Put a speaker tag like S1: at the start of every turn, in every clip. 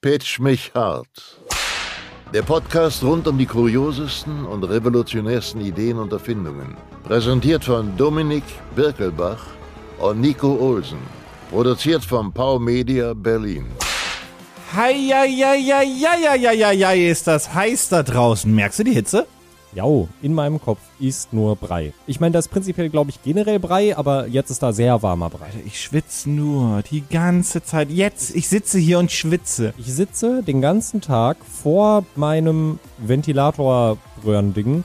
S1: Pitch mich hart. Der Podcast rund um die kuriosesten und revolutionärsten Ideen und Erfindungen. Präsentiert von Dominik Birkelbach und Nico Olsen. Produziert von Pau Media Berlin.
S2: Heieieiei ist das heiß da draußen. Merkst du die Hitze?
S3: Jau, in meinem Kopf ist nur Brei. Ich meine, das ist prinzipiell, glaube ich, generell Brei, aber jetzt ist da sehr warmer Brei.
S2: Ich schwitze nur die ganze Zeit. Jetzt, ich sitze hier und schwitze.
S3: Ich sitze den ganzen Tag vor meinem Ventilatorröhrending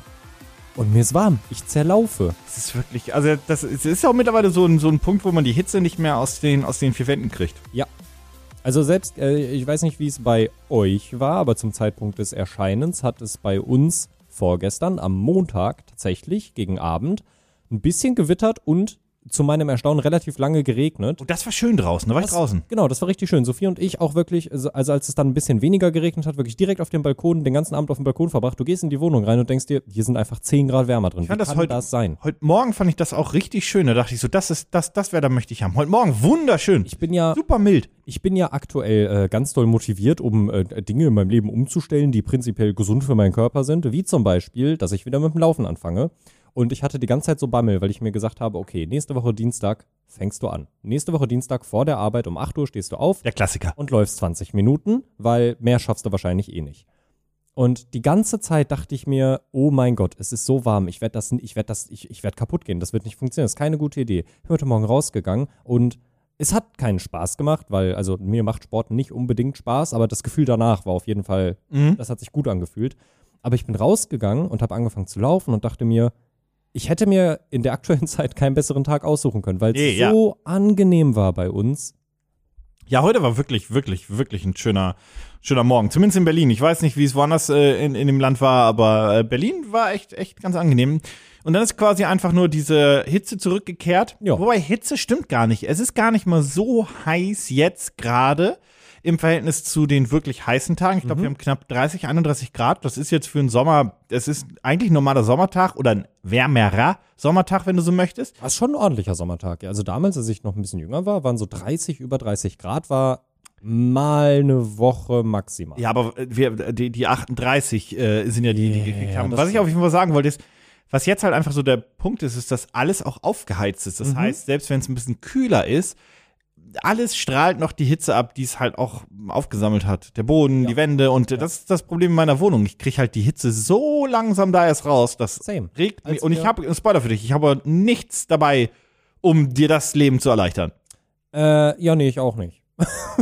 S3: und mir ist warm. Ich zerlaufe.
S2: Das ist wirklich, also das es ist ja auch mittlerweile so ein, so ein Punkt, wo man die Hitze nicht mehr aus den, aus den vier Wänden kriegt.
S3: Ja. Also selbst, äh, ich weiß nicht, wie es bei euch war, aber zum Zeitpunkt des Erscheinens hat es bei uns vorgestern am Montag tatsächlich gegen Abend ein bisschen gewittert und zu meinem Erstaunen relativ lange geregnet.
S2: Und Oh, das war schön draußen, da war ich
S3: Das-
S2: draußen.
S3: Genau, das war richtig schön. Sophie und ich auch wirklich, also also als es dann ein bisschen weniger geregnet hat, wirklich direkt auf dem Balkon, den ganzen Abend auf dem Balkon verbracht. Du gehst in die Wohnung rein und denkst dir, hier sind einfach 10 Grad wärmer drin.
S2: Ich fand
S3: Wie
S2: das
S3: kann
S2: heute-
S3: das sein?
S2: Heute Morgen fand ich das auch richtig schön. Da dachte ich so, das ist, das, das wäre, da möchte ich haben. Heute Morgen wunderschön.
S3: Ich bin ja,
S2: Super mild.
S3: ich bin ja aktuell äh, ganz doll motiviert, um äh, Dinge in meinem Leben umzustellen, die prinzipiell gesund für meinen Körper sind, wie zum Beispiel, dass ich wieder mit dem Laufen anfange. Und ich hatte die ganze Zeit so Bammel, weil ich mir gesagt habe, okay, nächste Woche Dienstag fängst du an. Nächste Woche Dienstag vor der Arbeit um 8 Uhr stehst du auf,
S2: Der Klassiker.
S3: und läufst 20 Minuten, weil mehr schaffst du wahrscheinlich eh nicht. Und die ganze Zeit dachte ich mir, oh mein Gott, es ist so warm, ich werde das, ich werde das, ich, ich werde kaputt gehen, das wird nicht funktionieren, das ist keine gute Idee. Ich bin heute Morgen rausgegangen und es hat keinen Spaß gemacht, weil, also mir macht Sport nicht unbedingt Spaß, aber das Gefühl danach war auf jeden Fall,
S2: Mhm.
S3: das hat sich gut angefühlt. Aber ich bin rausgegangen und habe angefangen zu laufen und dachte mir, ich hätte mir in der aktuellen Zeit keinen besseren Tag aussuchen können, weil es
S2: Nee, ja.
S3: so angenehm war bei uns.
S2: Ja, heute war wirklich, wirklich, wirklich ein schöner, schöner Morgen. Zumindest in Berlin. Ich weiß nicht, wie es woanders äh, in, in dem Land war, aber äh, Berlin war echt, echt ganz angenehm. Und dann ist quasi einfach nur diese Hitze zurückgekehrt.
S3: Ja.
S2: Wobei Hitze stimmt gar nicht. Es ist gar nicht mal so heiß jetzt gerade im Verhältnis zu den wirklich heißen Tagen. Ich glaube, wir haben knapp 30, 31 Grad. Das ist jetzt für den Sommer, es ist eigentlich ein normaler Sommertag oder ein wärmerer Sommertag, wenn du so möchtest.
S3: War schon ein ordentlicher Sommertag. ja. Also damals, als ich noch ein bisschen jünger war, waren so 30, über 30 Grad, war mal eine Woche maximal.
S2: Ja, aber äh, wir, die, die 38 äh, sind ja die, die gekriegt
S3: ja,
S2: haben.
S3: das
S2: Was ich
S3: stimmt.
S2: auf jeden Fall sagen wollte, ist, was jetzt halt einfach so der Punkt ist, ist, dass alles auch aufgeheizt ist. Das heißt, selbst wenn es ein bisschen kühler ist, alles strahlt noch die Hitze ab, die es halt auch aufgesammelt hat. Der Boden, die Wände und äh, das ist das Problem in meiner Wohnung. Ich kriege halt die Hitze so langsam da erst raus, dass
S3: Same.
S2: regt
S3: Als
S2: mich. Und ich
S3: wir-
S2: habe einen Spoiler für dich. Ich habe nichts dabei, um dir das Leben zu erleichtern.
S3: Äh, ja, nee, ich auch nicht.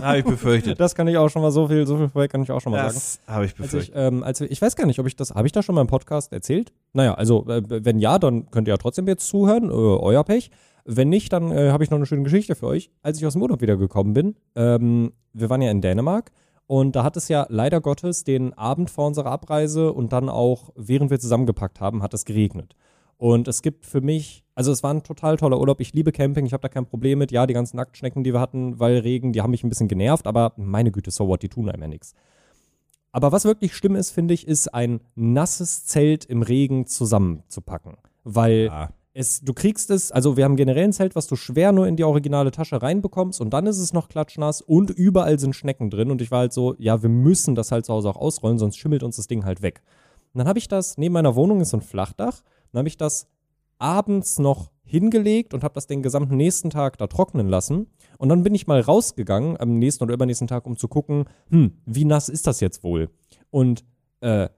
S2: habe ich befürchtet.
S3: Das kann ich auch schon mal so viel, so viel vorweg kann ich auch schon mal sagen.
S2: Das habe Also ich
S3: Als ich,
S2: befürchtet.
S3: ähm, als, wir- ich weiß gar nicht, ob ich das, habe ich da schon mal im Podcast erzählt? Naja, also äh, wenn ja, dann könnt ihr ja trotzdem jetzt zuhören, äh, euer Pech. Wenn nicht, dann äh, habe ich noch eine schöne Geschichte für euch. Als ich aus dem Urlaub wiedergekommen bin, ähm, wir waren ja in Dänemark und da hat es ja leider Gottes den Abend vor unserer Abreise und dann auch, während wir zusammengepackt haben, hat es geregnet. Und es gibt für mich, also es war ein total toller Urlaub. Ich liebe Camping, ich habe da kein Problem mit. Ja, die ganzen Nacktschnecken, die wir hatten, weil Regen, die haben mich ein bisschen genervt, aber meine Güte, so what, die tun einem ja nichts. Aber was wirklich schlimm ist, finde ich, ist ein nasses Zelt im Regen zusammenzupacken. Weil
S2: Ah.
S3: es, du kriegst es, also wir haben generell ein Zelt, was du schwer nur in die originale Tasche reinbekommst und dann ist es noch klatschnass und überall sind Schnecken drin und ich war halt so, ja, wir müssen das halt zu Hause auch ausrollen, sonst schimmelt uns das Ding halt weg. Und dann habe ich das, neben meiner Wohnung ist so ein Flachdach, dann habe ich das abends noch hingelegt und habe das den gesamten nächsten Tag da trocknen lassen. Und dann bin ich mal rausgegangen am nächsten oder übernächsten Tag, um zu gucken, hm, wie nass ist das jetzt wohl? Und äh,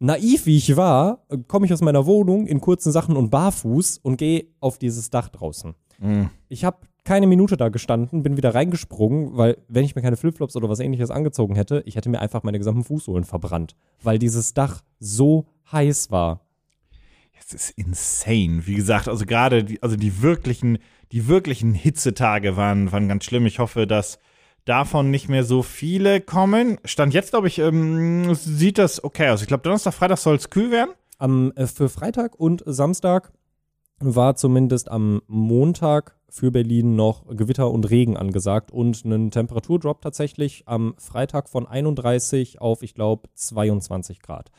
S3: naiv wie ich war, komme ich aus meiner Wohnung in kurzen Sachen und barfuß und gehe auf dieses Dach draußen.
S2: Mm.
S3: Ich habe keine Minute da gestanden, bin wieder reingesprungen, weil wenn ich mir keine Flipflops oder was ähnliches angezogen hätte, ich hätte mir einfach meine gesamten Fußsohlen verbrannt, weil dieses Dach so heiß war.
S2: Es ist insane. Wie gesagt, also gerade die, also die wirklichen, die wirklichen Hitzetage waren, waren ganz schlimm. Ich hoffe, dass davon nicht mehr so viele kommen. Stand jetzt, glaube ich, ähm, sieht das okay aus. Ich glaube, Donnerstag, Freitag soll es kühl werden.
S3: Am, äh, für Freitag und Samstag war zumindest am Montag für Berlin noch Gewitter und Regen angesagt und einen Temperaturdrop tatsächlich am Freitag von 31 auf, ich glaube, 22 Grad.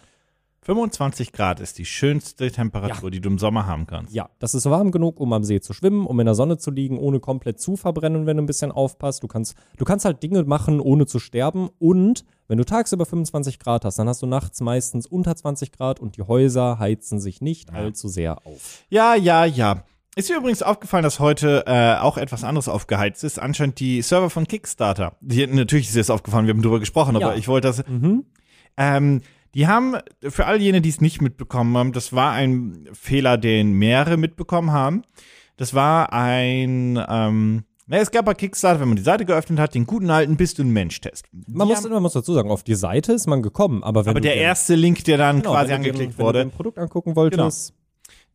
S2: 25 Grad ist die schönste Temperatur, die du im Sommer haben kannst.
S3: Ja, das ist warm genug, um am See zu schwimmen, um in der Sonne zu liegen, ohne komplett zu verbrennen, wenn du ein bisschen aufpasst. Du kannst, du kannst halt Dinge machen, ohne zu sterben. Und wenn du tagsüber 25 Grad hast, dann hast du nachts meistens unter 20 Grad und die Häuser heizen sich nicht allzu sehr auf.
S2: Ja, ja, ja. Ist mir übrigens aufgefallen, dass heute äh, auch etwas anderes aufgeheizt ist. Anscheinend die Server von Kickstarter. Die, natürlich ist dir das aufgefallen, wir haben drüber gesprochen, aber
S3: Ja. Mhm.
S2: ich wollte das. Ähm, die haben, für all jene, die es nicht mitbekommen haben, das war ein Fehler, den mehrere mitbekommen haben. Das war ein. Ähm, na, es gab bei Kickstarter, wenn man die Seite geöffnet hat, den guten alten Bist du ein Mensch-Test.
S3: Man
S2: Die
S3: muss, man muss dazu sagen, auf die Seite ist man gekommen, aber wenn
S2: Aber
S3: du
S2: der
S3: dir-
S2: erste Link, der dann
S3: genau,
S2: quasi
S3: wenn du dir-
S2: angeklickt
S3: wenn
S2: wurde.
S3: du dir ein Produkt angucken wolltest,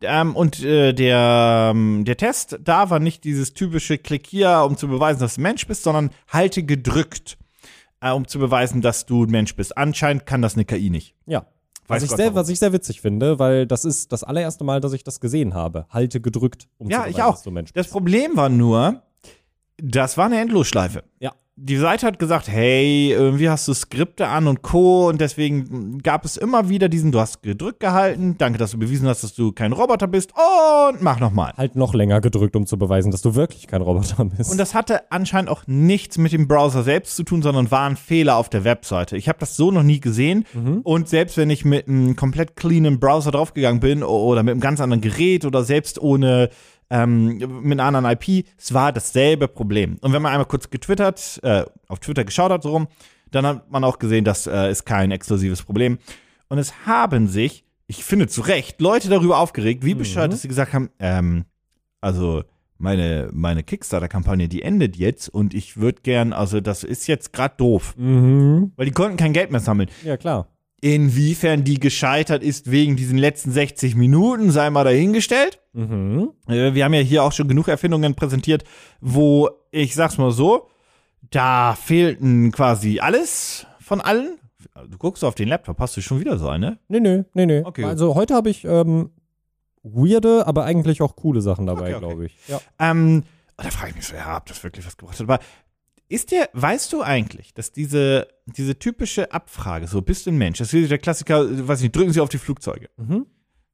S2: Ähm, und äh, der, ähm, der Test da war nicht dieses typische Klick hier, um zu beweisen, dass du ein Mensch bist, sondern halte gedrückt, äh, um zu beweisen, dass du ein Mensch bist. Anscheinend kann das eine KI nicht.
S3: Ja.
S2: Genau. Weiß
S3: Was ich,
S2: Gott
S3: sehr,
S2: warum.
S3: was ich sehr witzig finde, weil das ist das allererste Mal, dass ich das gesehen habe. Halte gedrückt, um
S2: Ja,
S3: zu
S2: ich
S3: beweisen,
S2: auch.
S3: dass du Mensch
S2: Das
S3: bist.
S2: Problem war nur, das war eine Endlosschleife.
S3: Ja.
S2: Die Seite hat gesagt, hey, irgendwie hast du Skripte an und Co. Und deswegen gab es immer wieder diesen, du hast gedrückt gehalten, danke, dass du bewiesen hast, dass du kein Roboter bist und mach nochmal.
S3: Halt noch länger gedrückt, um zu beweisen, dass du wirklich kein Roboter bist.
S2: Und das hatte anscheinend auch nichts mit dem Browser selbst zu tun, sondern war ein Fehler auf der Webseite. Ich habe das so noch nie gesehen. Und selbst wenn ich mit einem komplett cleanen Browser draufgegangen bin o- oder mit einem ganz anderen Gerät oder selbst ohne ähm, mit einer anderen IP, es war dasselbe Problem. Und wenn man einmal kurz getwittert, äh, auf Twitter geschaut hat, so rum, dann hat man auch gesehen, das äh, ist kein exklusives Problem. Und es haben sich, ich finde zu Recht, Leute darüber aufgeregt, wie bescheuert, dass sie gesagt haben, ähm, also meine, meine Kickstarter-Kampagne, die endet jetzt und ich würde gern, also das ist jetzt gerade doof,
S3: mhm.
S2: weil die konnten kein Geld mehr sammeln.
S3: Ja, klar.
S2: Inwiefern die gescheitert ist wegen diesen letzten 60 Minuten, sei mal dahingestellt.
S3: Mhm.
S2: Äh, Wir haben ja hier auch schon genug Erfindungen präsentiert, wo, ich sag's mal so, da fehlten quasi alles von allen. Du guckst auf den Laptop, hast du schon wieder so eine?
S3: Nee, nee, nee, nee.
S2: Okay, gut.
S3: also heute habe ich ähm, weirde, aber eigentlich auch coole Sachen dabei,
S2: Okay, okay.
S3: glaube ich. Ja.
S2: Ähm, und da frage ich mich so, ja, ob das wirklich was gebracht hat. Aber ist dir, weißt du eigentlich, dass diese, diese typische Abfrage, so bist du ein Mensch, das ist der Klassiker, äh, weiß nicht, drücken sie auf die Flugzeuge.
S3: Mhm.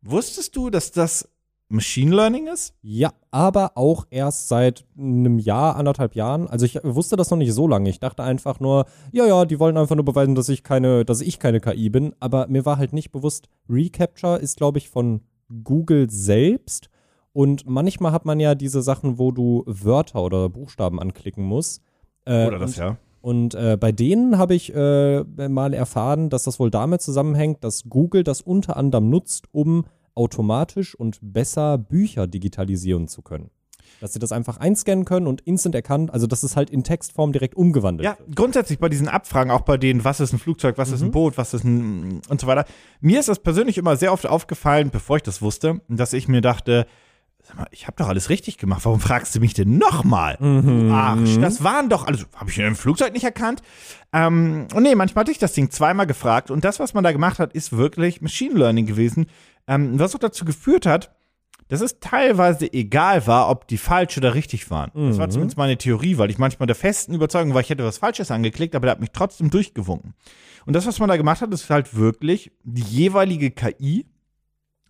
S2: Wusstest du, dass das Machine Learning ist?
S3: Ja, aber auch erst seit einem Jahr, anderthalb Jahren. Also ich wusste das noch nicht so lange. Ich dachte einfach nur, ja, ja, die wollen einfach nur beweisen, dass ich keine, dass ich keine KI bin. Aber mir war halt nicht bewusst, Recapture ist, glaube ich, von Google selbst. Und manchmal hat man ja diese Sachen, wo du Wörter oder Buchstaben anklicken musst. Äh,
S2: Oder das,
S3: und-
S2: ja.
S3: und äh, bei denen habe ich äh, mal erfahren, dass das wohl damit zusammenhängt, dass Google das unter anderem nutzt, um automatisch und besser Bücher digitalisieren zu können. Dass sie das einfach einscannen können und instant erkannt, also dass es halt in Textform direkt umgewandelt
S2: Ja,
S3: wird.
S2: grundsätzlich bei diesen Abfragen, auch bei denen, was ist ein Flugzeug, was ist ein Boot, was ist ein und so weiter. Mir ist das persönlich immer sehr oft aufgefallen, bevor ich das wusste, dass ich mir dachte, sag mal, ich habe doch alles richtig gemacht, warum fragst du mich denn nochmal? Arsch, das waren doch alles, habe ich im Flugzeug nicht erkannt? Ähm, und nee, manchmal hatte ich das Ding zweimal gefragt und das, was man da gemacht hat, ist wirklich Machine Learning gewesen, ähm, was auch dazu geführt hat, dass es teilweise egal war, ob die falsch oder richtig waren. Das war zumindest meine Theorie, weil ich manchmal der festen Überzeugung war, ich hätte was Falsches angeklickt, aber der hat mich trotzdem durchgewunken. Und das, was man da gemacht hat, ist halt wirklich die jeweilige KI,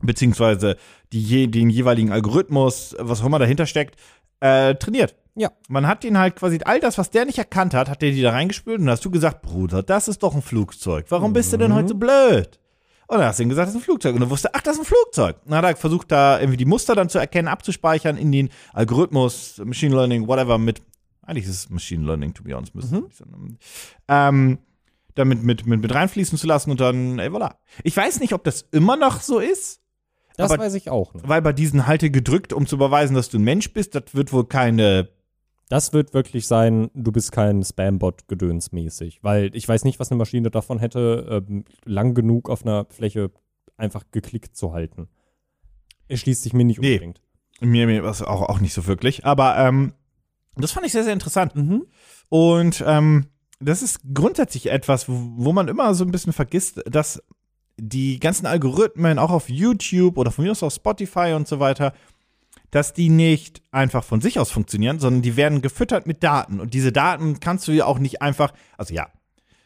S2: beziehungsweise die, je- den jeweiligen Algorithmus, was auch immer dahinter steckt, äh, trainiert.
S3: Ja.
S2: Man hat den halt quasi all das, was der nicht erkannt hat, hat der die da reingespült und dann hast du gesagt, Bruder, das ist doch ein Flugzeug. Warum bist du denn heute so blöd? Und dann hast du ihm gesagt, das ist ein Flugzeug. Und dann wusste, ach, das ist ein Flugzeug. Und dann hat er versucht, da irgendwie die Muster dann zu erkennen, abzuspeichern in den Algorithmus, Machine Learning, whatever, mit. Eigentlich ist es Machine Learning, to be honest. müsste es nicht sein. Ähm, damit mit, mit, mit reinfließen zu lassen und dann, ey, voilà. Ich weiß nicht, ob das immer noch so ist,
S3: Das
S2: aber-
S3: weiß ich auch. Nicht.
S2: weil bei diesen Halte gedrückt, um zu beweisen, dass du ein Mensch bist, das wird wohl keine.
S3: Das wird wirklich sein, du bist kein Spambot gedönsmäßig, weil ich weiß nicht, was eine Maschine davon hätte, ähm, lang genug auf einer Fläche einfach geklickt zu halten. Es schließt sich mir nicht
S2: Nee.
S3: unbedingt.
S2: Mir, mir was auch, auch nicht so wirklich. Aber ähm, das fand ich sehr, sehr interessant.
S3: Mhm.
S2: Und ähm, das ist grundsätzlich etwas, wo wo man immer so ein bisschen vergisst, dass die ganzen Algorithmen auch auf YouTube oder von mir aus auf Spotify und so weiter, dass die nicht einfach von sich aus funktionieren, sondern die werden gefüttert mit Daten. Und diese Daten kannst du ja auch nicht einfach, also ja,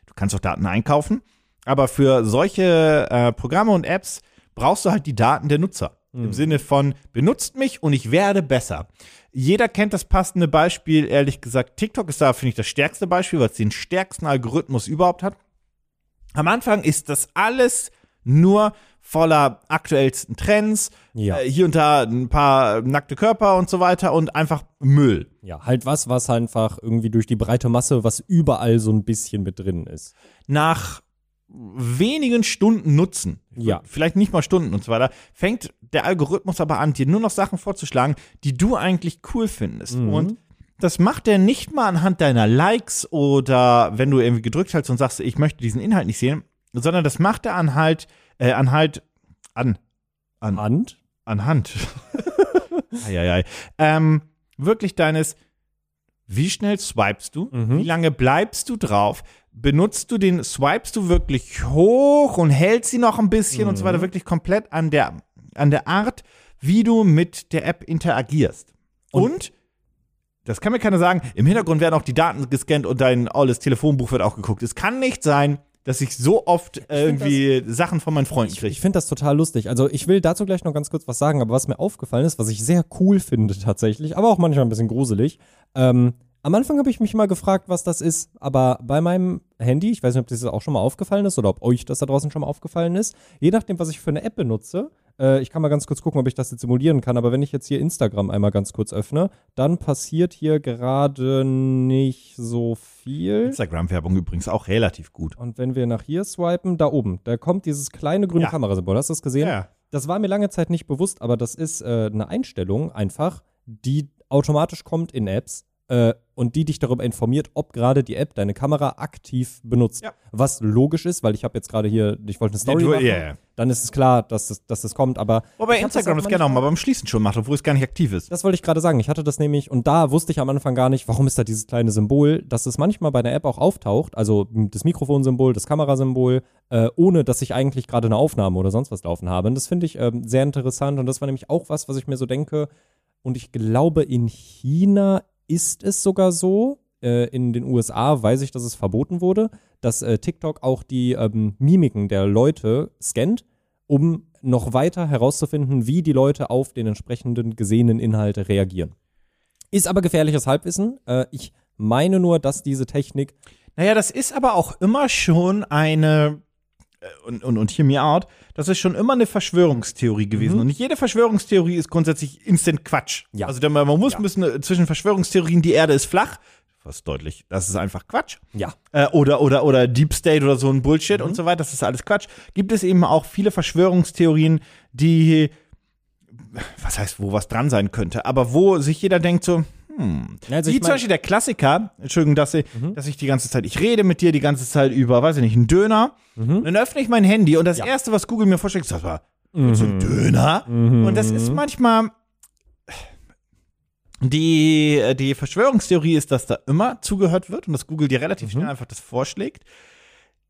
S2: du kannst auch Daten einkaufen, Aber für solche äh, Programme und Apps brauchst du halt die Daten der Nutzer. Im Sinne von, benutzt mich und ich werde besser. Jeder kennt das passende Beispiel, ehrlich gesagt. TikTok ist da, finde ich, das stärkste Beispiel, weil es den stärksten Algorithmus überhaupt hat. Am Anfang ist das alles nur voller aktuellsten Trends,
S3: Ja.
S2: äh, hier und da ein paar nackte Körper und so weiter und einfach Müll.
S3: Ja, halt was, was einfach irgendwie durch die breite Masse, was überall so ein bisschen mit drin ist.
S2: nach wenigen Stunden Nutzen,
S3: Ja.
S2: vielleicht nicht mal Stunden und so weiter, fängt der Algorithmus aber an, dir nur noch Sachen vorzuschlagen, die du eigentlich cool findest. Und das macht er nicht mal anhand deiner Likes oder wenn du irgendwie gedrückt hast und sagst, ich möchte diesen Inhalt nicht sehen, sondern das macht er anhalt, äh, anhalt, an,
S3: Und?
S2: anhand. Eieiei. Ähm, wirklich deines, wie schnell swipest du?
S3: Mhm.
S2: Wie lange bleibst du drauf? Benutzt du den, swipest du wirklich hoch und hältst sie noch ein bisschen und so
S3: Mhm.
S2: weiter, wirklich komplett an der, an der Art, wie du mit der App interagierst. Und, das kann mir keiner sagen, im Hintergrund werden auch die Daten gescannt und dein alles Telefonbuch wird auch geguckt. Es kann nicht sein, dass ich so oft irgendwie Sachen von meinen Freunden kriege.
S3: Ich finde das total lustig. Also ich will dazu gleich noch ganz kurz was sagen, aber was mir aufgefallen ist, was ich sehr cool finde tatsächlich, aber auch manchmal ein bisschen gruselig. Ähm, am Anfang habe ich mich mal gefragt, was das ist, aber bei meinem Handy, ich weiß nicht, ob das auch schon mal aufgefallen ist oder ob euch das da draußen schon mal aufgefallen ist, je nachdem, was ich für eine App benutze, äh, ich kann mal ganz kurz gucken, ob ich das jetzt simulieren kann, aber wenn ich jetzt hier Instagram einmal ganz kurz öffne, dann passiert hier gerade nicht so viel.
S2: Instagram-Werbung übrigens auch relativ gut.
S3: Und wenn wir nach hier swipen, da oben, da kommt dieses kleine grüne
S2: Ja.
S3: Kamerasymbol. Hast du das gesehen? Das war mir lange Zeit nicht bewusst, aber das ist äh, eine Einstellung einfach, die automatisch kommt in Apps äh, und die dich darüber informiert, ob gerade die App deine Kamera aktiv benutzt.
S2: Ja.
S3: Was logisch ist, weil ich habe jetzt gerade hier, ich wollte eine Story
S2: du-
S3: machen,
S2: ja, ja.
S3: dann ist es klar, dass das, dass das kommt, aber
S2: Wobei
S3: ich hab
S2: Instagram
S3: das
S2: das
S3: auch
S2: gerne auch
S3: manchmal-
S2: mal beim Schließen schon macht, obwohl es gar nicht aktiv ist.
S3: das wollte ich gerade sagen. Ich hatte das nämlich, und da wusste ich am Anfang gar nicht, warum ist da dieses kleine Symbol, dass es manchmal bei einer App auch auftaucht, also m, das Mikrofonsymbol, das Kamerasymbol, äh, ohne dass ich eigentlich gerade eine Aufnahme oder sonst was laufen habe. Und das finde ich ähm, sehr interessant und das war nämlich auch was, was ich mir so denke. Und ich glaube, in China ist es sogar so, äh, in den USA weiß ich, dass es verboten wurde, dass äh, TikTok auch die ähm, Mimiken der Leute scannt um noch weiter herauszufinden, wie die Leute auf den entsprechenden gesehenen Inhalte reagieren. Ist aber gefährliches Halbwissen. Äh, ich meine nur, dass diese Technik.
S2: Naja, das ist aber auch immer schon eine, äh, und, und, und hear me out, das ist schon immer eine Verschwörungstheorie gewesen. Und nicht jede Verschwörungstheorie ist grundsätzlich instant Quatsch.
S3: Ja.
S2: Also denn man man muss müssen äh, zwischen Verschwörungstheorien, die Erde ist flach, was deutlich, das ist einfach Quatsch.
S3: Ja.
S2: Äh, oder, oder, oder Deep State oder so ein Bullshit und so weiter, das ist alles Quatsch. Gibt es eben auch viele Verschwörungstheorien, die, was heißt, wo was dran sein könnte, aber wo sich jeder denkt so, hm,
S3: Also
S2: wie
S3: ich
S2: zum
S3: mein- Mhm.
S2: Beispiel der Klassiker, Entschuldigung, dass ich, dass ich die ganze Zeit, ich rede mit dir die ganze Zeit über, weiß ich nicht, einen Döner.
S3: Mhm.
S2: Dann öffne ich mein Handy und das Erste, was Google mir vorschlägt, ist, sag mal, willst du
S3: Mhm.
S2: einen Döner? Und das ist manchmal, die, die Verschwörungstheorie ist, dass da immer zugehört wird und dass Google dir
S3: Mhm.
S2: relativ schnell einfach das vorschlägt.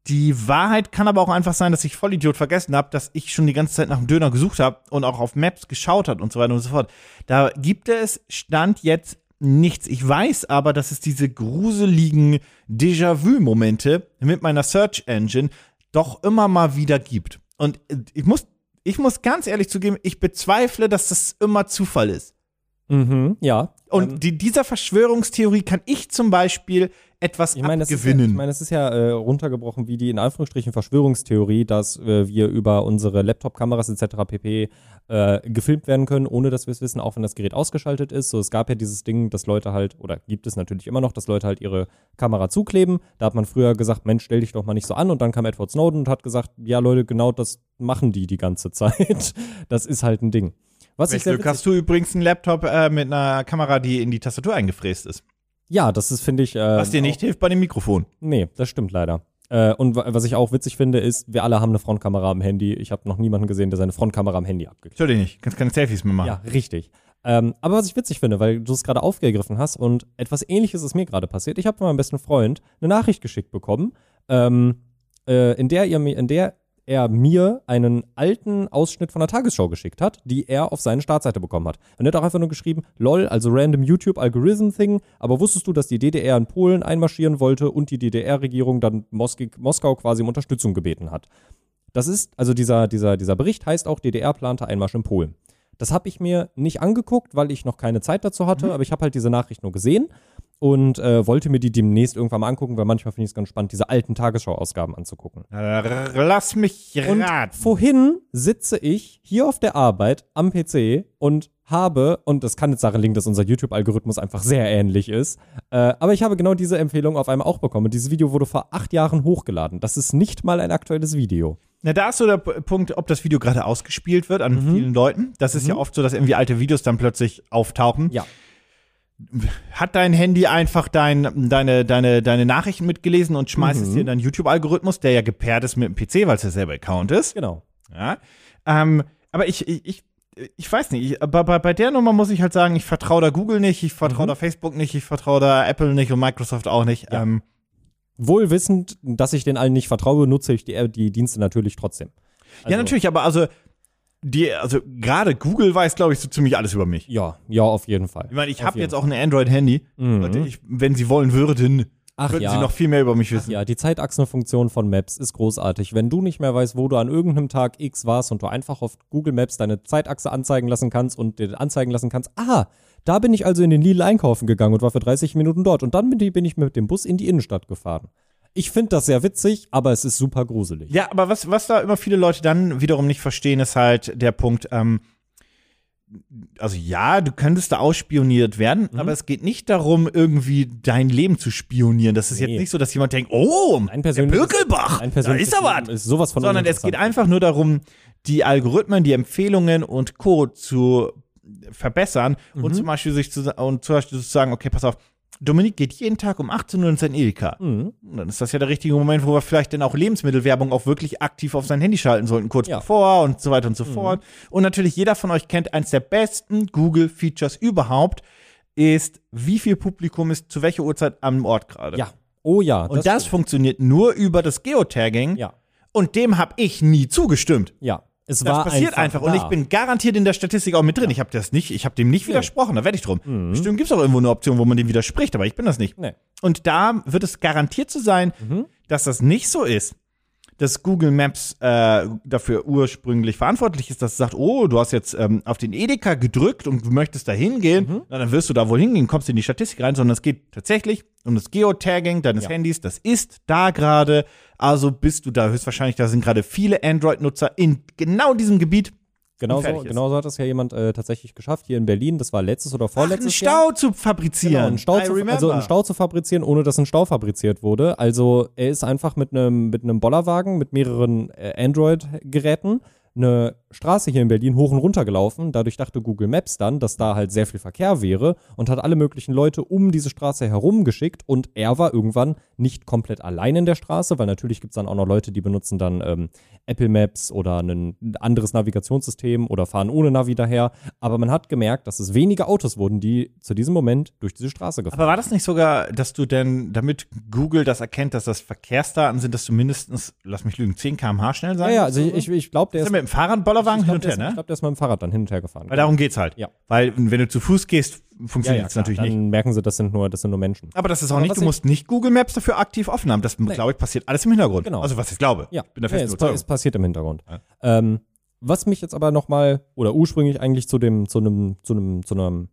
S2: Die Wahrheit kann aber auch einfach sein, dass ich Vollidiot vergessen habe, dass ich schon die ganze Zeit nach dem Döner gesucht habe und auch auf Maps geschaut hat und so weiter und so fort. Da gibt es Stand jetzt nichts. Ich weiß aber, dass es diese gruseligen Déjà-vu-Momente mit meiner Search Engine doch immer mal wieder gibt. Und äh, ich muss, ich muss ganz ehrlich zugeben, ich bezweifle, dass das immer Zufall ist.
S3: Mhm, ja.
S2: Und die, dieser Verschwörungstheorie kann ich zum Beispiel etwas
S3: Ich meine, das ist, ja-
S2: abgewinnen.
S3: ich meine, es ist ja äh, runtergebrochen wie die in Anführungsstrichen Verschwörungstheorie, dass äh, wir über unsere Laptop-Kameras etc. pp. Äh, gefilmt werden können, ohne dass wir es wissen, auch wenn das Gerät ausgeschaltet ist. So, es gab ja dieses Ding, dass Leute halt, oder gibt es natürlich immer noch, dass Leute halt ihre Kamera zukleben. Da hat man früher gesagt, Mensch, stell dich doch mal nicht so an. Und dann kam Edward Snowden und hat gesagt, ja Leute, genau das machen die die ganze Zeit. Das ist halt ein Ding. Was ich
S2: Welch
S3: sehr
S2: Glück
S3: witzig
S2: hast du übrigens einen Laptop äh, mit einer Kamera, die in die Tastatur eingefräst ist.
S3: Ja, das ist, finde ich. Äh,
S2: Was dir nicht hilft bei dem Mikrofon.
S3: Nee, das stimmt leider. Äh, und wa- was ich auch witzig finde, ist, wir alle haben eine Frontkamera am Handy. Ich habe noch niemanden gesehen, der seine Frontkamera am Handy abgeklebt
S2: Stör dich nicht, kannst keine Selfies mehr machen.
S3: hat. Ja, richtig. Ähm, aber was ich witzig finde, weil du es gerade aufgegriffen hast und etwas ähnliches ist mir gerade passiert. Ich habe von meinem besten Freund eine Nachricht geschickt bekommen, ähm, äh, in der ihr mir, in der er mir einen alten Ausschnitt von der Tagesschau geschickt hat, die er auf seine Startseite bekommen hat. Und er hat auch einfach nur geschrieben, lol, also random YouTube Algorithm Thing, aber wusstest du, dass die DDR in Polen einmarschieren wollte und die DDR-Regierung dann Moski- Moskau quasi um Unterstützung gebeten hat? Das ist, also dieser, dieser, dieser Bericht heißt auch, DDR plante Einmarsch in Polen. Das habe ich mir nicht angeguckt, weil ich noch keine Zeit dazu hatte, aber ich habe halt diese Nachricht nur gesehen und äh, wollte mir die demnächst irgendwann mal angucken, weil manchmal finde ich es ganz spannend, diese alten Tagesschau-Ausgaben anzugucken.
S2: R- Äh, Lass mich
S3: Und
S2: raten.
S3: vorhin sitze ich hier auf der Arbeit am PC und habe, und das kann jetzt daran liegen, dass unser YouTube-Algorithmus einfach sehr ähnlich ist, äh, aber ich habe genau diese Empfehlung auf einmal auch bekommen. Und Dieses Video wurde vor acht Jahren hochgeladen. Das ist nicht mal ein aktuelles Video.
S2: Na, da ist so der P- Punkt, ob das Video gerade ausgespielt wird an vielen Leuten. Das ist ja oft so, dass irgendwie alte Videos dann plötzlich auftauchen.
S3: Ja.
S2: Hat dein Handy einfach dein, deine, deine, deine Nachrichten mitgelesen und schmeißt es dir in deinen YouTube-Algorithmus, der ja gepaart ist mit dem PC, weil es derselbe Account ist.
S3: Genau.
S2: Ja. Ähm, aber ich, ich, ich, ich weiß nicht, ich, aber bei, bei der Nummer muss ich halt sagen, ich vertraue da Google nicht, ich
S3: Mhm.
S2: vertraue da Facebook nicht, ich vertraue da Apple nicht und Microsoft auch nicht. Ähm,
S3: Wohl wissend, dass ich den allen nicht vertraue, nutze ich die, äh, die Dienste natürlich trotzdem.
S2: ja, natürlich, aber also, die, also gerade Google weiß, glaube ich, so ziemlich alles über mich.
S3: Ja, ja, auf jeden Fall.
S2: Ich meine, ich
S3: Auf
S2: habe
S3: jeden Mhm.
S2: jetzt auch ein Android-Handy. Und ich- Wenn sie wollen würden,
S3: Ach
S2: würden
S3: ja.
S2: sie noch viel mehr über mich wissen.
S3: Ja, die Zeitachsenfunktion von Maps ist großartig. Wenn du nicht mehr weißt, wo du an irgendeinem Tag X warst und du einfach auf Google Maps deine Zeitachse anzeigen lassen kannst und dir anzeigen lassen kannst, ah, da bin ich also in den Lidl einkaufen gegangen und war für 30 Minuten dort und dann bin, die- bin ich mit dem Bus in die Innenstadt gefahren. Ich finde das sehr witzig, aber es ist super gruselig.
S2: Ja, aber was, was da immer viele Leute dann wiederum nicht verstehen, ist halt der Punkt, ähm, also ja, du könntest da ausspioniert werden,
S3: Mhm.
S2: aber es geht nicht darum, irgendwie dein Leben zu spionieren. Das ist
S3: Nee.
S2: jetzt nicht so, dass jemand denkt, oh,
S3: Ein
S2: der
S3: persönliches-
S2: Birkelbach,
S3: Ein
S2: da
S3: persönliches
S2: ist er was.
S3: Leben Ist sowas von
S2: Sondern es geht
S3: uninteressant.
S2: einfach nur darum, die Algorithmen, die Empfehlungen und Co. zu verbessern
S3: Mhm.
S2: und zum Beispiel sich zu, und zum Beispiel zu sagen, okay, pass auf, Dominik geht jeden Tag um 18 Uhr in sein Edeka.
S3: Mhm.
S2: Und Dann ist das ja der richtige Moment, wo wir vielleicht dann auch Lebensmittelwerbung auch wirklich aktiv auf sein Handy schalten sollten, kurz
S3: Ja. Mhm.
S2: bevor und so weiter und so fort. Und natürlich, jeder von euch kennt eins der besten Google-Features überhaupt, ist, wie viel Publikum ist zu welcher Uhrzeit am Ort gerade.
S3: Ja. Oh ja.
S2: Und das, funktioniert nur über das Geotagging.
S3: Ja.
S2: Und dem habe ich nie zugestimmt.
S3: Ja. Es
S2: Das
S3: war
S2: passiert einfach. Und
S3: da.
S2: ich bin garantiert in der Statistik auch mit drin. Ich habe das nicht, ich habe dem nicht widersprochen. Da werde ich drum.
S3: Mhm.
S2: Bestimmt gibt es auch irgendwo eine Option, wo man dem widerspricht, aber ich bin das nicht.
S3: Nee.
S2: Und da wird es garantiert zu sein,
S3: Mhm.
S2: dass das nicht so ist, dass Google Maps äh, dafür ursprünglich verantwortlich ist, dass es sagt, oh, du hast jetzt ähm, auf den Edeka gedrückt und du möchtest da hingehen,
S3: Mhm.
S2: na, dann wirst du da wohl hingehen, kommst in die Statistik rein, sondern es geht tatsächlich um das Geotagging deines
S3: Ja.
S2: Handys, das ist da gerade, also bist du da höchstwahrscheinlich, da sind gerade viele Android-Nutzer in genau diesem Gebiet.
S3: Genau
S2: und fertig
S3: so,
S2: ist.
S3: genau so hat es ja jemand äh, tatsächlich geschafft hier in Berlin. Das war letztes oder
S2: Ach, einen
S3: vorletztes Jahr.
S2: Stau zu fabrizieren.
S3: Genau, einen Stau,
S2: I
S3: zu,
S2: remember.
S3: also einen Stau zu fabrizieren, ohne dass ein Stau fabriziert wurde. Also er ist einfach mit einem mit einem Bollerwagen mit mehreren äh, Android-Geräten eine Straße hier in Berlin hoch und runter gelaufen. Dadurch dachte Google Maps dann, dass da halt sehr viel Verkehr wäre und hat alle möglichen Leute um diese Straße herum geschickt. Und er war irgendwann nicht komplett allein in der Straße, weil natürlich gibt es dann auch noch Leute, die benutzen dann ähm, Apple Maps oder ein anderes Navigationssystem oder fahren ohne Navi daher. Aber man hat gemerkt, dass es weniger Autos wurden, die zu diesem Moment durch diese Straße gefahren
S2: Aber war das nicht sogar, dass du denn, damit Google das erkennt, dass das Verkehrsdaten sind, dass du mindestens, lass mich lügen, 10 km/h schnell sein?
S3: sind. Ja, ja, also
S2: musst
S3: ich,
S2: oder
S3: ich, ich glaube, der
S2: so? ne? ist er
S3: ist.
S2: mit dem Fahrradbollerwagen
S3: ich
S2: hin
S3: glaub,
S2: und
S3: der
S2: her,
S3: ist, ich
S2: ne?
S3: glab, der ist mit dem Fahrrad dann hin und her gefahren.
S2: Weil darum geht's halt.
S3: Ja.
S2: Weil, wenn du zu Fuß gehst,
S3: ja,
S2: funktioniert
S3: ja,
S2: es
S3: klar,
S2: natürlich
S3: dann
S2: nicht.
S3: merken sie, das sind nur, das sind nur Menschen.
S2: Aber das ist auch
S3: Aber
S2: nicht,
S3: was
S2: du
S3: ich-
S2: musst nicht Google Maps dafür aktiv offen haben. Das, glaube ich, passiert alles im Hintergrund.
S3: Genau.
S2: Also, was ich glaube.
S3: Ja,
S2: Bin der
S3: ja
S2: festen
S3: es, pa-
S2: Überzeugung.
S3: es passiert im Hintergrund.
S2: Ja.
S3: Ähm, was mich jetzt aber nochmal, oder ursprünglich eigentlich zu dem, zu einem, zu einem, zu einem,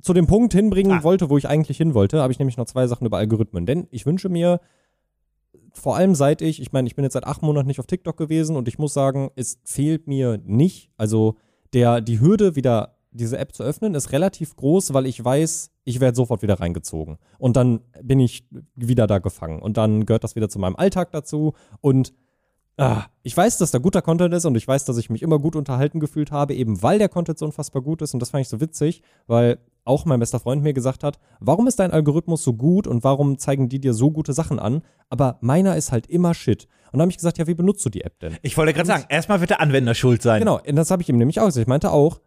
S3: zu dem Punkt hinbringen
S2: Ah.
S3: wollte, wo ich eigentlich hin wollte, habe ich nämlich noch zwei Sachen über Algorithmen. Denn ich wünsche mir, vor allem seit ich, ich meine, ich bin jetzt seit acht Monaten nicht auf TikTok gewesen und ich muss sagen, es fehlt mir nicht. Also der, die Hürde, wieder diese App zu öffnen, ist relativ groß, weil ich weiß, ich werde sofort wieder reingezogen. Und dann bin ich wieder da gefangen. Und dann gehört das wieder zu meinem Alltag dazu. Und ah, ich weiß, dass da guter Content ist und ich weiß, dass ich mich immer gut unterhalten gefühlt habe, eben weil der Content so unfassbar gut ist. Und das fand ich so witzig, weil auch mein bester Freund mir gesagt hat, warum ist dein Algorithmus so gut und warum zeigen die dir so gute Sachen an? Aber meiner ist halt immer Shit. Und dann habe ich gesagt, ja, wie benutzt du die App denn?
S2: ich wollte gerade sagen, erstmal wird der Anwender schuld sein.
S3: Genau, und das habe ich ihm nämlich auch gesagt. Ich meinte auch,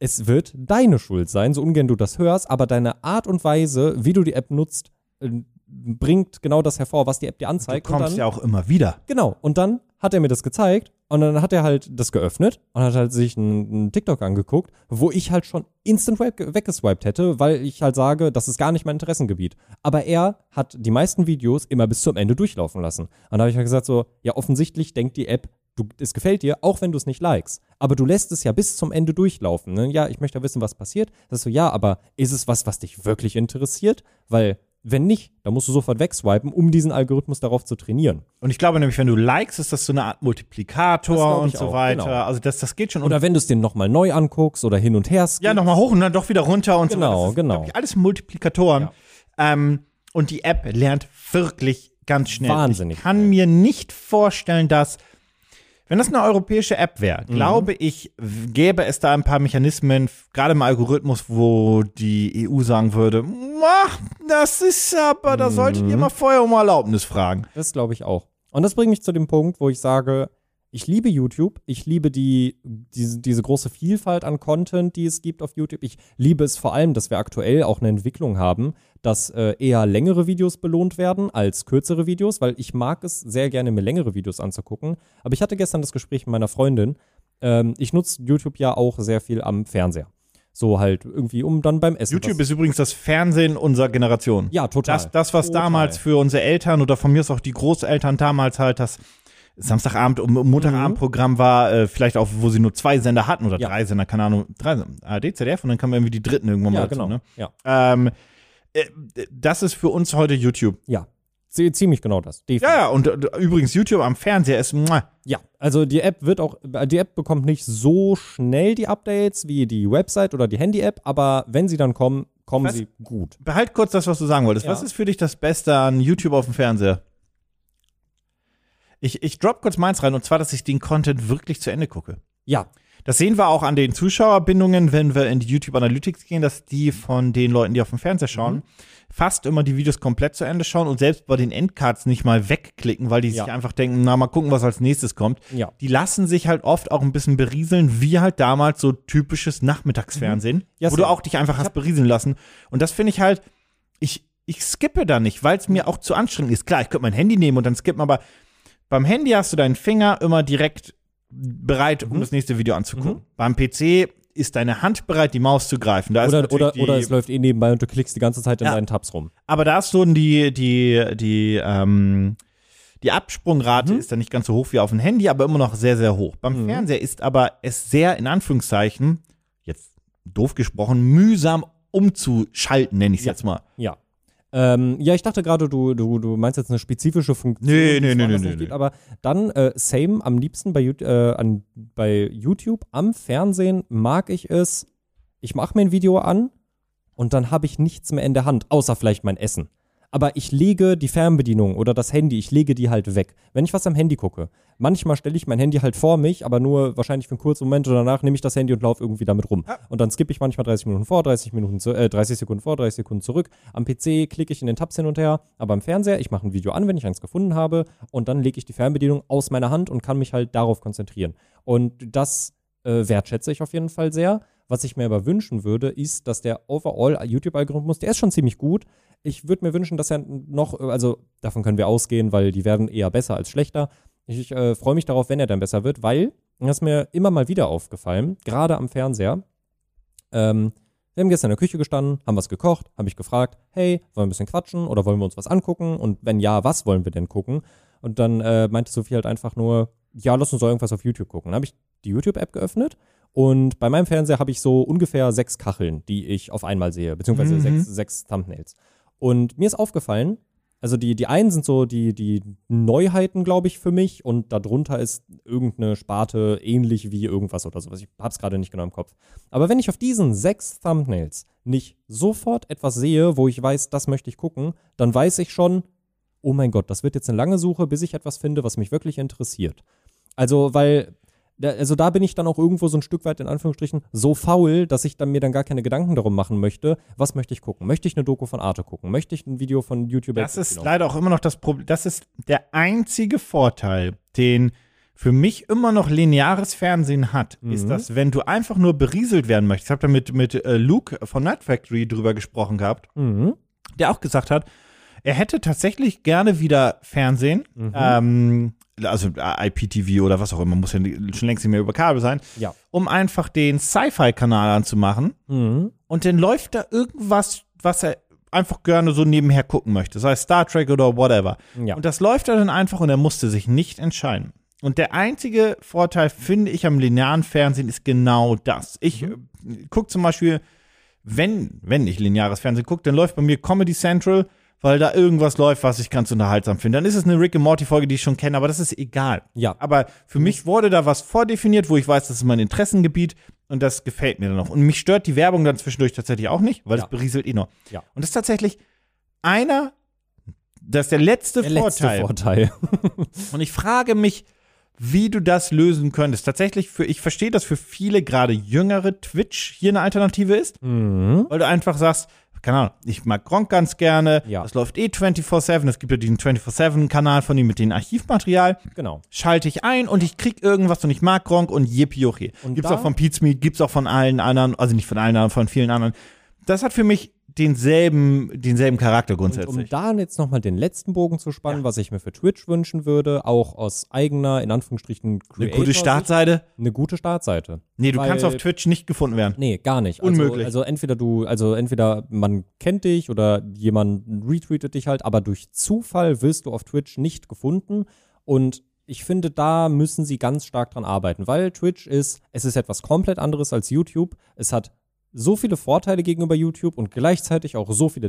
S3: es wird deine Schuld sein, so ungern du das hörst, aber deine Art und Weise, wie du die App nutzt, äh, bringt genau das hervor, was die App dir
S2: Du
S3: anzeigt. und
S2: kommst
S3: dann,
S2: ja auch immer wieder.
S3: Genau, und dann hat er mir das gezeigt und dann hat er halt das geöffnet und hat halt sich einen TikTok angeguckt, wo ich halt schon instant weg, weggeswiped hätte, weil ich halt sage, das ist gar nicht mein Interessengebiet. Aber er hat die meisten Videos immer bis zum Ende durchlaufen lassen. Und da habe ich halt gesagt so, ja offensichtlich denkt die App, du, es gefällt dir, auch wenn du es nicht likest. Aber du lässt es ja bis zum Ende durchlaufen. Ne? Ja, ich möchte ja wissen, was passiert. Das ist so, ja, aber ist es was, was dich wirklich interessiert? Weil wenn nicht, dann musst du sofort wegswipen, um diesen Algorithmus darauf zu trainieren.
S2: Und ich glaube nämlich, wenn du likes, ist das so eine Art
S3: Das
S2: Multiplikator
S3: glaube
S2: und
S3: ich
S2: so
S3: auch,
S2: weiter.
S3: genau.
S2: Also das, das geht schon.
S3: Oder wenn du es dir nochmal neu anguckst oder hin und her skippst.
S2: Ja, nochmal hoch und dann doch wieder runter und so.
S3: Genau,
S2: weiter. Das ist,
S3: genau.
S2: glaub Ich, alles Multiplikatoren. Ähm, und die App lernt wirklich ganz schnell.
S3: Wahnsinnig
S2: Ich kann mir nicht vorstellen, dass, wenn das eine europäische App wäre,
S3: Mhm.
S2: glaube ich, w- gäbe es da ein paar Mechanismen, f- gerade im Algorithmus, wo die EU sagen würde, "Mach, das ist aber, da solltet
S3: Mhm.
S2: ihr mal vorher um Erlaubnis fragen.
S3: Das glaube ich auch. Und das bringt mich zu dem Punkt, wo ich sage, ich liebe YouTube, ich liebe die, diese, diese große Vielfalt an Content, die es gibt auf YouTube. Ich liebe es vor allem, dass wir aktuell auch eine Entwicklung haben, dass äh, eher längere Videos belohnt werden als kürzere Videos, weil ich mag es sehr gerne, mir längere Videos anzugucken. Aber ich hatte gestern das Gespräch mit meiner Freundin. Ähm, ich nutze YouTube ja auch sehr viel am Fernseher. So halt irgendwie, um dann beim Essen.
S2: YouTube ist übrigens das Fernsehen unserer Generation.
S3: ja, total.
S2: Das, das was
S3: Total.
S2: damals für unsere Eltern oder von mir ist auch die Großeltern damals halt das Samstagabend um, und Montagabendprogramm war, äh, vielleicht auch, wo sie nur zwei Sender hatten oder
S3: Ja.
S2: drei Sender, keine Ahnung, drei Sender, ARD, ZDF und dann kamen irgendwie die dritten irgendwann
S3: ja,
S2: mal
S3: genau.
S2: dazu, ne?
S3: Ja.
S2: ähm, äh, Das ist für uns heute YouTube.
S3: Ja, zie- ziemlich genau das. Definitiv.
S2: Ja, ja, und äh, übrigens YouTube am Fernseher ist, muah,
S3: Ja, also die App wird auch, die App bekommt nicht so schnell die Updates wie die Website oder die Handy-App, aber wenn sie dann kommen, kommen
S2: Was?
S3: sie gut.
S2: behalt kurz das, was du sagen wolltest.
S3: Ja.
S2: Was ist für dich das Beste an YouTube auf dem Fernseher? Ich, ich drop kurz meins rein und zwar, dass ich den Content wirklich zu Ende gucke.
S3: Ja,
S2: Das sehen wir auch an den Zuschauerbindungen, wenn wir in die YouTube Analytics gehen, dass die von den Leuten, die auf dem Fernseher schauen, fast immer die Videos komplett zu Ende schauen und selbst bei den Endcards nicht mal wegklicken, weil die
S3: Ja.
S2: sich einfach denken, na mal gucken, was als nächstes kommt.
S3: ja.
S2: Die lassen sich halt oft auch ein bisschen berieseln, wie halt damals so typisches Nachmittagsfernsehen,
S3: Mhm. Ja,
S2: wo du
S3: so.
S2: auch dich einfach hast berieseln lassen. Und das finde ich halt, ich, ich skippe da nicht, weil es mir auch zu anstrengend ist. Klar, ich könnte mein Handy nehmen und dann skippen, aber beim Handy hast du deinen Finger immer direkt bereit,
S3: Mhm.
S2: um das nächste Video anzugucken. Beim PC ist deine Hand bereit, die Maus zu greifen. Da ist
S3: Oder,
S2: natürlich
S3: oder,
S2: die,
S3: oder es läuft eh nebenbei und du klickst die ganze Zeit in
S2: Ja.
S3: deinen Tabs rum.
S2: aber da ist so die, die, die, ähm, die Absprungrate ist dann nicht ganz so hoch wie auf dem Handy, aber immer noch sehr, sehr hoch. Beim Fernseher ist aber es sehr, in Anführungszeichen, jetzt doof gesprochen, mühsam umzuschalten, nenne ich es
S3: Ja.
S2: jetzt mal.
S3: Ja. Ähm, ja, ich dachte gerade, du, du, du meinst jetzt eine spezifische Funktion.
S2: Nee,
S3: die
S2: nee,
S3: es
S2: nee,
S3: woanders
S2: nee,
S3: nicht
S2: nee,
S3: gibt, Aber dann äh, same am liebsten bei, Yout- äh, an, bei YouTube am Fernsehen mag ich es. Ich mache mir ein Video an und dann habe ich nichts mehr in der Hand, außer vielleicht mein Essen. Aber ich lege die Fernbedienung oder das Handy, ich lege die halt weg. Wenn ich was am Handy gucke, manchmal stelle ich mein Handy halt vor mich, aber nur wahrscheinlich für einen kurzen Moment und danach nehme ich das Handy und laufe irgendwie damit rum. Und dann skippe ich manchmal 30 Minuten vor, 30 Minuten zu, äh, 30 Sekunden vor, 30 Sekunden zurück. Am PC klicke ich in den Tabs hin und her, aber am Fernseher, ich mache ein Video an, wenn ich eins gefunden habe und dann lege ich die Fernbedienung aus meiner Hand und kann mich halt darauf konzentrieren. Und das äh, wertschätze ich auf jeden Fall sehr. Was ich mir aber wünschen würde, ist, dass der overall YouTube-Algorithmus, der ist schon ziemlich gut. Ich würde mir wünschen, dass er noch, äh, also davon können wir ausgehen, weil die werden eher besser als schlechter. Ich, ich äh, freue mich darauf, wenn er dann besser wird, weil, das ist mir immer mal wieder aufgefallen, gerade am Fernseher, ähm, wir haben gestern in der Küche gestanden, haben was gekocht, haben mich gefragt, hey, wollen wir ein bisschen quatschen oder wollen wir uns was angucken? Und wenn ja, was wollen wir denn gucken? Und dann äh, meinte Sophie halt einfach nur, ja, lass uns doch irgendwas auf YouTube gucken. Dann habe ich die YouTube-App geöffnet und bei meinem Fernseher habe ich so ungefähr sechs Kacheln, die ich auf einmal sehe, beziehungsweise
S2: Mhm.
S3: sechs, sechs Thumbnails. Und mir ist aufgefallen, also die, die einen sind so die, die Neuheiten, glaube ich, für mich und darunter ist irgendeine Sparte ähnlich wie irgendwas oder sowas. Ich hab's gerade nicht genau im Kopf. Aber wenn ich auf diesen sechs Thumbnails nicht sofort etwas sehe, wo ich weiß, das möchte ich gucken, dann weiß ich schon, oh mein Gott, das wird jetzt eine lange Suche, bis ich etwas finde, was mich wirklich interessiert. Also, weil, da- also da bin ich dann auch irgendwo so ein Stück weit in Anführungsstrichen so faul, dass ich dann mir dann gar keine Gedanken darum machen möchte, was möchte ich gucken? Möchte ich eine Doku von Arte gucken? Möchte ich ein Video von YouTube?
S2: Das ist leider auch immer noch das Problem. Das ist der einzige Vorteil, den für mich immer noch lineares Fernsehen hat, ist, dass wenn du einfach nur berieselt werden möchtest, ich habe da mit, mit äh, Luke von Night Factory drüber gesprochen gehabt,
S3: Mhm.
S2: der auch gesagt hat, Er hätte tatsächlich gerne wieder Fernsehen. Ähm, also äh, IPTV oder was auch immer, muss ja schon längst nicht mehr über Kabel sein,
S3: Ja.
S2: um einfach den Sci-Fi-Kanal anzumachen
S3: Mhm.
S2: und dann läuft da irgendwas, was er einfach gerne so nebenher gucken möchte, sei es Star Trek oder whatever.
S3: Ja.
S2: Und das läuft er dann einfach und er musste sich nicht entscheiden. Und der einzige Vorteil, finde ich, am linearen Fernsehen ist genau das. Ich äh, gucke zum Beispiel, wenn, wenn ich lineares Fernsehen gucke, dann läuft bei mir Comedy Central, weil da irgendwas läuft, was ich ganz unterhaltsam finde. Dann ist es eine Rick and Morty-Folge, die ich schon kenne, aber das ist egal.
S3: Ja.
S2: Ah. Aber für mich wurde da was vordefiniert, wo ich weiß, das ist mein Interessengebiet und das gefällt mir dann noch. Und mich stört die Werbung dann zwischendurch tatsächlich auch nicht, weil
S3: Ja.
S2: es berieselt eh noch.
S3: Ja.
S2: Und das ist tatsächlich einer, das ist der letzte,
S3: Der letzte
S2: Vorteil.
S3: Vorteil.
S2: Und ich frage mich, wie du das lösen könntest. Tatsächlich, für, ich verstehe, dass für viele gerade jüngere Twitch hier eine Alternative ist,
S3: Mhm.
S2: weil du einfach sagst, keine Ahnung, ich mag Gronk ganz gerne,
S3: Ja.
S2: das läuft eh 24-7, es gibt ja diesen 24-7-Kanal von ihm mit dem Archivmaterial
S3: Genau.
S2: schalte ich ein und ich krieg irgendwas und ich mag Gronk und Yippie
S3: Und
S2: Gibt's
S3: da-
S2: auch von Pizmeet, gibt's auch von allen anderen, also nicht von allen anderen, von vielen anderen. Das hat für mich denselben, denselben Charakter
S3: Und um
S2: grundsätzlich.
S3: da jetzt nochmal den letzten Bogen zu spannen, was ich mir für Twitch wünschen würde, auch aus eigener, in Anführungsstrichen,
S2: Eine
S3: Creator
S2: gute Startseite?
S3: Eine gute Startseite.
S2: Nee, du
S3: Weil-
S2: kannst auf Twitch nicht gefunden werden.
S3: Nee, gar nicht. Also,
S2: Unmöglich.
S3: Also entweder du, also entweder man kennt dich oder jemand retweetet dich halt, aber durch Zufall wirst du auf Twitch nicht gefunden. Und ich finde, da müssen sie ganz stark dran arbeiten, weil Twitch ist, es ist etwas komplett anderes als YouTube. Es hat so viele Vorteile gegenüber YouTube und gleichzeitig auch so viele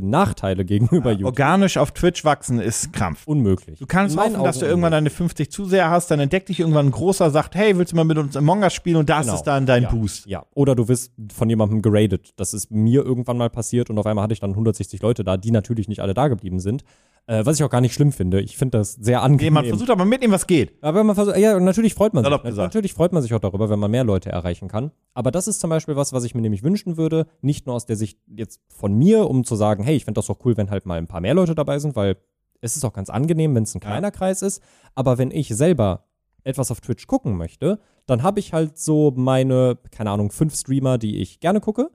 S3: Nachteile gegenüber YouTube.
S2: Organisch auf Twitch wachsen ist Krampf.
S3: Unmöglich.
S2: Du kannst
S3: In meinen
S2: hoffen, dass du
S3: Augen
S2: irgendwann deine 50 Zuseher hast, dann entdeckt dich irgendwann ein großer, sagt, hey, willst du mal mit uns im Mongas spielen und das
S3: Genau.
S2: ist dann dein
S3: ja.
S2: Boost.
S3: Ja, oder du wirst von jemandem geradet. Das ist mir irgendwann mal passiert und auf einmal hatte ich dann 160 Leute da, die natürlich nicht alle da geblieben sind. Äh, was ich auch gar nicht schlimm finde. Ich finde das sehr angenehm.
S2: Jemand versucht aber mit ihm was geht.
S3: aber man versucht, ja, und natürlich freut man sich.
S2: Salopp gesagt.
S3: Natürlich freut man sich auch darüber, wenn man mehr Leute erreichen kann. Aber das ist zum Beispiel was, was ich mir nämlich wünschen würde. Nicht nur aus der Sicht jetzt von mir, um zu sagen, hey, ich finde das doch cool, wenn halt mal ein paar mehr Leute dabei sind, weil es ist auch ganz angenehm, wenn es ein kleiner Kreis ist. Aber wenn ich selber etwas auf Twitch gucken möchte, dann habe ich halt so meine, keine Ahnung, fünf Streamer, die ich gerne gucke.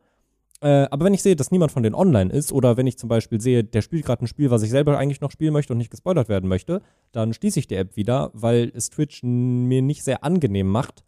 S3: Äh, aber wenn ich sehe, dass niemand von denen online ist, oder wenn ich zum Beispiel sehe, der spielt gerade ein Spiel, was ich selber eigentlich noch spielen möchte und nicht gespoilert werden möchte, dann schließe ich die App wieder, weil es Twitch n- mir nicht sehr angenehm macht,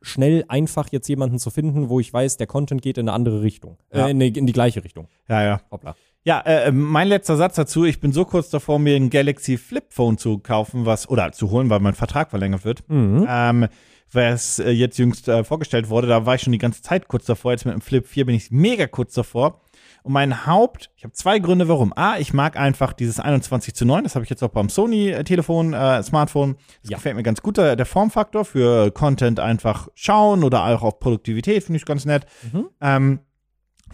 S3: schnell einfach jetzt jemanden zu finden, wo ich weiß, der Content geht in eine andere Richtung.
S2: Ja.
S3: Äh, in, die, in die gleiche Richtung.
S2: Ja, ja.
S3: Hoppla.
S2: Ja, äh, mein letzter Satz dazu. Ich bin so kurz davor, mir ein Galaxy Flip Phone zu kaufen, was, oder zu holen, weil mein Vertrag verlängert wird.
S3: Mhm.
S2: Ähm, was äh, jetzt jüngst äh, vorgestellt wurde, da war ich schon die ganze Zeit kurz davor. Jetzt mit dem Flip 4 bin ich mega kurz davor. Und mein Haupt, ich habe zwei Gründe, warum. A, ich mag einfach dieses 21 zu 9, das habe ich jetzt auch beim Sony-Telefon, äh, Smartphone. Das
S3: Ja.
S2: gefällt mir ganz gut. Der der Formfaktor für Content einfach schauen oder auch auf Produktivität finde ich ganz nett.
S3: Mhm.
S2: Ähm,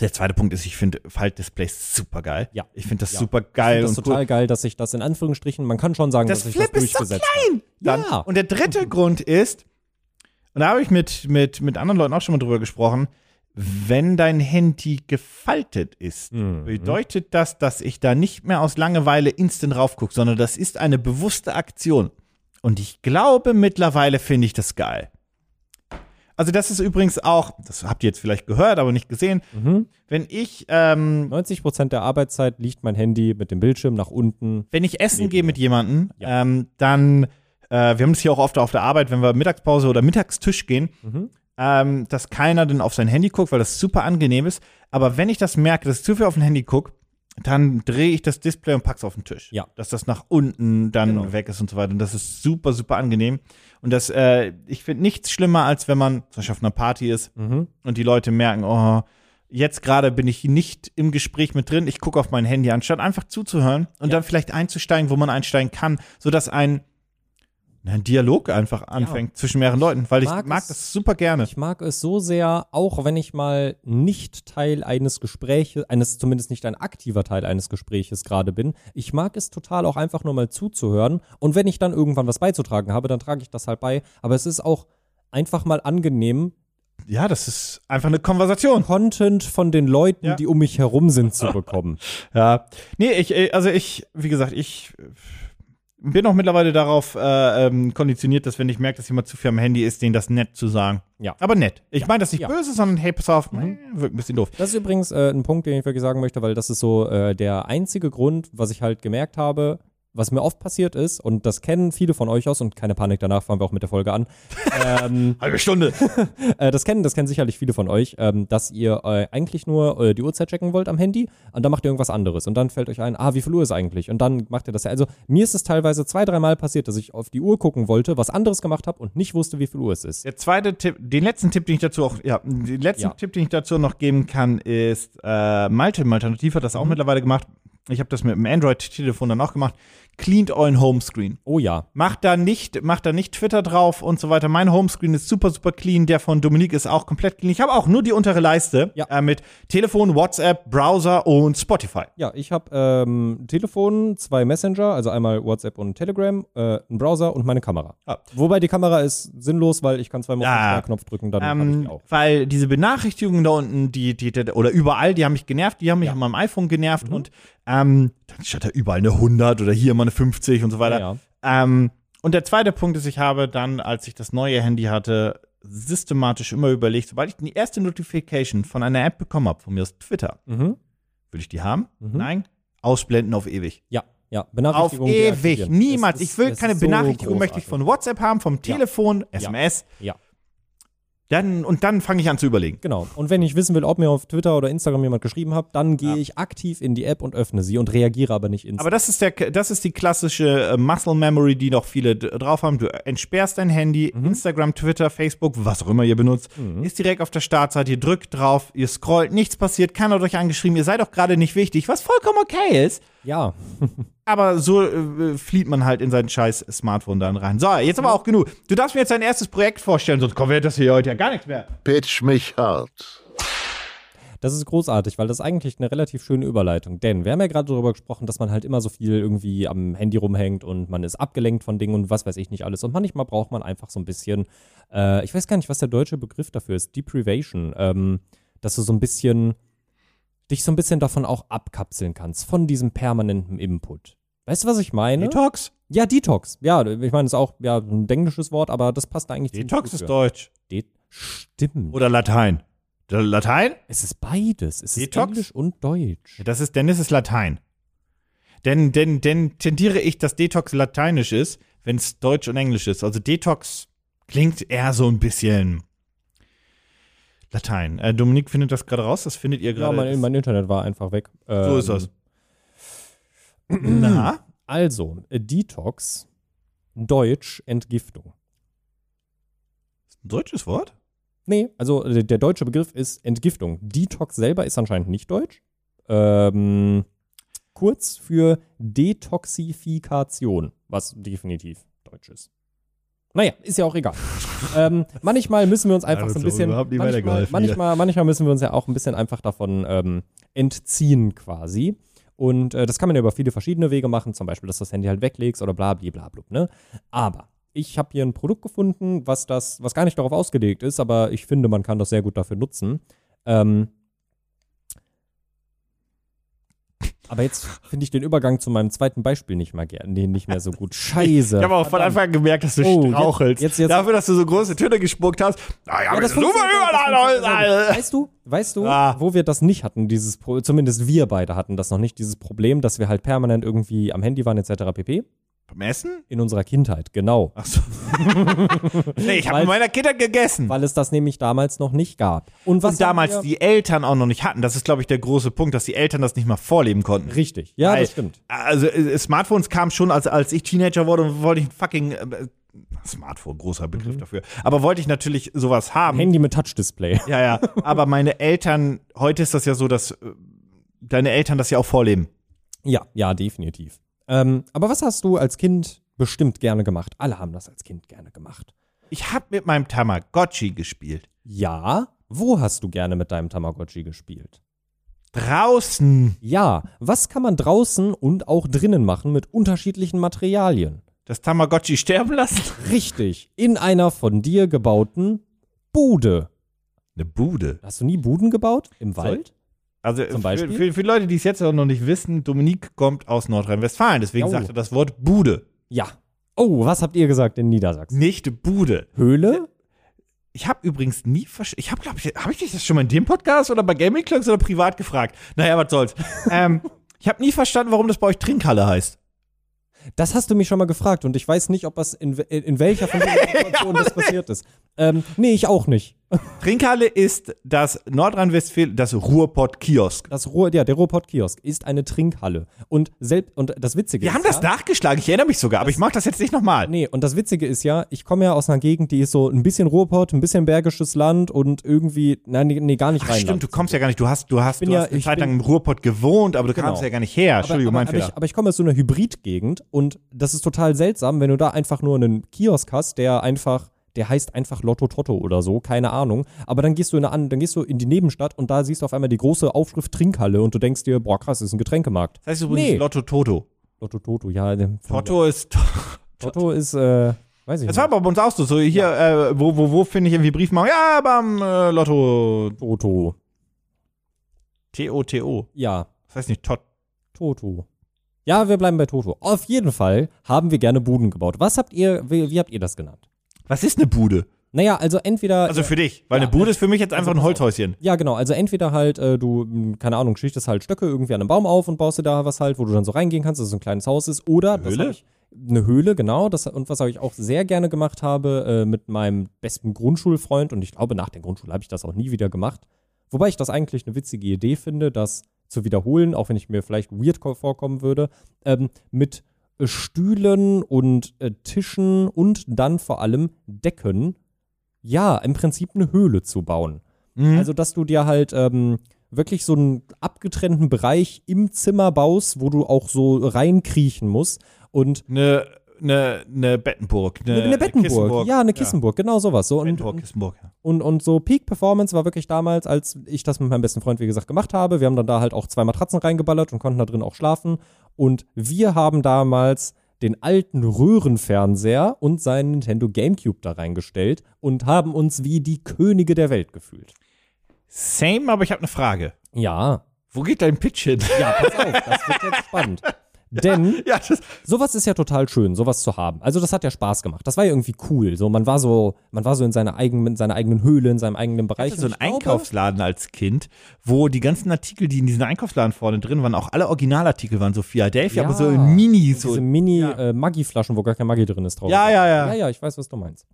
S2: der zweite Punkt ist, ich finde Faltdisplays super geil.
S3: Ja.
S2: Ich finde das
S3: Ja.
S2: super
S3: Ich
S2: geil
S3: finde das
S2: und
S3: total
S2: cool.
S3: geil, dass ich das in Anführungsstrichen, man kann schon sagen,
S2: Das
S3: dass ich
S2: Flip
S3: das
S2: ist so
S3: durchgesetzt
S2: klein. Dann.
S3: Ja.
S2: Und der dritte Grund ist, und da habe ich mit, mit, mit anderen Leuten auch schon mal drüber gesprochen, wenn dein Handy gefaltet ist,
S3: Mhm.
S2: bedeutet das, dass ich da nicht mehr aus Langeweile instant raufgucke, sondern das ist eine bewusste Aktion. Und ich glaube, mittlerweile finde ich das geil. Also, das ist übrigens auch, das habt ihr jetzt vielleicht gehört, aber nicht gesehen,
S3: Mhm.
S2: wenn ich ähm,
S3: 90% der Arbeitszeit liegt mein Handy mit dem Bildschirm nach unten.
S2: wenn ich essen gehe mit jemandem,
S3: Ja.
S2: ähm, dann, äh, wir haben es hier auch oft auf der Arbeit, wenn wir Mittagspause oder Mittagstisch gehen,
S3: Mhm.
S2: ähm, dass keiner dann auf sein Handy guckt, weil das super angenehm ist. Aber wenn ich das merke, dass ich zu viel auf ein Handy gucke, dann drehe ich das Display und pack's auf den Tisch.
S3: Ja. Genau.
S2: Dass das nach unten dann weg ist und so weiter. Und das ist super, super angenehm. Und das, äh, ich finde nichts schlimmer, als wenn man zum Beispiel auf einer Party ist und die Leute merken, oh, jetzt gerade bin ich nicht im Gespräch mit drin, ich gucke auf mein Handy, anstatt einfach zuzuhören und dann vielleicht einzusteigen, wo man einsteigen kann, sodass ein, ein Dialog einfach anfängt zwischen mehreren Leuten, weil ich mag,
S3: mag es-
S2: das super gerne.
S3: Ich mag es so sehr, auch wenn ich mal nicht Teil eines Gespräches, eines zumindest nicht ein aktiver Teil eines Gespräches gerade bin. Ich mag es total auch einfach nur mal zuzuhören und wenn ich dann irgendwann was beizutragen habe, dann trage ich das halt bei. Aber es ist auch einfach mal angenehm,
S2: ja, das ist einfach eine Konversation.
S3: Content von den Leuten,
S2: Ja.
S3: die um mich herum sind, zu bekommen.
S2: Ja. Nee, ich, äh, also ich, wie gesagt, ich, äh, bin auch mittlerweile darauf äh, ähm, konditioniert, dass wenn ich merke, dass jemand zu viel am Handy ist, denen das nett zu sagen.
S3: Ja.
S2: Aber nett. Ich meine das nicht
S3: Ja. Mhm.
S2: böse, sondern hey, pass auf, äh, wirkt ein bisschen doof.
S3: Das ist übrigens äh, ein Punkt, den ich wirklich sagen möchte, weil das ist so äh, der einzige Grund, was ich halt gemerkt habe, was mir oft passiert ist, und das kennen viele von euch aus, und keine Panik, danach fangen wir auch mit der Folge an. ähm,
S2: Halbe Stunde.
S3: äh, das kennen, das kennen sicherlich viele von euch, ähm, dass ihr äh, eigentlich nur äh, die Uhrzeit checken wollt am Handy und dann macht ihr irgendwas anderes und dann fällt euch ein, ah, wie viel Uhr ist eigentlich? Und dann macht ihr das. Also mir ist es teilweise zwei, dreimal passiert, dass ich auf die Uhr gucken wollte, was anderes gemacht habe und nicht wusste, wie viel Uhr es ist.
S2: Der zweite Tipp, den letzten Tipp, den ich dazu auch, ja, den letzten
S3: Ja.
S2: Tipp, den ich dazu noch geben kann, ist äh, Malte. Malternativ hat das
S3: Mhm.
S2: auch mittlerweile gemacht. Ich habe das mit dem Android-Telefon dann auch gemacht. Cleant euren Homescreen.
S3: Oh ja.
S2: Macht da nicht, macht da nicht Twitter drauf und so weiter. Mein Homescreen ist super, super clean. Der von Dominik ist auch komplett clean. Ich habe auch nur die untere Leiste
S3: Ja.
S2: äh, mit Telefon, WhatsApp, Browser und Spotify.
S3: Ja, ich habe ähm, Telefon, zwei Messenger, also einmal WhatsApp und Telegram, äh, einen Browser und meine Kamera.
S2: Ah.
S3: Wobei die Kamera ist sinnlos, weil ich kann zweimal auf
S2: Ja.
S3: den Knopf drücken, dann habe ich die
S2: Ähm,
S3: auch.
S2: weil diese Benachrichtigungen da unten, die, die, die oder überall, die haben mich genervt, die haben mich an meinem iPhone
S3: Mhm.
S2: genervt und ähm, dann steht da überall eine 100 oder hier immer eine 50 und so weiter.
S3: Ja,
S2: Ähm, und der zweite Punkt ist, ich habe dann, als ich das neue Handy hatte, systematisch immer überlegt, sobald ich die erste Notification von einer App bekommen habe, von mir aus Twitter,
S3: Mhm.
S2: will ich die haben?
S3: Mhm.
S2: Nein. Ausblenden auf ewig.
S3: Ja, ja.
S2: Auf
S3: Benachrichtigung.
S2: ewig.
S3: deaktivieren.
S2: Niemals.
S3: Es ist-
S2: ich will
S3: es
S2: keine
S3: ist so
S2: Benachrichtigung, möchte ich
S3: großartig.
S2: von WhatsApp haben, vom
S3: Ja.
S2: Telefon, SMS.
S3: Ja.
S2: Dann, und dann fange ich an zu überlegen.
S3: Genau. Und wenn ich wissen will, ob mir auf Twitter oder Instagram jemand geschrieben hat, dann gehe
S2: Ja.
S3: ich aktiv in die App und öffne sie und reagiere aber nicht instant.
S2: Aber das ist, der, das ist die klassische äh, Muscle Memory, die noch viele d- drauf haben. Du entsperrst dein Handy, Instagram, Twitter, Facebook, was auch immer ihr benutzt, ist direkt auf der Startseite, ihr drückt drauf, ihr scrollt, nichts passiert, keiner hat euch angeschrieben, ihr seid auch gerade nicht wichtig, was vollkommen okay ist.
S3: ja.
S2: Aber so äh, flieht man halt in sein scheiß Smartphone dann rein. So, jetzt aber auch genug. Du darfst mir jetzt dein erstes Projekt vorstellen, sonst kommen wir das hier heute ja gar nichts mehr.
S1: Pitch mich hart.
S3: Das ist großartig, weil das ist eigentlich eine relativ schöne Überleitung. Denn wir haben ja gerade darüber gesprochen, dass man halt immer so viel irgendwie am Handy rumhängt und man ist abgelenkt von Dingen und was weiß ich nicht alles. Und manchmal braucht man einfach so ein bisschen, äh, ich weiß gar nicht, was der deutsche Begriff dafür ist, Deprivation, ähm, dass du so ein bisschen, dich so ein bisschen davon auch abkapseln kannst, von diesem permanenten Input. Weißt du, was ich meine?
S2: Detox?
S3: ja, Detox. Ja, ich meine, das ist auch ja, ein englisches Wort, aber das passt da eigentlich ziemlich
S2: Detox
S3: gut
S2: ist
S3: für.
S2: Deutsch.
S3: De Stimmt.
S2: Oder Latein. Der Latein?
S3: Es ist beides. Es ist
S2: Detox?
S3: Englisch und Deutsch.
S2: Das ist, denn ist es Latein. Denn, denn, denn tendiere ich, dass Detox lateinisch ist, wenn es Deutsch und Englisch ist. Also Detox klingt eher so ein bisschen Latein. Äh, Dominik findet das gerade raus, das findet ihr
S3: Ja,
S2: gerade.
S3: mein, mein Internet war einfach weg.
S2: so ist
S3: Ähm,
S2: das. Na?
S3: Also, äh, Detox, Deutsch, Entgiftung.
S2: Ist ein deutsches Wort?
S3: Nee, also äh, der deutsche Begriff ist Entgiftung. Detox selber ist anscheinend nicht deutsch. Ähm, kurz für Detoxifikation, was definitiv deutsch ist. Naja, ist ja auch egal. ähm, manchmal müssen wir uns einfach
S2: Ja,
S3: so ein
S2: das ist
S3: bisschen.
S2: überhaupt nicht
S3: Manchmal,
S2: weitergeholfen hier.
S3: manchmal, manchmal müssen wir uns ja auch ein bisschen einfach davon ähm, entziehen, quasi. Und äh, das kann man ja über viele verschiedene Wege machen, zum Beispiel, dass du das Handy halt weglegst oder bla bla bla, bla ne? Aber ich habe hier ein Produkt gefunden, was das, was gar nicht darauf ausgelegt ist, aber ich finde, man kann das sehr gut dafür nutzen. Ähm, aber jetzt finde ich den Übergang zu meinem zweiten Beispiel nicht mal gerne, nee, nicht mehr so gut. Scheiße.
S2: Ich habe auch von Anfang an gemerkt, dass du
S3: Oh, jetzt-
S2: strauchelst.
S3: jetzt- jetzt-
S2: Dafür, dass du so große Töne gespuckt hast. Na ja, das super
S3: funktioniert auch, das funktioniert auch.
S2: überall.
S3: Weißt du, weißt du,
S2: Ah.
S3: wo wir das nicht hatten, dieses Pro zumindest wir beide hatten das noch nicht, dieses Problem, dass wir halt permanent irgendwie am Handy waren etc. pp.
S2: Beim Essen?
S3: In unserer Kindheit, genau.
S2: Ach so. nee, ich habe
S3: Weil-
S2: in meiner Kindheit gegessen.
S3: Weil es das nämlich damals noch nicht gab. Und was
S2: und damals
S3: haben wir-
S2: die Eltern auch noch nicht hatten. Das ist, glaube ich, der große Punkt, dass die Eltern das nicht mal vorleben konnten.
S3: Richtig, ja,
S2: Weil,
S3: das stimmt.
S2: Also äh, Smartphones kamen schon, als, als ich Teenager wurde und wollte ich ein fucking äh, Smartphone, großer Begriff dafür. Aber wollte ich natürlich sowas haben.
S3: Mhm. Handy mit Touch-Display.
S2: Ja, ja. Aber meine Eltern, heute ist das ja so, dass äh, deine Eltern das ja auch vorleben.
S3: Ja, ja, definitiv. Ähm, aber was hast du als Kind bestimmt gerne gemacht? Alle haben das als Kind gerne gemacht.
S2: Ich habe mit meinem Tamagotchi gespielt.
S3: Ja, wo hast du gerne mit deinem Tamagotchi gespielt?
S2: Draußen.
S3: Ja, was kann man draußen und auch drinnen machen mit unterschiedlichen Materialien?
S2: Das Tamagotchi sterben lassen?
S3: Richtig, in einer von dir gebauten Bude.
S2: Eine Bude.
S3: Hast du nie Buden gebaut? Im Wald?
S2: Also
S3: Zum
S2: für,
S3: Beispiel? Oh.
S2: für, für Leute, die es jetzt auch noch nicht wissen, Dominik kommt aus Nordrhein-Westfalen, deswegen
S3: Jau.
S2: sagt er das Wort Bude.
S3: Ja. Oh, was habt ihr gesagt in Niedersachsen?
S2: Nicht Bude.
S3: Höhle?
S2: Ich habe übrigens nie verstanden. Ich habe, glaube ich, habe ich dich das schon mal in dem Podcast oder bei Gaming Clubs oder privat gefragt? Naja, was soll's. ähm, ich habe nie verstanden, warum das bei euch Trinkhalle heißt.
S3: Das hast du mich schon mal gefragt und ich weiß nicht, ob das in, we- in welcher von diesen Situationen das passiert ist. Ähm, nee, ich auch nicht.
S2: Trinkhalle ist das Nordrhein-Westfalen, das Ruhrpott-Kiosk.
S3: Das Ruhr, ja, der Ruhrpott-Kiosk ist eine Trinkhalle. Und, selb, und das Witzige
S2: Wir
S3: ist
S2: haben das
S3: ja,
S2: nachgeschlagen, ich erinnere mich sogar, aber ich mag das jetzt nicht nochmal.
S3: Nee, und das Witzige ist ja, ich komme ja aus einer Gegend, die ist so ein bisschen Ruhrpott, ein bisschen bergisches Land und irgendwie, nein, nee, nee gar nicht
S2: Ach,
S3: Rheinland.
S2: stimmt, du kommst ja gar nicht, du hast, du hast,
S3: bin
S2: du
S3: ja-
S2: hast eine
S3: ich
S2: Zeit lang
S3: bin-
S2: im Ruhrpott gewohnt, aber du
S3: Genau.
S2: kamst ja gar nicht her. Entschuldigung,
S3: aber,
S2: mein
S3: aber,
S2: Fehler.
S3: Ich, aber ich komme aus so einer Hybrid-Gegend und das ist total seltsam, wenn du da einfach nur einen Kiosk hast, der einfach, der heißt einfach Lotto Totto oder so, keine Ahnung. Aber dann gehst du in eine, an- dann gehst du in die Nebenstadt und da siehst du auf einmal die große Aufschrift Trinkhalle und du denkst dir, boah krass, das ist ein Getränkemarkt.
S2: das heißt übrigens
S3: Nee.
S2: Lotto Toto.
S3: Lotto Toto, ja. ähm,
S2: Toto ist.
S3: Totto ist, äh, weiß ich
S2: Das
S3: nicht.
S2: war aber bei uns auch so. so hier, äh, wo, wo, wo finde ich irgendwie Briefmarken? Ja, beim äh, Lotto.
S3: Toto.
S2: T-O-T-O.
S3: Ja,
S2: Das heißt nicht Tot.
S3: Toto. Ja, wir bleiben bei Toto. Auf jeden Fall haben wir gerne Buden gebaut. Was habt ihr, wie, wie habt ihr das genannt?
S2: Was ist eine Bude?
S3: Naja, also entweder.
S2: Also für dich, weil
S3: Ja,
S2: eine Bude ist für mich jetzt einfach
S3: also
S2: ein
S3: pass auf.
S2: Holzhäuschen.
S3: Ja, genau. Also entweder halt, äh, du, mh, keine Ahnung, schichtest halt Stöcke irgendwie an einem Baum auf und baust dir da was halt, wo du dann so reingehen kannst, dass es so ein kleines Haus ist. Oder das
S2: Höhle?
S3: hab ich, eine Höhle, genau. Das, und was hab ich auch sehr gerne gemacht habe äh, mit meinem besten Grundschulfreund. Und ich glaube, nach der Grundschule habe ich das auch nie wieder gemacht. Wobei ich das eigentlich eine witzige Idee finde, das zu wiederholen, auch wenn ich mir vielleicht weird ko- vorkommen würde, ähm, mit äh, Stühlen und äh, Tischen und dann vor allem Decken, ja, im Prinzip eine Höhle zu bauen.
S2: Mhm.
S3: Also, dass du dir halt ähm, wirklich so einen abgetrennten Bereich im Zimmer baust, wo du auch so reinkriechen musst. Und
S2: Eine, eine, eine Bettenburg. Eine,
S3: eine, eine Bettenburg.
S2: Kissenburg.
S3: Ja, eine Kissenburg, genau sowas. So. Und,
S2: Bettenburg, Kissenburg, ja.
S3: und, und so Peak Performance war wirklich damals, als ich das mit meinem besten Freund, wie gesagt, gemacht habe. Wir haben dann da halt auch zwei Matratzen reingeballert und konnten da drin auch schlafen. Und wir haben damals den alten Röhrenfernseher und seinen Nintendo Gamecube da reingestellt und haben uns wie die Könige der Welt gefühlt.
S2: Same, aber ich habe eine Frage.
S3: Ja,
S2: Wo geht dein Pitch hin?
S3: Ja, pass auf, das wird jetzt spannend. Denn
S2: ja, das,
S3: sowas ist ja total schön, sowas zu haben. Also das hat ja Spaß gemacht. Das war ja irgendwie cool. So man war so, man war so in seiner eigenen, in seiner eigenen Höhle, in seinem eigenen Bereich.
S2: Ich hatte so einen
S3: Und ich glaube-
S2: Einkaufsladen als Kind, wo die ganzen Artikel, die in diesem Einkaufsladen vorne drin waren, auch alle Originalartikel waren so Philadelphia,
S3: Ja.
S2: aber so in Mini.
S3: Diese
S2: So.
S3: Mini äh, Maggi Flaschen, wo gar kein Maggi drin ist drauf.
S2: Ja, ja, ja.
S3: Ja, ja, ich weiß, was du meinst.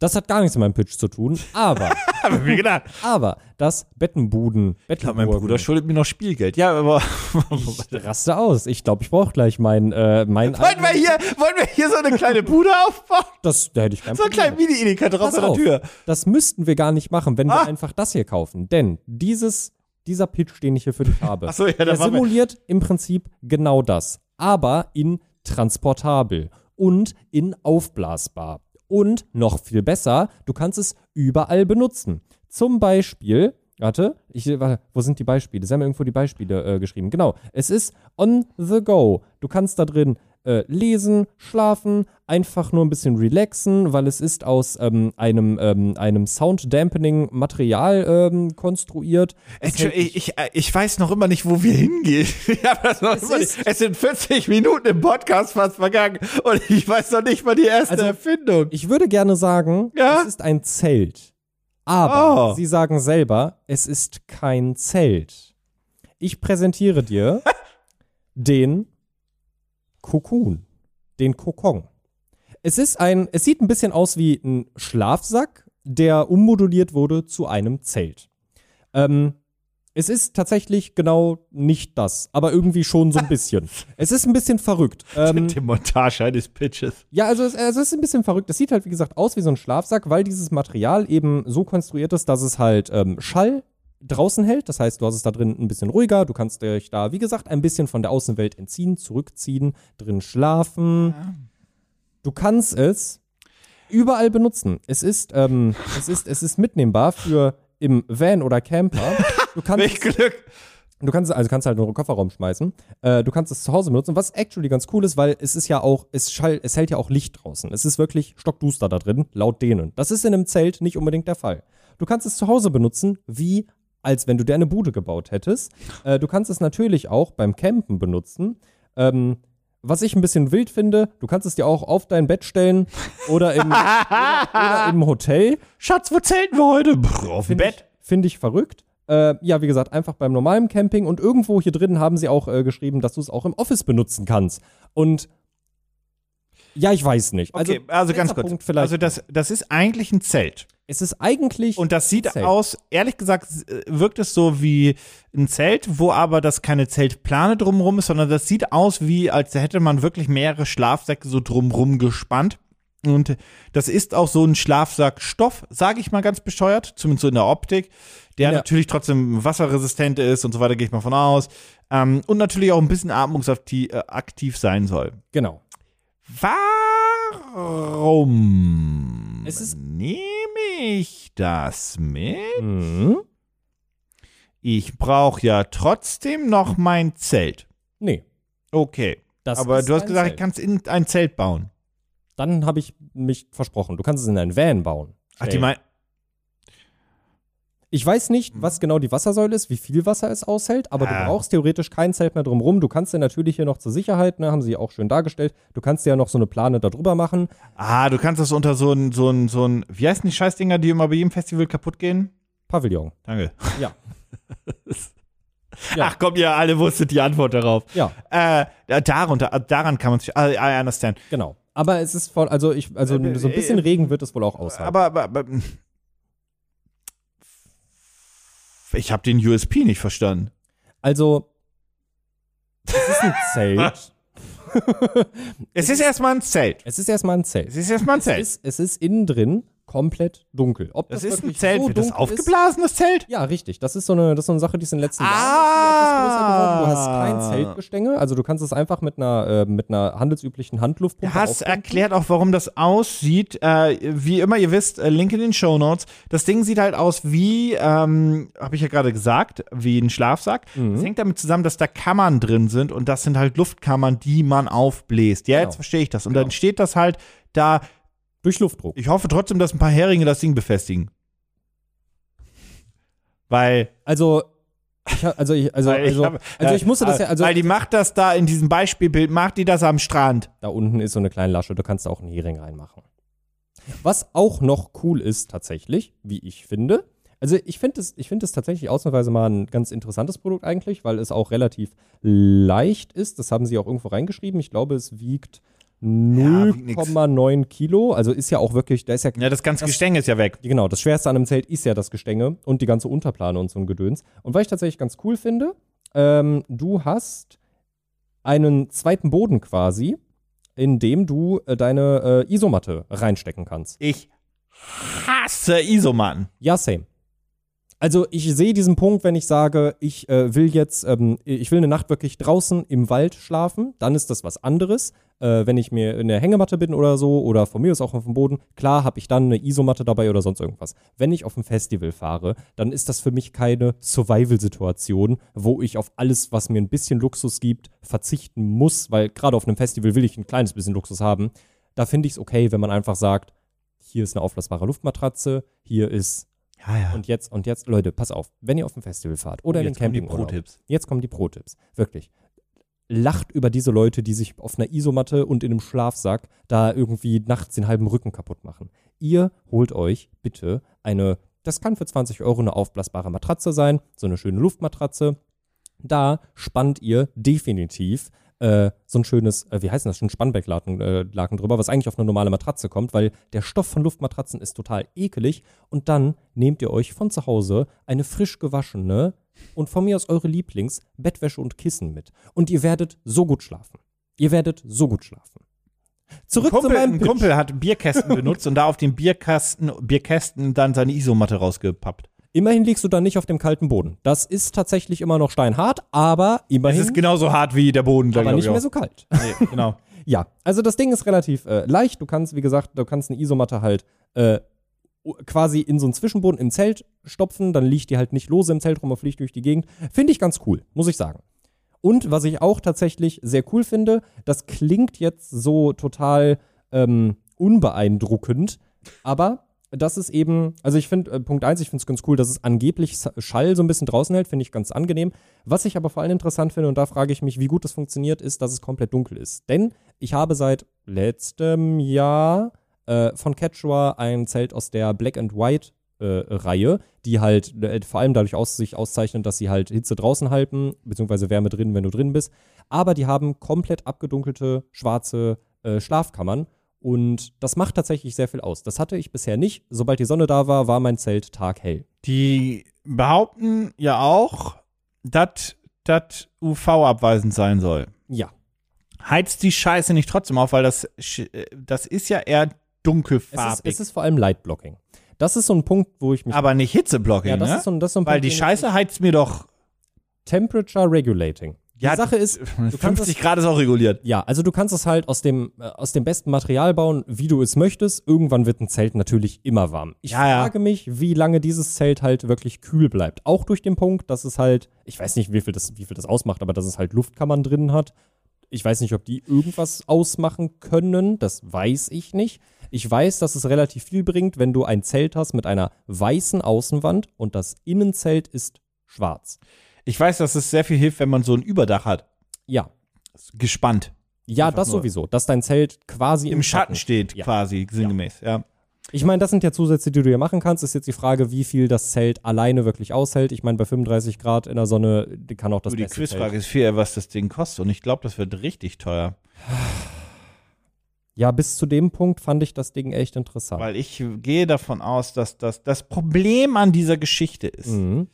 S3: Das hat gar nichts mit meinem Pitch zu tun, aber
S2: Hab ich mir gedacht.
S3: aber das Bettenbuden,
S2: Ich glaub, mein
S3: Bettenburgen-
S2: Bruder schuldet mir noch Spielgeld. Ja, aber
S3: ich raste aus. Ich glaube, ich brauche gleich mein äh, mein
S2: wollen wir, hier, wollen wir hier so eine kleine Bude aufbauen?
S3: das da hätte ich kein
S2: So einen
S3: Problem.
S2: kleinen Mini-Edeka drauf
S3: Pass
S2: an der
S3: auf,
S2: Tür.
S3: Das müssten wir gar nicht machen, wenn wir
S2: Ah.
S3: einfach das hier kaufen. Denn dieses, dieser Pitch, den ich hier für dich habe,
S2: Ach so, ja, da
S3: der
S2: waren wir-
S3: simuliert im Prinzip genau das. Aber in transportabel und in aufblasbar. Und noch viel besser, du kannst es überall benutzen. Zum Beispiel, warte, ich, warte wo sind die Beispiele? Sie haben irgendwo die Beispiele äh, geschrieben. Genau, es ist on the go. Du kannst da drin äh, lesen, schlafen, einfach nur ein bisschen relaxen, weil es ist aus ähm, einem, ähm, einem Sound-Dampening-Material ähm, konstruiert. Es
S2: Entschuldigung,
S3: hält dich-
S2: Ich, ich, äh, ich weiß noch immer nicht, wo wir hingehen. Ich hab das noch
S3: Es
S2: immer
S3: ist-
S2: nicht. es sind 40 Minuten im Podcast fast vergangen und ich weiß noch nicht mal die erste
S3: Also,
S2: Erfindung.
S3: Ich würde gerne sagen,
S2: Ja?
S3: es ist ein Zelt. Aber
S2: Oh.
S3: sie sagen selber, es ist kein Zelt. Ich präsentiere dir den Kokon, den Kokon. Es ist ein, es sieht ein bisschen aus wie ein Schlafsack, der ummoduliert wurde zu einem Zelt. Ähm, es ist tatsächlich genau nicht das, aber irgendwie schon so ein bisschen. es ist ein bisschen verrückt. Ähm,
S2: Mit dem Montage eines Pitches.
S3: ja, also es, also es ist ein bisschen verrückt. Es sieht halt, wie gesagt, aus wie so ein Schlafsack, weil dieses Material eben so konstruiert ist, dass es halt ähm, Schall draußen hält. Das heißt, du hast es da drin ein bisschen ruhiger. Du kannst dich da, wie gesagt, ein bisschen von der Außenwelt entziehen, zurückziehen, drin schlafen. Du kannst es überall benutzen. Es ist, ähm, es ist, es ist mitnehmbar für im Van oder Camper. Du kannst
S2: Welch Glück.
S3: Du kannst also kannst halt in den Kofferraum schmeißen. Äh, du kannst es zu Hause benutzen, was actually ganz cool ist, weil es ist ja auch, es, schall, es hält ja auch Licht draußen. Es ist wirklich stockduster da drin, laut denen. Das ist in einem Zelt nicht unbedingt der Fall. Du kannst es zu Hause benutzen, wie als wenn du dir eine Bude gebaut hättest. Äh, du kannst es natürlich auch beim Campen benutzen. Ähm, was ich ein bisschen wild finde, du kannst es dir auch auf dein Bett stellen oder im, oder im Hotel.
S2: Schatz, wo zelten wir heute? Brr, auf dem
S3: Finde
S2: Bett.
S3: ich, find ich verrückt. Äh, ja, wie gesagt, einfach beim normalen Camping. Und irgendwo hier drin haben sie auch äh, geschrieben, dass du es auch im Office benutzen kannst. Und ja, ich weiß nicht. Also,
S2: Okay, also, ganz
S3: letzter
S2: kurz.
S3: Punkt vielleicht.
S2: Also das, das ist eigentlich ein Zelt.
S3: es ist eigentlich.
S2: Und das sieht
S3: Zelt.
S2: aus, ehrlich gesagt, s- äh, wirkt es so wie ein Zelt, wo aber das keine Zeltplane drumrum ist, sondern das sieht aus wie, als hätte man wirklich mehrere Schlafsäcke so drumrum gespannt. Und das ist auch so ein Schlafsackstoff, sage ich mal ganz bescheuert, zumindest so in der Optik, der
S3: Ja.
S2: natürlich trotzdem wasserresistent ist und so weiter, gehe ich mal von aus. Ähm, und natürlich auch ein bisschen atmungsaktiv äh, aktiv sein soll.
S3: genau.
S2: Warum
S3: Es ist-
S2: nehme ich das mit?
S3: Mhm.
S2: Ich brauche ja trotzdem noch mein Zelt.
S3: Nee.
S2: Okay.
S3: Das
S2: Aber
S3: ist
S2: du hast
S3: ein
S2: gesagt,
S3: Zelt.
S2: ich kann es in ein Zelt bauen.
S3: Dann habe ich mich versprochen. Du kannst es in ein Van bauen.
S2: Ach,
S3: Ey.
S2: die mein
S3: Ich weiß nicht, was genau die Wassersäule ist, wie viel Wasser es aushält, aber
S2: Mhm. Ah.
S3: du brauchst theoretisch kein Zelt mehr drumrum. Du kannst dir natürlich hier noch zur Sicherheit, ne, haben sie auch schön dargestellt, du kannst dir ja noch so eine Plane da drüber machen.
S2: ah, du kannst das unter so ein, so ein, so ein, wie heißen die Scheißdinger, die immer bei jedem Festival kaputt gehen?
S3: Pavillon.
S2: Danke.
S3: Ja.
S2: Ach komm, ihr alle wusstet die Antwort darauf.
S3: Ja,
S2: Äh, da- darunter, äh, daran kann man sich, I, I understand.
S3: genau. Aber es ist voll, also ich, also
S2: Äh,
S3: so ein bisschen
S2: äh,
S3: Regen wird es wohl auch aushalten.
S2: Aber, aber, hm. aber ich habe den USP nicht verstanden.
S3: also, es ist ein Zelt.
S2: Es ist erstmal ein Zelt.
S3: es ist erstmal ein Zelt.
S2: Es ist erstmal ein Zelt.
S3: Es ist, es ist innen drin komplett dunkel. Ob
S2: Das
S3: das,
S2: ist ein
S3: wirklich
S2: Zelt.
S3: so
S2: Wird das
S3: dunkel ist-
S2: aufgeblasenes Zelt?
S3: Ja, richtig. Das ist so eine, das ist so eine Sache, die ist in den letzten
S2: Ah.
S3: Jahren etwas größer geworden. Du hast kein Zeltgestänge, also du kannst es einfach mit einer, äh, mit einer handelsüblichen
S2: Du
S3: Handluftpumpe
S2: hast
S3: aufpumpen.
S2: erklärt auch, warum das aussieht. Äh, wie immer, ihr wisst, äh, Link in den Show Notes. Das Ding sieht halt aus wie, ähm, habe ich ja gerade gesagt, wie ein Schlafsack.
S3: Mhm.
S2: Das hängt damit zusammen, dass da Kammern drin sind und das sind halt Luftkammern, die man aufbläst. Ja,
S3: Genau.
S2: jetzt verstehe ich das. Und dann steht das halt da.
S3: Durch Luftdruck.
S2: Ich hoffe trotzdem, dass ein paar Heringe das Ding befestigen. Weil,
S3: Also, ich, ha- also, ich, also,
S2: weil
S3: also,
S2: hab- äh,
S3: also ich musste das ja, also
S2: Weil die macht das da in diesem Beispielbild, macht die das am Strand.
S3: da unten ist so eine kleine Lasche, da kannst du auch einen Hering reinmachen. Was auch noch cool ist tatsächlich, wie ich finde. Also ich finde es, ich finde es tatsächlich ausnahmsweise mal ein ganz interessantes Produkt eigentlich, weil es auch relativ leicht ist. Das haben sie auch irgendwo reingeschrieben. Ich glaube, es
S2: wiegt
S3: wiegt
S2: nix.
S3: 0,9 Kilo. Also ist ja auch wirklich, da ist ja
S2: Ja, das ganze Gestänge ist ja weg.
S3: Genau, das Schwerste an einem Zelt ist ja das Gestänge und die ganze Unterplane und so ein Gedöns. Und was ich tatsächlich ganz cool finde, ähm, du hast einen zweiten Boden quasi, in dem du äh, deine äh, Isomatte reinstecken kannst.
S2: Ich hasse Isomatten.
S3: Ja, same. Also ich sehe diesen Punkt, wenn ich sage, ich äh, will jetzt, ähm, ich will eine Nacht wirklich draußen im Wald schlafen, dann ist das was anderes. Äh, wenn ich mir in der Hängematte bin oder so oder von mir ist auch auf dem Boden, klar habe ich dann eine Isomatte dabei oder sonst irgendwas. Wenn ich auf ein Festival fahre, dann ist das für mich keine Survival-Situation, wo ich auf alles, was mir ein bisschen Luxus gibt, verzichten muss, weil gerade auf einem Festival will ich ein kleines bisschen Luxus haben. Da finde ich es okay, wenn man einfach sagt, hier ist eine auflassbare Luftmatratze, hier ist
S2: Ja, ja.
S3: und jetzt, und jetzt, Leute, pass auf, wenn ihr auf ein Festival fahrt oder
S2: Oh,
S3: in den
S2: jetzt kommen die
S3: Camping
S2: Pro-Tipps.
S3: jetzt kommen die Pro-Tipps, wirklich. Lacht über diese Leute, die sich auf einer Isomatte und in einem Schlafsack da irgendwie nachts den halben Rücken kaputt machen. Ihr holt euch bitte eine, das kann für 20 Euro eine aufblasbare Matratze sein, so eine schöne Luftmatratze. Da spannt ihr definitiv äh, so ein schönes, äh, wie heißt denn das, ein Spannbecklaken äh, Laken drüber, was eigentlich auf eine normale Matratze kommt, weil der Stoff von Luftmatratzen ist total ekelig. Und dann nehmt ihr euch von zu Hause eine frisch gewaschene und von mir aus eure Lieblings Bettwäsche und Kissen mit. Und ihr werdet so gut schlafen. Ihr werdet so gut schlafen. Zurück
S2: Kumpel,
S3: zu meinem
S2: ein
S3: Pitch.
S2: Kumpel hat Bierkästen benutzt und da auf den Bierkasten, Bierkästen dann seine Isomatte rausgepappt.
S3: Immerhin liegst du dann nicht auf dem kalten Boden. Das ist tatsächlich immer noch steinhart, aber
S2: Es
S3: immerhin
S2: ist genauso hart wie der Boden. da,
S3: aber
S2: glaub
S3: nicht
S2: ich
S3: mehr
S2: auch.
S3: so kalt.
S2: Nee, genau.
S3: Ja, also das Ding ist relativ äh, leicht. Du kannst, wie gesagt, du kannst eine Isomatte halt äh, u- quasi in so einen Zwischenboden im Zelt stopfen, dann liegt die halt nicht lose im Zelt rum und fliegt durch die Gegend. Finde ich ganz cool, muss ich sagen. Und was ich auch tatsächlich sehr cool finde, das klingt jetzt so total ähm, unbeeindruckend, aber dass es eben, also ich finde, äh, Punkt eins, ich finde es ganz cool, dass es angeblich Sa- Schall so ein bisschen draußen hält, finde ich ganz angenehm. Was ich aber vor allem interessant finde, und da frage ich mich, wie gut das funktioniert, ist, dass es komplett dunkel ist. Denn ich habe seit letztem Jahr äh, von Quechua ein Zelt aus der Black and White äh, Reihe, die halt äh, vor allem dadurch aus, sich auszeichnen, dass sie halt Hitze draußen halten, beziehungsweise Wärme drin, wenn du drin bist. Aber die haben komplett abgedunkelte, schwarze äh, Schlafkammern. Und das macht tatsächlich sehr viel aus. Das hatte ich bisher nicht. Sobald die Sonne da war, war mein Zelt taghell.
S2: Die behaupten ja auch, dass das UV-abweisend sein soll.
S3: Ja.
S2: Heizt die Scheiße nicht trotzdem auf, weil das, sch- äh, das ist ja eher
S3: Es ist,
S2: dunkelfarbig,
S3: es ist vor allem Lightblocking. Das ist so ein Punkt, wo ich mich.
S2: aber nicht Hitzeblocking,
S3: ja, das
S2: ne?
S3: ist so ein, das ist so ein
S2: weil
S3: Punkt,
S2: die
S3: den ich-
S2: Scheiße heizt mir doch
S3: Temperature Regulating. Die
S2: Ja,
S3: Sache ist, du kannst
S2: 50 Grad ist auch reguliert.
S3: Ja, also du kannst es halt aus dem, äh, aus dem besten Material bauen, wie du es möchtest. Irgendwann wird ein Zelt natürlich immer warm. Ich
S2: Ja, ja.
S3: frage mich, wie lange dieses Zelt halt wirklich kühl bleibt. Auch durch den Punkt, dass es halt, ich weiß nicht, wie viel das, wie viel das ausmacht, aber dass es halt Luftkammern drin hat. Ich weiß nicht, ob die irgendwas ausmachen können. Das weiß ich nicht. Ich weiß, dass es relativ viel bringt, wenn du ein Zelt hast mit einer weißen Außenwand und das Innenzelt ist schwarz.
S2: Ich weiß, dass es sehr viel hilft, wenn man so ein Überdach hat.
S3: Ja.
S2: Gespannt.
S3: Ja, das
S2: nur-
S3: sowieso, dass dein Zelt quasi
S2: Im Schatten steht,
S3: Ja.
S2: quasi, sinngemäß. Ja.
S3: Ich meine, das sind ja Zusätze, die du hier machen kannst. Ist jetzt die Frage, wie viel das Zelt alleine wirklich aushält. Ich meine, bei 35 Grad in der Sonne die kann auch das
S2: Nur die
S3: beste
S2: Quizfrage
S3: Zelt.
S2: ist viel, was das Ding kostet. Und ich glaube, das wird richtig teuer.
S3: Ja, bis zu dem Punkt fand ich das Ding echt interessant.
S2: Weil ich gehe davon aus, dass das, das Problem an dieser Geschichte ist.
S3: mhm.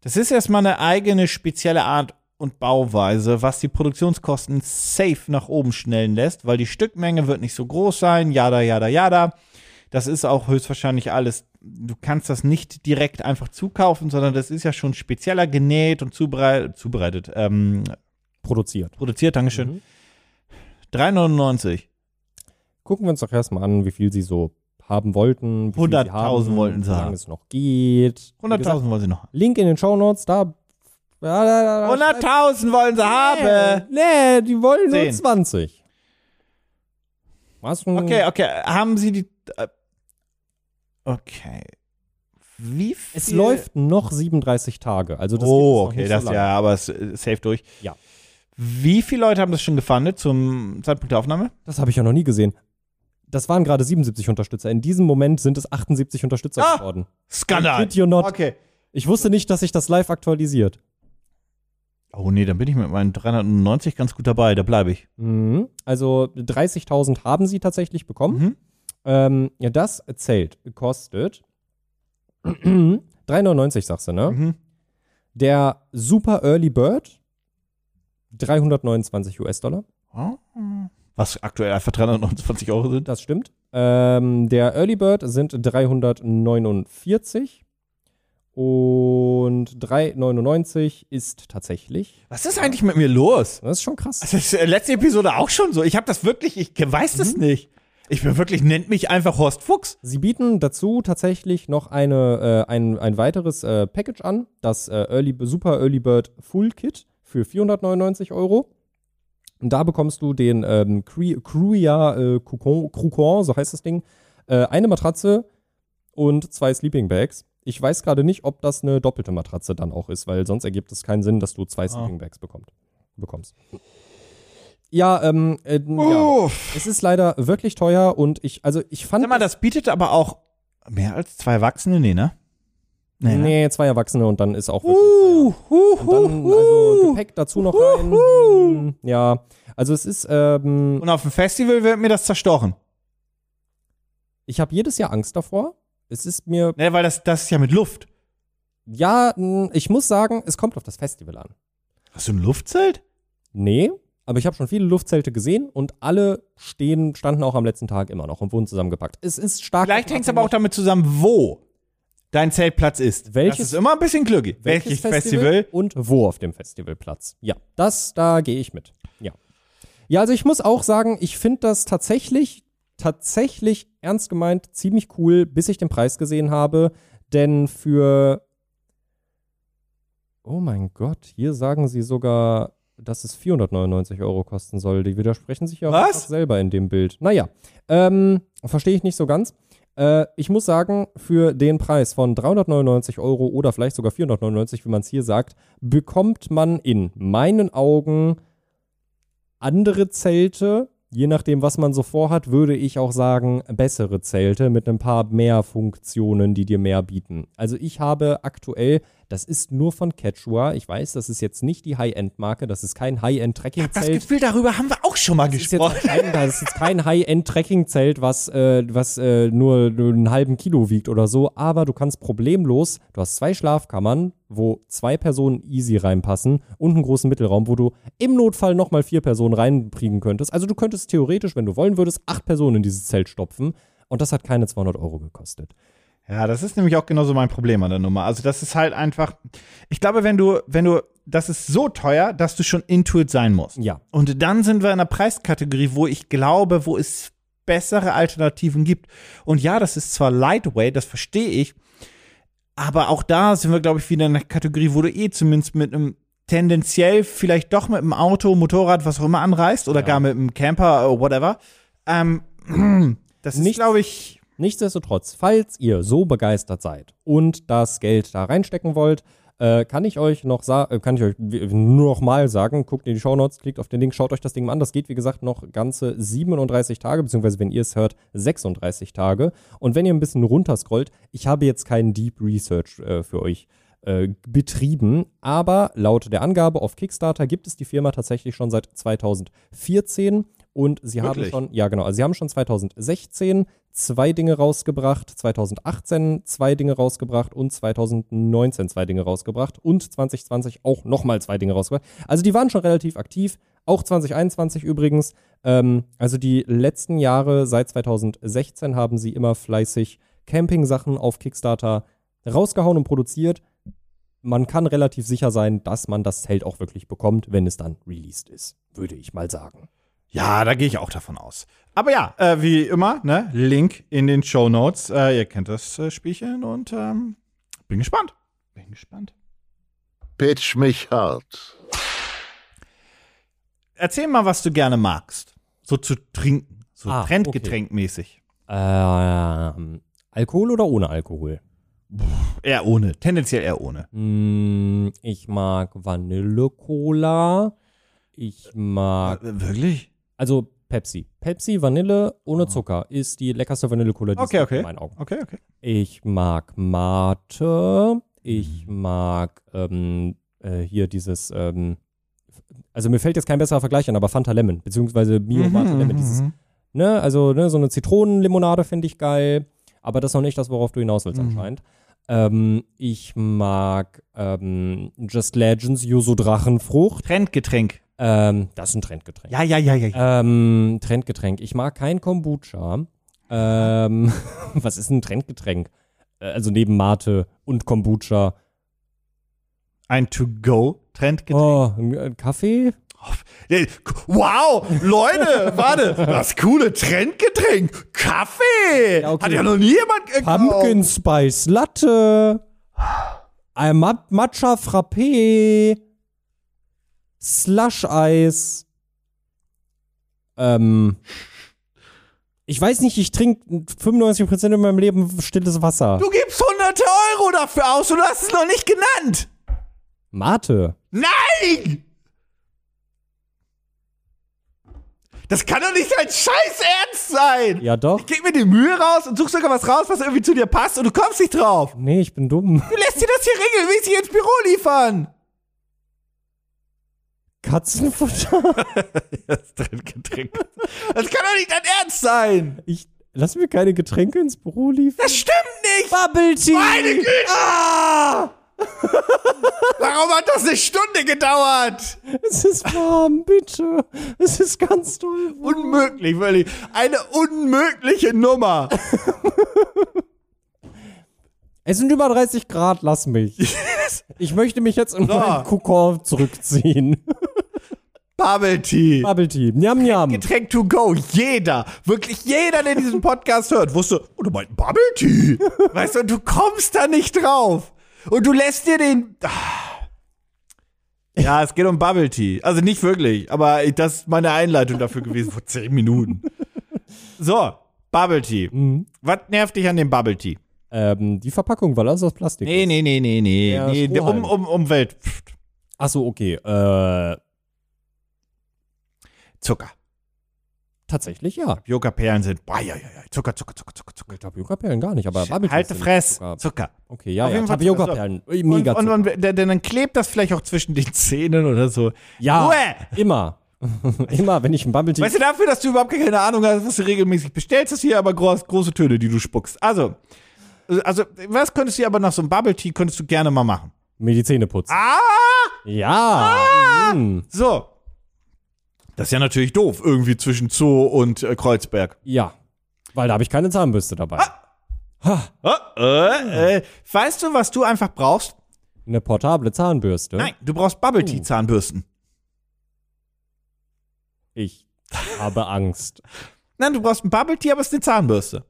S2: Das ist erstmal eine eigene spezielle Art und Bauweise, was die Produktionskosten safe nach oben schnellen lässt, weil die Stückmenge wird nicht so groß sein, jada, jada, jada. Das ist auch höchstwahrscheinlich alles. Du kannst das nicht direkt einfach zukaufen, sondern das ist ja schon spezieller genäht und zuberei- zubereitet, ähm,
S3: Produziert.
S2: produziert, Dankeschön.
S3: Mhm.
S2: 3,99.
S3: Gucken wir uns doch erstmal an, wie viel sie so haben wollten. wie viel sie
S2: 100.000
S3: haben,
S2: wollten sie
S3: Wie
S2: haben.
S3: lange es noch geht. Wie gesagt,
S2: 100.000 wollen sie noch haben.
S3: Link in den Show Notes. Da. Ja, da, da, da
S2: 100.000 wollen sie haben!
S3: Nee, nee, die wollen nur
S2: Zehn.
S3: 20. Was?
S2: Okay, okay. Haben Sie die. äh, Okay. Wie viel?
S3: Es läuft noch 37 Tage. Also das
S2: oh,
S3: geht
S2: okay,
S3: jetzt noch
S2: das
S3: nicht so lange.
S2: ja, aber es ist safe durch.
S3: Ja.
S2: Wie viele Leute haben das schon gefundet zum Zeitpunkt der Aufnahme?
S3: Das habe ich ja noch nie gesehen. Das waren gerade 77 Unterstützer. In diesem Moment sind es 78 Unterstützer
S2: Ah!
S3: geworden. I
S2: Skandal!
S3: kid you not.
S2: Okay.
S3: Ich wusste nicht, dass sich das live aktualisiert.
S2: Oh nee, dann bin ich mit meinen 390 ganz gut dabei, da bleibe ich.
S3: Mhm. Also 30.000 haben sie tatsächlich bekommen.
S2: Mhm.
S3: Ähm, ja, das Zelt kostet 3,99 sagst du, ne?
S2: Mhm.
S3: Der Super Early Bird 329 US-Dollar.
S2: Oh. Was aktuell einfach 329 Euro sind.
S3: Das stimmt. Ähm, der Early Bird sind 349 und 399 ist tatsächlich.
S2: Was ist eigentlich mit mir los?
S3: Das ist schon krass.
S2: Das ist äh, letzte Episode auch schon so. Ich habe das wirklich, ich weiß
S3: Mhm.
S2: das nicht. Ich bin wirklich, nennt mich einfach Horst Fuchs.
S3: Sie bieten dazu tatsächlich noch eine, äh, ein, ein weiteres äh, Package an, das äh, Early, Super Early Bird Full Kit für 499 Euro. Und da bekommst du den ähm, Cre- Cruia äh, Cocon, Croucon, so heißt das Ding, äh, eine Matratze und zwei Sleeping Bags. Ich weiß gerade nicht, ob das eine doppelte Matratze dann auch ist, weil sonst ergibt es keinen Sinn, dass du
S2: Ah.
S3: zwei Sleeping Bags bekommst. bekommst. Ja, ähm, äh, ja,
S2: Uff.
S3: es ist leider wirklich teuer und ich, also ich fand
S2: Oh. Sag mal, das bietet aber auch mehr als zwei Erwachsene, nee, ne?
S3: Nee,
S2: ne?
S3: zwei Erwachsene und dann ist auch wirklich.
S2: Uh, uh,
S3: Und dann, also Gepäck dazu noch rein. Hm, Ja, also es ist, ähm,
S2: Und auf dem Festival wird mir das zerstochen.
S3: ich habe jedes Jahr Angst davor. Es ist mir,
S2: Ne, weil das, das ist ja mit Luft.
S3: ja, hm, ich muss sagen, es kommt auf das Festival an.
S2: Hast du ein Luftzelt?
S3: Nee, aber ich habe schon viele Luftzelte gesehen und alle stehen, standen auch am letzten Tag immer noch und wurden zusammengepackt. Es ist stark.
S2: Vielleicht hängt es aber auch damit zusammen, wo dein Zeltplatz ist.
S3: Welches-
S2: das ist immer ein bisschen glückig. Welches, Festival?
S3: Und wo auf dem Festivalplatz. Ja, das, da gehe ich mit. Ja. Ja, also ich muss auch sagen, ich finde das tatsächlich, tatsächlich ernst gemeint ziemlich cool, bis ich den Preis gesehen habe. Denn für. Oh mein Gott, hier sagen sie sogar dass es 499 Euro kosten soll. Die widersprechen sich ja auch
S2: Was?
S3: selber in dem Bild. Naja, ähm, verstehe ich nicht so ganz. Äh, ich muss sagen, für den Preis von 399 Euro oder vielleicht sogar 499, wie man es hier sagt, bekommt man in meinen Augen andere Zelte. Je nachdem, was man so vorhat, würde ich auch sagen, bessere Zelte mit ein paar mehr Funktionen, die dir mehr bieten. Also ich habe aktuell, das ist nur von Quechua, ich weiß, das ist jetzt nicht die High-End-Marke, das ist kein
S2: Das
S3: High-End-Tracking-Zelt.
S2: Gefühl, darüber haben wir auch schon mal
S3: Das ist, jetzt
S2: gesprochen.
S3: kein, das ist jetzt kein High-End-Tracking-Zelt, was, äh, was äh, nur einen halben Kilo wiegt oder so, aber du kannst problemlos, du hast zwei Schlafkammern, wo zwei Personen easy reinpassen und einen großen Mittelraum, wo du im Notfall nochmal vier Personen reinbringen könntest. Also du könntest theoretisch, wenn du wollen würdest, acht Personen in dieses Zelt stopfen und das hat keine 200 Euro gekostet.
S2: Ja, das ist nämlich auch genauso mein Problem an der Nummer. Also, das ist halt einfach. Ich glaube, wenn du, wenn du, das ist so teuer, dass du schon Intuit sein musst.
S3: Ja.
S2: Und dann sind wir in einer Preiskategorie, wo ich glaube, wo es bessere Alternativen gibt. Und ja, das ist zwar lightweight, das verstehe ich, aber auch da sind wir, glaube ich, wieder in einer Kategorie, wo du eh zumindest mit einem tendenziell vielleicht doch mit einem Auto, Motorrad, was auch immer anreist oder
S3: Ja.
S2: gar mit einem Camper, äh, whatever. Ähm, das ist,
S3: Nichts-
S2: glaube ich,
S3: Nichtsdestotrotz, falls ihr so begeistert seid und das Geld da reinstecken wollt, äh, kann ich euch noch sa- äh, kann ich euch w- nur noch mal sagen, guckt in die Shownotes, klickt auf den Link, schaut euch das Ding mal an. Das geht, wie gesagt, noch ganze 37 Tage, beziehungsweise wenn ihr es hört, 36 Tage. Und wenn ihr ein bisschen runterscrollt, ich habe jetzt keinen Deep Research äh, für euch äh, betrieben, aber laut der Angabe auf Kickstarter gibt es die Firma tatsächlich schon seit 2014 und sie
S2: Wirklich?
S3: haben schon, ja genau, also sie haben schon 2016 zwei Dinge rausgebracht, 2018 zwei Dinge rausgebracht und 2019 zwei Dinge rausgebracht und 2020 auch nochmal zwei Dinge rausgebracht. Also die waren schon relativ aktiv, auch 2021 übrigens. Ähm, also die letzten Jahre seit 2016 haben sie immer fleißig Camping-Sachen auf Kickstarter rausgehauen und produziert. Man kann relativ sicher sein, dass man das Zelt auch wirklich bekommt, wenn es dann released ist, würde ich mal sagen.
S2: Ja, da gehe ich auch davon aus. Aber ja, äh, wie immer, ne, Link in den Show Notes. Äh, ihr kennt das äh, Spielchen und ähm, bin gespannt. Bin gespannt.
S1: Pitch mich hart.
S2: Erzähl mal, was du gerne magst. So zu trinken. So
S3: Ah,
S2: Trendgetränkmäßig.
S3: Ähm, Alkohol oder ohne Alkohol?
S2: Eher ohne. Tendenziell eher ohne.
S3: Mm, ich mag Vanille-Cola. Ich mag.
S2: wirklich?
S3: Also Pepsi. Pepsi, Vanille ohne Zucker ist die leckerste Vanille-Cola, die es
S2: Okay,
S3: gibt
S2: okay.
S3: in meinen Augen.
S2: Okay, okay.
S3: Ich mag Mate. Ich mag ähm, äh, hier dieses. Ähm, also mir fällt jetzt kein besserer Vergleich an, aber Fanta Lemon, beziehungsweise Mio Mate Lemon, dieses Ne, also ne, so eine Zitronenlimonade finde ich geil, aber das ist noch nicht das, worauf du hinaus willst
S2: Mhm.
S3: anscheinend. Ähm, ich mag ähm, Just Legends Yuzu Drachenfrucht.
S2: Trendgetränk.
S3: Ähm, das ist ein Trendgetränk.
S2: Ja, ja, ja, ja. ja.
S3: Ähm, Trendgetränk. Ich mag kein Kombucha. Ähm, was ist ein Trendgetränk? Äh, Also neben Mate und Kombucha.
S2: Ein To-Go-Trendgetränk.
S3: Oh, ein ein Kaffee?
S2: Nee, k- Wow, Leute, warte, das coole Trendgetränk, Kaffee,
S3: Ja, okay.
S2: hat ja noch nie jemand gekauft.
S3: Pumpkin Spice Latte. Ein Ma- Matcha Frappé. Slush Eis. Ähm. Ich weiß nicht, ich trinke 95% in meinem Leben stilles Wasser.
S2: Du gibst hunderte Euro dafür aus und hast es noch nicht genannt.
S3: Mate.
S2: Nein! Das kann doch nicht dein scheiß Ernst sein!
S3: Ja, doch.
S2: Ich geb mir die Mühe raus und such sogar was raus, was irgendwie zu dir passt und du kommst nicht drauf.
S3: Nee, ich bin dumm.
S2: Du lässt dir das hier regelmäßig ins Büro liefern.
S3: Katzenfutter?
S2: Das Trendgetränk. Das kann doch nicht dein Ernst sein!
S3: Ich lass mir keine Getränke ins Büro liefern.
S2: Das stimmt nicht!
S3: Bubble Tea.
S2: Meine Güte! Warum hat das eine Stunde gedauert?
S3: Es ist warm, bitte. Es ist ganz toll.
S2: Unmöglich, völlig. Eine unmögliche Nummer.
S3: Es sind über 30 Grad, lass mich. Ich möchte mich jetzt in meinen Kokon zurückziehen.
S2: Bubble Tea.
S3: Bubble Tea. Njam, njam.
S2: Getränk to go. Jeder, wirklich jeder, der diesen Podcast hört, wusste, oh, du meinst Bubble Tea. Weißt du, und du kommst da nicht drauf. Und du lässt dir den. Ah. Ja, es geht um Bubble Tea. Also nicht wirklich, aber ich- das ist meine Einleitung dafür gewesen vor zehn Minuten. So, Bubble Tea.
S3: Mhm.
S2: Was nervt dich an dem Bubble Tea?
S3: Ähm, die Verpackung, weil alles aus Plastik
S2: Nee,
S3: ist.
S2: nee, nee, nee, nee.
S3: Ja,
S2: nee der um,
S3: Strohhalm.
S2: um, Umwelt. Pft.
S3: Achso, okay. Äh,
S2: Zucker.
S3: tatsächlich ja.
S2: Jokerperlen sind. Boah, ja, ja, ja. Zucker, Zucker, Zucker, Zucker, Zucker.
S3: Ich glaube, Joghurtperlen gar nicht, aber Barbecue
S2: Halte
S3: sind
S2: halt Fress.
S3: sogar-
S2: Zucker.
S3: Okay, ja,
S2: Auf
S3: ja.
S2: jeden Fall-
S3: Tapioca-Perlen. Äh, Mega
S2: und,
S3: Zucker.
S2: und, und denn dann klebt das vielleicht auch zwischen den Zähnen oder so.
S3: Ja,
S2: Ruhe!
S3: immer. immer, wenn ich ein Bubble Tea.
S2: Weißt du, dafür, dass du überhaupt gar keine Ahnung hast, was du regelmäßig bestellst, hast du hier aber groß, große Töne, die du spuckst. Also, also, was könntest du aber nach so einem Bubble Tea, könntest du gerne mal machen?
S3: mir die Zähne putzen.
S2: Ah!
S3: Ja. mm.
S2: So. Das ist ja natürlich doof, irgendwie zwischen Zoo und äh, Kreuzberg.
S3: Ja. Weil da habe ich keine Zahnbürste dabei.
S2: Ah. Oh, äh, äh, weißt du, was du einfach brauchst?
S3: Eine portable Zahnbürste.
S2: Nein, du brauchst Bubble
S3: Oh.
S2: Tea Zahnbürsten.
S3: Ich habe Angst.
S2: Nein, du brauchst ein Bubble Tea, aber es ist eine Zahnbürste.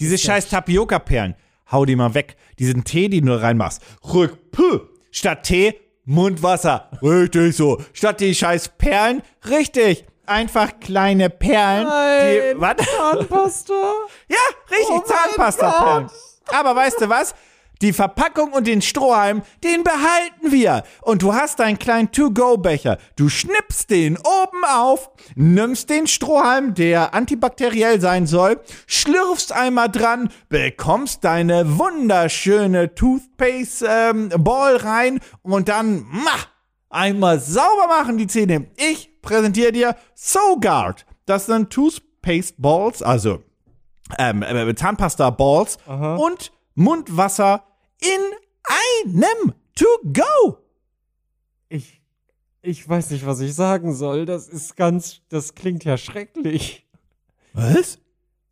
S2: Diese scheiß Tapioca-Perlen, hau die mal weg. Diesen Tee, den du reinmachst. Rück, puh. Statt Tee, Mundwasser. Richtig so. Statt die scheiß Perlen, richtig. Einfach kleine Perlen. Die, was?
S3: Zahnpasta?
S2: Ja, richtig, Zahnpasta-Perlen. Aber weißt du was? Die Verpackung und den Strohhalm, den behalten wir. Und du hast deinen kleinen To-Go-Becher. Du schnippst den oben auf, nimmst den Strohhalm, der antibakteriell sein soll, schlürfst einmal dran, bekommst deine wunderschöne Toothpaste-Ball rein und dann mach, einmal sauber machen die Zähne. Ich präsentiere dir SoGuard. Das sind Toothpaste-Balls, also ähm, äh, Zahnpasta Balls und Mundwasser in einem to go.
S3: Ich, ich weiß nicht, was ich sagen soll. Das ist ganz, das klingt ja schrecklich.
S2: Was?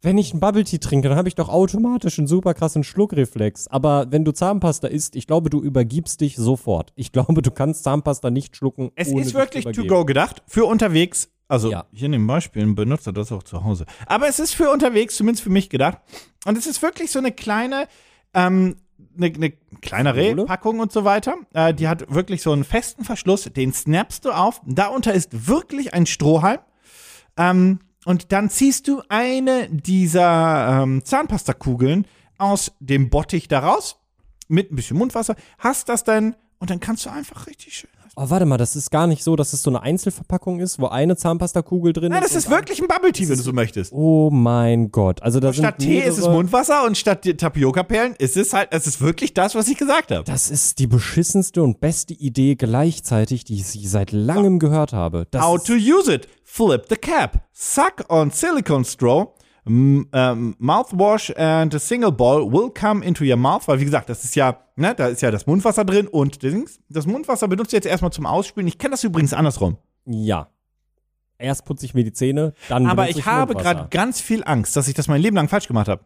S3: Wenn ich einen Bubble Tea trinke, dann habe ich doch automatisch einen super krassen Schluckreflex. Aber wenn du Zahnpasta isst, ich glaube, du übergibst dich sofort. Ich glaube, du kannst Zahnpasta nicht schlucken.
S2: Es
S3: ohne
S2: ist
S3: dich
S2: wirklich
S3: zu
S2: to
S3: übergeben.
S2: go gedacht für unterwegs. Also
S3: Ja.
S2: hier in dem Beispiel benutzt er das auch zu Hause. Aber es ist für unterwegs, zumindest für mich gedacht. Und es ist wirklich so eine kleine, ähm, eine, eine kleinere
S3: Sohle?
S2: Packung und so weiter. Äh, die hat wirklich so einen festen Verschluss. Den snappst du auf. Darunter ist wirklich ein Strohhalm. Ähm, und dann ziehst du eine dieser ähm, Zahnpastakugeln aus dem Bottich daraus mit ein bisschen Mundwasser, hast das dann und dann kannst du einfach richtig schön.
S3: Oh, warte mal, das ist gar nicht so, dass es so eine Einzelverpackung ist, wo eine Zahnpastakugel drin
S2: Nein,
S3: ist.
S2: das ist
S3: und-
S2: wirklich ein Bubble Tea, wenn du so möchtest.
S3: Oh mein Gott. Also da
S2: Statt
S3: sind
S2: Tee ist es
S3: mehrere-
S2: Mundwasser und statt die Tapioca-Perlen ist es halt, es ist wirklich das, was ich gesagt habe.
S3: Das ist die beschissenste und beste Idee gleichzeitig, die ich sie seit langem gehört habe. Das
S2: How
S3: ist,
S2: to use it. Flip the cap. Suck on silicone straw. M ähm, mouthwash and a single ball will come into your mouth. Weil, wie gesagt, das ist ja, ne, da ist ja das Mundwasser drin und das Dings. Das Mundwasser benutzt ihr jetzt erstmal zum Ausspülen. Ich kenne das übrigens andersrum.
S3: ja. Erst putze ich mir die Zähne, dann
S2: Aber
S3: benutze
S2: ich habe
S3: Mundwasser.
S2: gerade ganz viel Angst, dass ich das mein Leben lang falsch gemacht habe.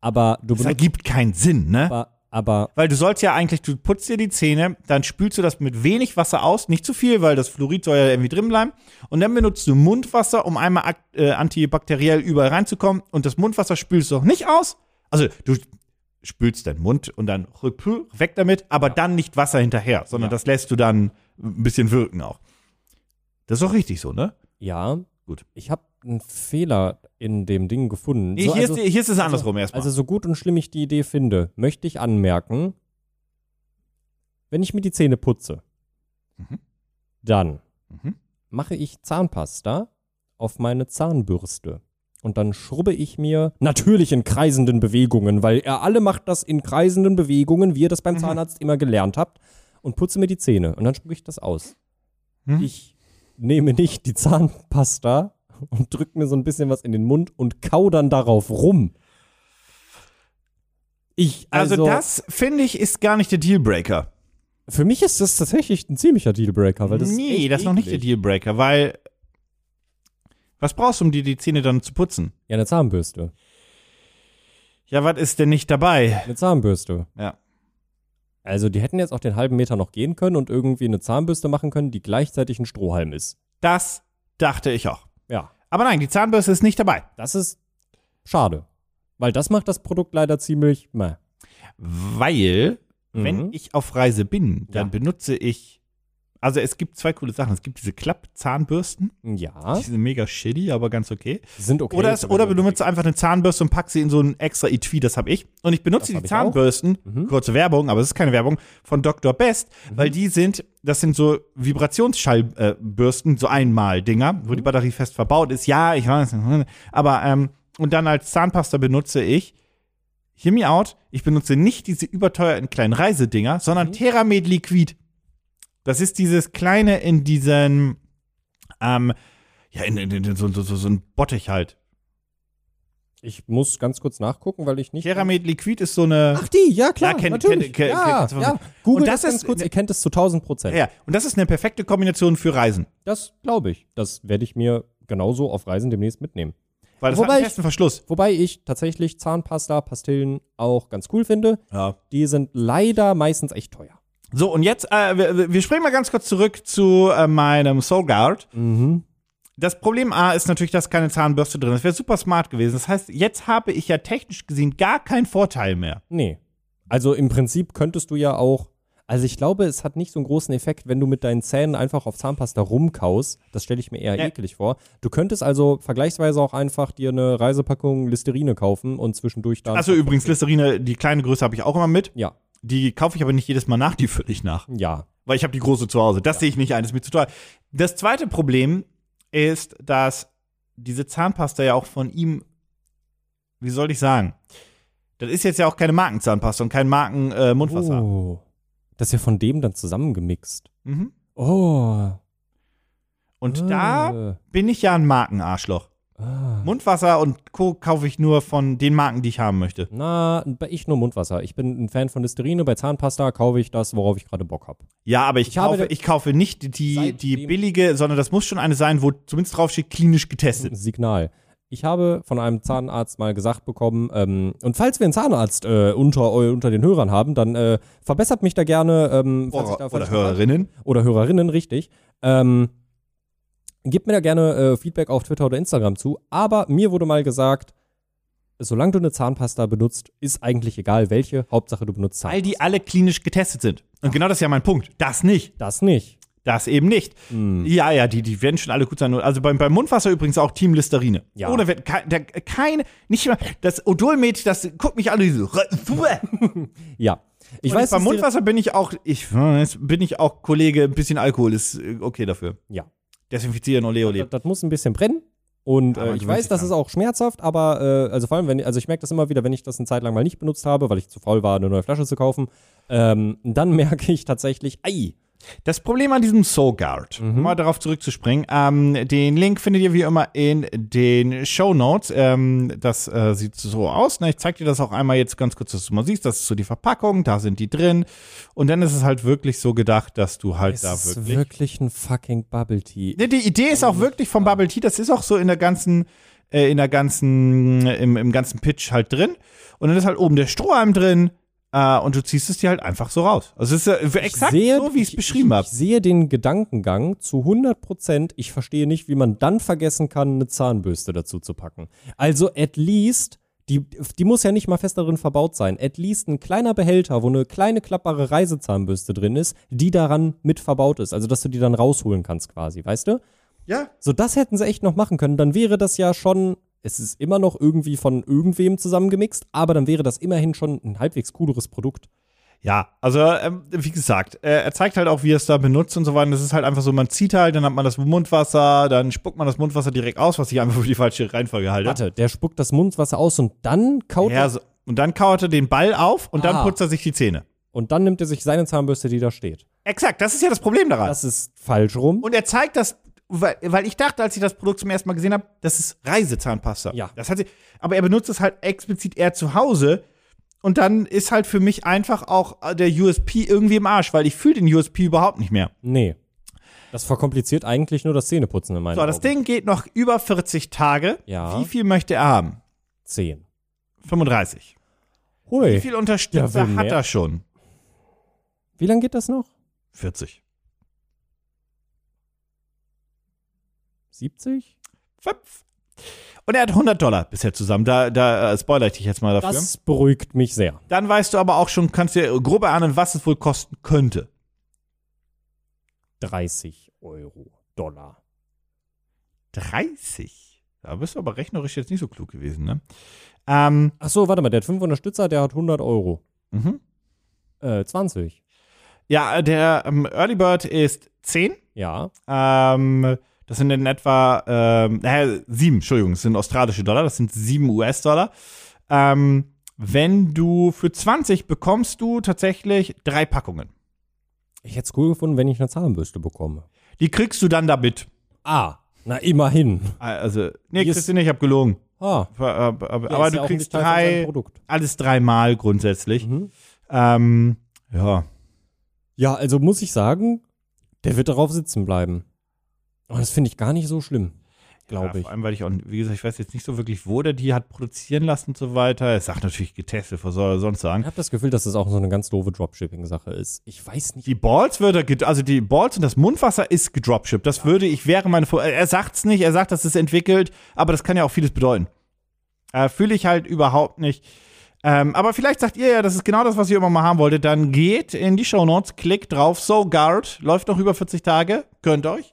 S3: Aber du
S2: Das
S3: benutzt
S2: ergibt keinen Sinn, ne?
S3: aber, aber
S2: Weil du sollst ja eigentlich, du putzt dir die Zähne, dann spülst du das mit wenig Wasser aus, nicht zu viel, weil das Fluorid soll ja irgendwie drin bleiben. Und dann benutzt du Mundwasser, um einmal ak- äh, antibakteriell überall reinzukommen. Und das Mundwasser spülst du auch nicht aus. Also du spülst deinen Mund und dann rückpü, weg damit, aber dann nicht Wasser hinterher, sondern
S3: Ja.
S2: das lässt du dann ein bisschen wirken auch. Das ist auch richtig so, ne?
S3: ja,
S2: Gut.
S3: Ich habe einen Fehler in dem Ding gefunden.
S2: Nee,
S3: So,
S2: hier,
S3: also,
S2: ist, hier ist es andersrum erstmal.
S3: also so gut und schlimm ich die Idee finde, möchte ich anmerken, wenn ich mir die Zähne putze,
S2: Mhm.
S3: dann
S2: Mhm.
S3: mache ich Zahnpasta auf meine Zahnbürste. Und dann schrubbe ich mir natürlich in kreisenden Bewegungen, weil ihr alle macht das in kreisenden Bewegungen, wie ihr das beim
S2: Mhm.
S3: Zahnarzt immer gelernt habt, und putze mir die Zähne. Und dann spucke ich das aus.
S2: Mhm.
S3: Ich nehme nicht die Zahnpasta und drücke mir so ein bisschen was in den Mund und kau dann darauf rum. Ich, also,
S2: also, das, finde ich, ist gar nicht der Dealbreaker.
S3: Für mich ist das tatsächlich ein ziemlicher Dealbreaker, weil das. ist
S2: nee,
S3: echt
S2: das ist noch nicht der
S3: eklig.
S2: Dealbreaker, weil was brauchst du, um dir die Zähne dann zu putzen?
S3: Ja, eine Zahnbürste.
S2: Ja, was ist denn nicht dabei?
S3: Eine Zahnbürste.
S2: Ja.
S3: Also, die hätten jetzt auch den halben Meter noch gehen können und irgendwie eine Zahnbürste machen können, die gleichzeitig ein Strohhalm ist.
S2: Das dachte ich auch.
S3: Ja,
S2: Aber nein, die Zahnbürste ist nicht dabei.
S3: das ist schade. Weil das macht das Produkt leider ziemlich. Meh.
S2: Weil,
S3: Mhm.
S2: wenn ich auf Reise bin, dann
S3: Ja.
S2: benutze ich Also es gibt zwei coole Sachen. Es gibt diese Klappzahnbürsten,
S3: Mhm. Ja,
S2: die sind mega shitty, aber ganz okay.
S3: die sind okay.
S2: Oder, es, oder du nutzt einfach eine Zahnbürste und packst sie in so ein extra Etui, das habe ich. Und ich benutze
S3: Das hab
S2: die
S3: ich auch. Mhm.
S2: Zahnbürsten, kurze Werbung, aber es ist keine Werbung, von Dr. Best, weil die sind, das sind so Vibrationsschallbürsten, äh, Bürsten, so Einmal-Dinger,
S3: Mhm.
S2: wo die Batterie fest verbaut ist. Ja, ich weiß, aber, ähm, und dann als Zahnpasta benutze ich, hear me out, ich benutze nicht diese überteuerten kleinen Reisedinger, sondern
S3: Mhm.
S2: Theramed Liquid. Das ist dieses kleine in diesen, ähm, ja, in, in, in so, so, so, so ein Bottich halt.
S3: Ich muss ganz kurz nachgucken, weil ich nicht.
S2: Keramet Liquid ist so eine.
S3: Ach die, ja klar,
S2: Ja, kenn-
S3: natürlich.
S2: kenn- kenn-
S3: ja,
S2: kenn-
S3: ja.
S2: Und
S3: Google
S2: das
S3: das,
S2: ist-
S3: ganz kurz, ihr kennt es zu 1000 Prozent.
S2: ja, und das ist eine perfekte Kombination für Reisen.
S3: Das glaube ich. Das werde ich mir genauso auf Reisen demnächst mitnehmen.
S2: Weil das
S3: Wobei
S2: hat einen
S3: ich-
S2: festen Verschluss.
S3: Wobei ich tatsächlich Zahnpasta, Pastillen auch ganz cool finde.
S2: Ja.
S3: Die sind leider meistens echt teuer.
S2: So, und jetzt, äh, wir, wir springen mal ganz kurz zurück zu äh, meinem Soul Guard.
S3: Mhm.
S2: Das Problem A ist natürlich, dass keine Zahnbürste drin ist. Das wäre super smart gewesen. Das heißt, jetzt habe ich ja technisch gesehen gar keinen Vorteil mehr.
S3: Nee. Also im Prinzip könntest du ja auch. Also ich glaube, es hat nicht so einen großen Effekt, wenn du mit deinen Zähnen einfach auf Zahnpasta rumkaust. Das stelle ich mir eher
S2: Ja.
S3: eklig vor. Du könntest also vergleichsweise auch einfach dir eine Reisepackung Listerine kaufen und zwischendurch dann.
S2: Also übrigens, Listerine, die kleine Größe habe ich auch immer mit.
S3: Ja,
S2: Die kaufe ich aber nicht jedes Mal nach, die fülle ich nach.
S3: ja.
S2: Weil ich habe die große zu Hause. Das sehe ich nicht ein, das ist mir zu teuer. Das zweite Problem ist, dass diese Zahnpasta ja auch von ihm, wie soll ich sagen, das ist jetzt ja auch keine Markenzahnpasta und kein äh, Marken-Mundwasser.
S3: Oh. Das ist ja von dem dann zusammengemixt.
S2: Mhm.
S3: Oh.
S2: Und da bin ich ja ein Markenarschloch.
S3: Ah.
S2: Mundwasser und Co. kaufe ich nur von den Marken, die ich haben möchte.
S3: Na, bei- ich nur Mundwasser. Ich bin ein Fan von Listerine. Bei Zahnpasta kaufe ich das, worauf ich gerade Bock habe.
S2: Ja, aber ich,
S3: Ich habe
S2: kaufe,
S3: da-
S2: ich kaufe nicht die,
S3: Seit
S2: die
S3: dem-
S2: billige, sondern das muss schon eine sein, wo zumindest draufsteht, klinisch getestet.
S3: Signal. Ich habe von einem Zahnarzt mal gesagt bekommen, ähm, und falls wir einen Zahnarzt äh, unter, eu- unter den Hörern haben, dann äh, verbessert mich da gerne. Ähm, falls ich da,
S2: Oder,
S3: falls
S2: oder
S3: ich da falsch
S2: Hörerinnen.
S3: oder Hörerinnen, richtig. Ähm, gebt mir da gerne äh, Feedback auf Twitter oder Instagram zu. Aber mir wurde mal gesagt, solange du eine Zahnpasta benutzt, ist eigentlich egal welche. Hauptsache du benutzt
S2: Weil
S3: Zahnpasta.
S2: die alle klinisch getestet sind. Und genau das ist ja mein Punkt. Das nicht.
S3: Das nicht.
S2: Das eben nicht.
S3: Hm.
S2: Ja, ja, die, die werden schon alle gut sein. Also beim, beim Mundwasser übrigens auch Team Listerine.
S3: Ja.
S2: Ohne Wett- kein, der, kein, nicht mal, das Odolmet, das guckt mich alle so.
S3: Ja. Ich
S2: Und beim
S3: weiß, dass die-
S2: Mundwasser bin ich auch, ich weiß, bin ich auch Kollege, ein bisschen Alkohol ist äh, okay dafür.
S3: Ja.
S2: Desinfizieren, ole, ole.
S3: Das, das muss ein bisschen brennen. Und
S2: Aber
S3: äh, ich
S2: gewöhnt
S3: weiß,
S2: sich
S3: das
S2: dran.
S3: ist auch schmerzhaft, aber äh, also vor allem, wenn, also ich merke das immer wieder, wenn ich das eine Zeit lang mal nicht benutzt habe, weil ich zu faul war, eine neue Flasche zu kaufen, ähm, dann merke ich tatsächlich, ei,
S2: Das Problem an diesem SoGuard,
S3: Mhm.
S2: um mal darauf zurückzuspringen, ähm, den Link findet ihr wie immer in den Show Notes. Ähm, das äh, sieht so aus. Ne? Ich zeig dir das auch einmal jetzt ganz kurz, dass du mal siehst. Das ist so die Verpackung, da sind die drin. Und dann ist es halt wirklich so gedacht, dass du halt
S3: es
S2: da
S3: ist
S2: wirklich.
S3: wirklich ein fucking Bubble Tea.
S2: Ne, die Idee ist auch wirklich vom Bubble Tea, das ist auch so in der ganzen, äh, in der ganzen, im, im ganzen Pitch halt drin. Und dann ist halt oben der Strohhalm drin. Äh, und du ziehst es dir halt einfach so raus. Also es ist äh, exakt so, wie ich es beschrieben habe.
S3: Ich sehe den Gedankengang zu 100 Prozent. Ich verstehe nicht, wie man dann vergessen kann, eine Zahnbürste dazu zu packen. Also at least, die, die muss ja nicht mal fest darin verbaut sein. At least ein kleiner Behälter, wo eine kleine klappbare Reisezahnbürste drin ist, die daran mit verbaut ist. Also dass du die dann rausholen kannst quasi, weißt du?
S2: Ja,
S3: So, das hätten sie echt noch machen können. Dann wäre das ja schon. Es ist immer noch irgendwie von irgendwem zusammengemixt, aber dann wäre das immerhin schon ein halbwegs cooleres Produkt.
S2: Ja, also ähm, wie gesagt, äh, er zeigt halt auch, wie er es da benutzt und so weiter. Das ist halt einfach so, man zieht halt, dann hat man das Mundwasser, dann spuckt man das Mundwasser direkt aus, was ich einfach für die falsche Reihenfolge halte.
S3: Warte, der spuckt das Mundwasser aus und dann kaut
S2: Ja,
S3: er
S2: so, und dann kaut er den Ball auf und
S3: Ah.
S2: dann putzt er sich die Zähne.
S3: und dann nimmt er sich seine Zahnbürste, die da steht.
S2: Exakt, das ist ja das Problem daran.
S3: Das ist falsch rum.
S2: und er zeigt das, weil, weil ich dachte, als ich das Produkt zum ersten Mal gesehen habe, das ist Reisezahnpasta.
S3: Ja.
S2: Das hat sie, aber er benutzt es halt explizit eher zu Hause. Und dann ist halt für mich einfach auch äh, der USP irgendwie im Arsch, weil ich fühle den USP überhaupt nicht mehr.
S3: Nee. Das verkompliziert eigentlich nur das Zähneputzen in meinen
S2: So,
S3: Augen.
S2: das Ding geht noch über 40 Tage.
S3: Ja.
S2: Wie viel möchte er haben?
S3: 10.
S2: 35. Wie
S3: Hui.
S2: viel Unterstützer
S3: Ja, will
S2: hat
S3: mehr.
S2: er schon?
S3: Wie lange geht das noch?
S2: 40.
S3: 70?
S2: Fünf. Und er hat 100 Dollar bisher zusammen. Da, da äh, spoiler ich dich jetzt mal dafür.
S3: Das beruhigt mich sehr.
S2: Dann weißt du aber auch schon, kannst dir grob erahnen, was es wohl kosten könnte.
S3: 30 Euro Dollar.
S2: 30? Da bist du aber rechnerisch jetzt nicht so klug gewesen, ne? Ähm,
S3: Ach so, warte mal, der hat 500 Stützer, der hat 100 Euro.
S2: mhm.
S3: Äh, 20.
S2: Ja, der ähm, Early Bird ist 10.
S3: Ja.
S2: Ähm, das sind in etwa, ähm, äh, sieben, Entschuldigung, das sind australische Dollar, das sind sieben US-Dollar. Ähm, wenn du für 20 bekommst du tatsächlich drei Packungen.
S3: Ich hätte es cool gefunden, wenn ich eine Zahnbürste bekomme.
S2: Die kriegst du dann damit.
S3: Ah, na immerhin.
S2: Äh, Also, nee,
S3: Yes.
S2: kriegst du nicht, ich hab gelogen.
S3: Ah.
S2: Äh, Aber,
S3: Ja,
S2: aber
S3: ist ja
S2: du
S3: auch
S2: kriegst
S3: nicht Teil von seinem
S2: drei,
S3: Produkt.
S2: alles dreimal grundsätzlich.
S3: Mhm.
S2: Ähm, ja.
S3: Ja, also muss ich sagen, der wird darauf sitzen bleiben. Und das finde ich gar nicht so schlimm,
S2: ja,
S3: glaube ich.
S2: Vor allem, weil ich auch, wie gesagt, ich weiß jetzt nicht so wirklich, wo der die hat produzieren lassen und so weiter. Es sagt natürlich getestet, was soll er sonst sagen?
S3: Ich habe das Gefühl, dass das auch so eine ganz doofe Dropshipping-Sache ist. Ich weiß nicht.
S2: Die Balls wird er, ged- also die Balls und das Mundwasser ist gedropshippt. Das würde ich, wäre meine, Vor- er sagt's nicht, er sagt, das ist entwickelt, aber das kann ja auch vieles bedeuten. Äh, Fühle ich halt überhaupt nicht. Ähm, aber vielleicht sagt ihr ja, das ist genau das, was ihr immer mal haben wolltet. Dann geht in die Shownotes, klickt drauf, so guard, läuft noch über 40 Tage, könnt euch.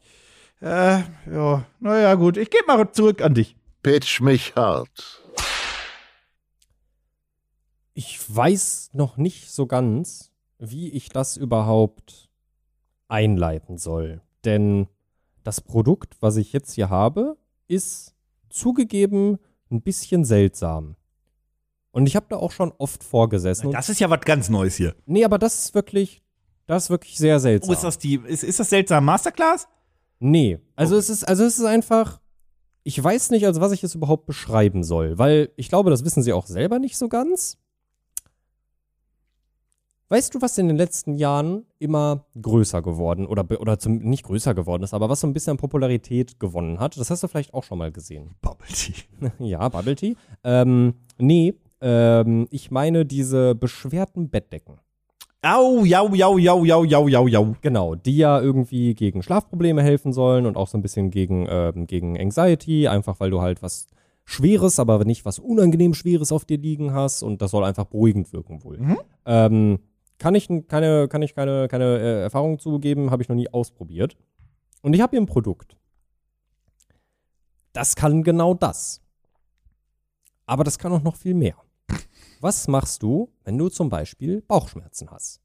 S2: Äh, ja, naja, gut, ich gebe mal zurück an dich.
S1: Pitch mich hart.
S3: Ich weiß noch nicht so ganz, wie ich das überhaupt einleiten soll. Denn das Produkt, was ich jetzt hier habe, ist zugegeben ein bisschen seltsam. Und ich habe da auch schon oft vorgesessen. Und,
S2: ist ja was ganz Neues hier.
S3: nee, aber das ist wirklich, das ist wirklich sehr seltsam.
S2: Oh, ist das die, ist, ist das seltsam Masterclass?
S3: Nee, also es ist also es ist einfach ich weiß nicht, als was ich es überhaupt beschreiben soll, weil ich glaube, das wissen sie auch selber nicht so ganz. Weißt du, was in den letzten Jahren immer größer geworden oder be- oder zum, nicht größer geworden ist, aber was so ein bisschen an Popularität gewonnen hat? Das hast du vielleicht auch schon mal gesehen.
S2: Bubble Tea.
S3: ja, Bubble Tea. Ähm, nee, ähm, ich meine diese beschwerten Bettdecken.
S2: Au, jau, jau, jau, jau, jau, jau, jau.
S3: Genau, die ja irgendwie gegen Schlafprobleme helfen sollen und auch so ein bisschen gegen, ähm, gegen Anxiety, einfach weil du halt was Schweres, aber nicht was unangenehm Schweres auf dir liegen hast und das soll einfach beruhigend wirken wohl.
S2: Mhm.
S3: Ähm, kann ich n- keine, kann ich keine, keine äh, Erfahrung zugeben, habe ich noch nie ausprobiert. Und ich habe hier ein Produkt. Das kann genau das. Aber das kann auch noch viel mehr. Was machst du, wenn du zum Beispiel Bauchschmerzen hast?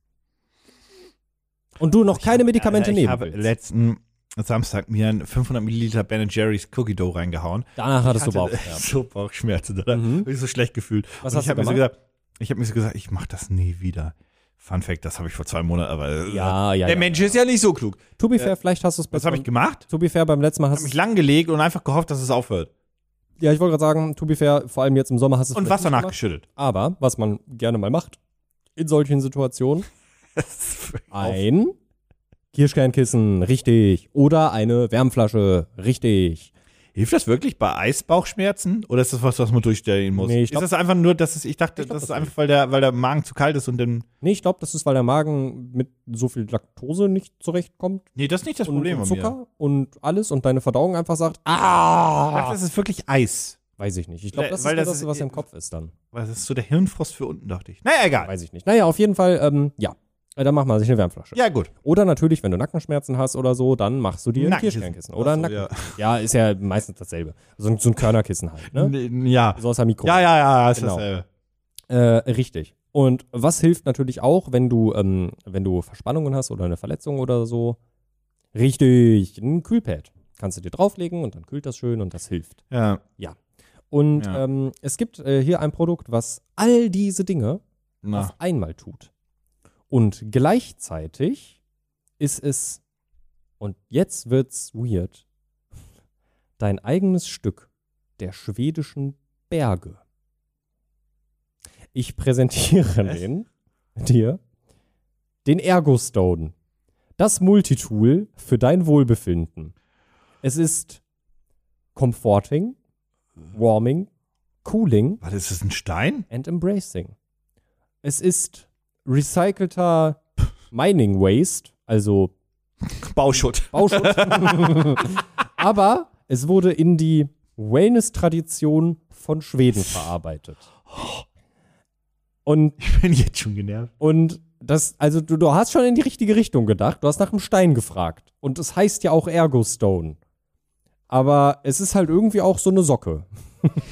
S3: Und du noch keine Medikamente
S2: Alter, ich
S3: nehmen
S2: habe
S3: willst?
S2: letzten Samstag mir ein 500 Milliliter Ben Jerry's Cookie Dough reingehauen.
S3: Danach hattest
S2: Ich
S3: du
S2: hatte
S3: Bauchschmerzen.
S2: So Bauchschmerzen, oder?
S3: Mhm.
S2: Hab ich so schlecht gefühlt.
S3: Was
S2: Und
S3: hast
S2: ich hab
S3: du
S2: mir so
S3: gemacht?
S2: gesagt, ich habe mir so gesagt, ich mache das nie wieder. Fun Fact, das habe ich vor zwei Monaten, aber äh,
S3: Ja, ja,
S2: der
S3: ja,
S2: Mensch ist ja nicht so klug.
S3: To be fair, vielleicht hast du es
S2: Was habe ich gemacht?
S3: To be fair, beim letzten Mal
S2: Ich
S3: hast
S2: habe
S3: du
S2: mich lang gelegt und einfach gehofft, dass es aufhört.
S3: Ja, ich wollte gerade sagen, to be fair, vor allem jetzt im Sommer hast du es
S2: Und
S3: vielleicht
S2: Wasser
S3: nicht gemacht.
S2: nachgeschüttet.
S3: Aber, was man gerne mal macht, in solchen Situationen, ein Kirschkernkissen, richtig. Oder eine Wärmflasche, richtig.
S2: Hilft das wirklich bei Eisbauchschmerzen? Oder ist das was, was man durchstellen muss?
S3: Nee, ich
S2: ist
S3: glaub-
S2: das einfach nur, dass es, ich dachte,
S3: Ich glaub,
S2: das ist
S3: das
S2: einfach, weil der, weil der Magen zu kalt ist und dann.
S3: Nee, ich glaube, das ist, weil der Magen mit so viel Laktose nicht zurechtkommt.
S2: Nee, das ist nicht das
S3: Und,
S2: Problem
S3: und
S2: bei mir.
S3: Zucker und alles und deine Verdauung einfach sagt, ah,
S2: Ich dachte, das ist wirklich Eis.
S3: weiß ich nicht. Ich glaube,
S2: Weil-
S3: das
S2: weil
S3: ist nur
S2: das
S3: das,
S2: ist-
S3: was im Kopf ist dann.
S2: Weil das ist so der Hirnfrost für unten, dachte ich. Naja, egal.
S3: Weiß ich nicht. Naja, auf jeden Fall, ähm, ja. Äh, Dann macht man sich eine Wärmflasche.
S2: Ja, gut.
S3: Oder natürlich, wenn du Nackenschmerzen hast oder so, dann machst du dir ein
S2: Nackenkissen.
S3: Kirschkernkissen. Oder ein
S2: Ach so,
S3: Nacken. Ja. ist ja meistens dasselbe. So ein, so ein Körnerkissen halt, ne?
S2: N- Ja.
S3: So aus der Mikro.
S2: Ja, ja, ja, ist
S3: Genau.
S2: dasselbe.
S3: Äh, richtig. Und was hilft natürlich auch, wenn du, ähm, wenn du Verspannungen hast oder eine Verletzung oder so? Richtig, ein Kühlpad. Kannst du dir drauflegen und dann kühlt das schön und das hilft.
S2: Ja.
S3: Und
S2: Ja.
S3: ähm, es gibt äh, hier ein Produkt, was all diese Dinge
S2: Na.
S3: auf einmal tut. Und gleichzeitig ist es, und jetzt wird's weird, dein eigenes Stück der schwedischen Berge. Ich präsentiere
S2: Was?
S3: den, dir den Ergostone, das Multitool für dein Wohlbefinden. Es ist comforting, warming, cooling
S2: Warte, ist das ein Stein?
S3: and embracing. Es ist recycelter Mining Waste, also
S2: Bauschutt.
S3: Bauschutt. Aber es wurde in die Wellness-Tradition von Schweden verarbeitet. Und,
S2: Ich bin jetzt schon genervt.
S3: und Das, also du, du hast schon in die richtige Richtung gedacht. Du hast nach dem Stein gefragt. Und es heißt ja auch Ergo Stone. Aber es ist halt irgendwie auch so eine Socke.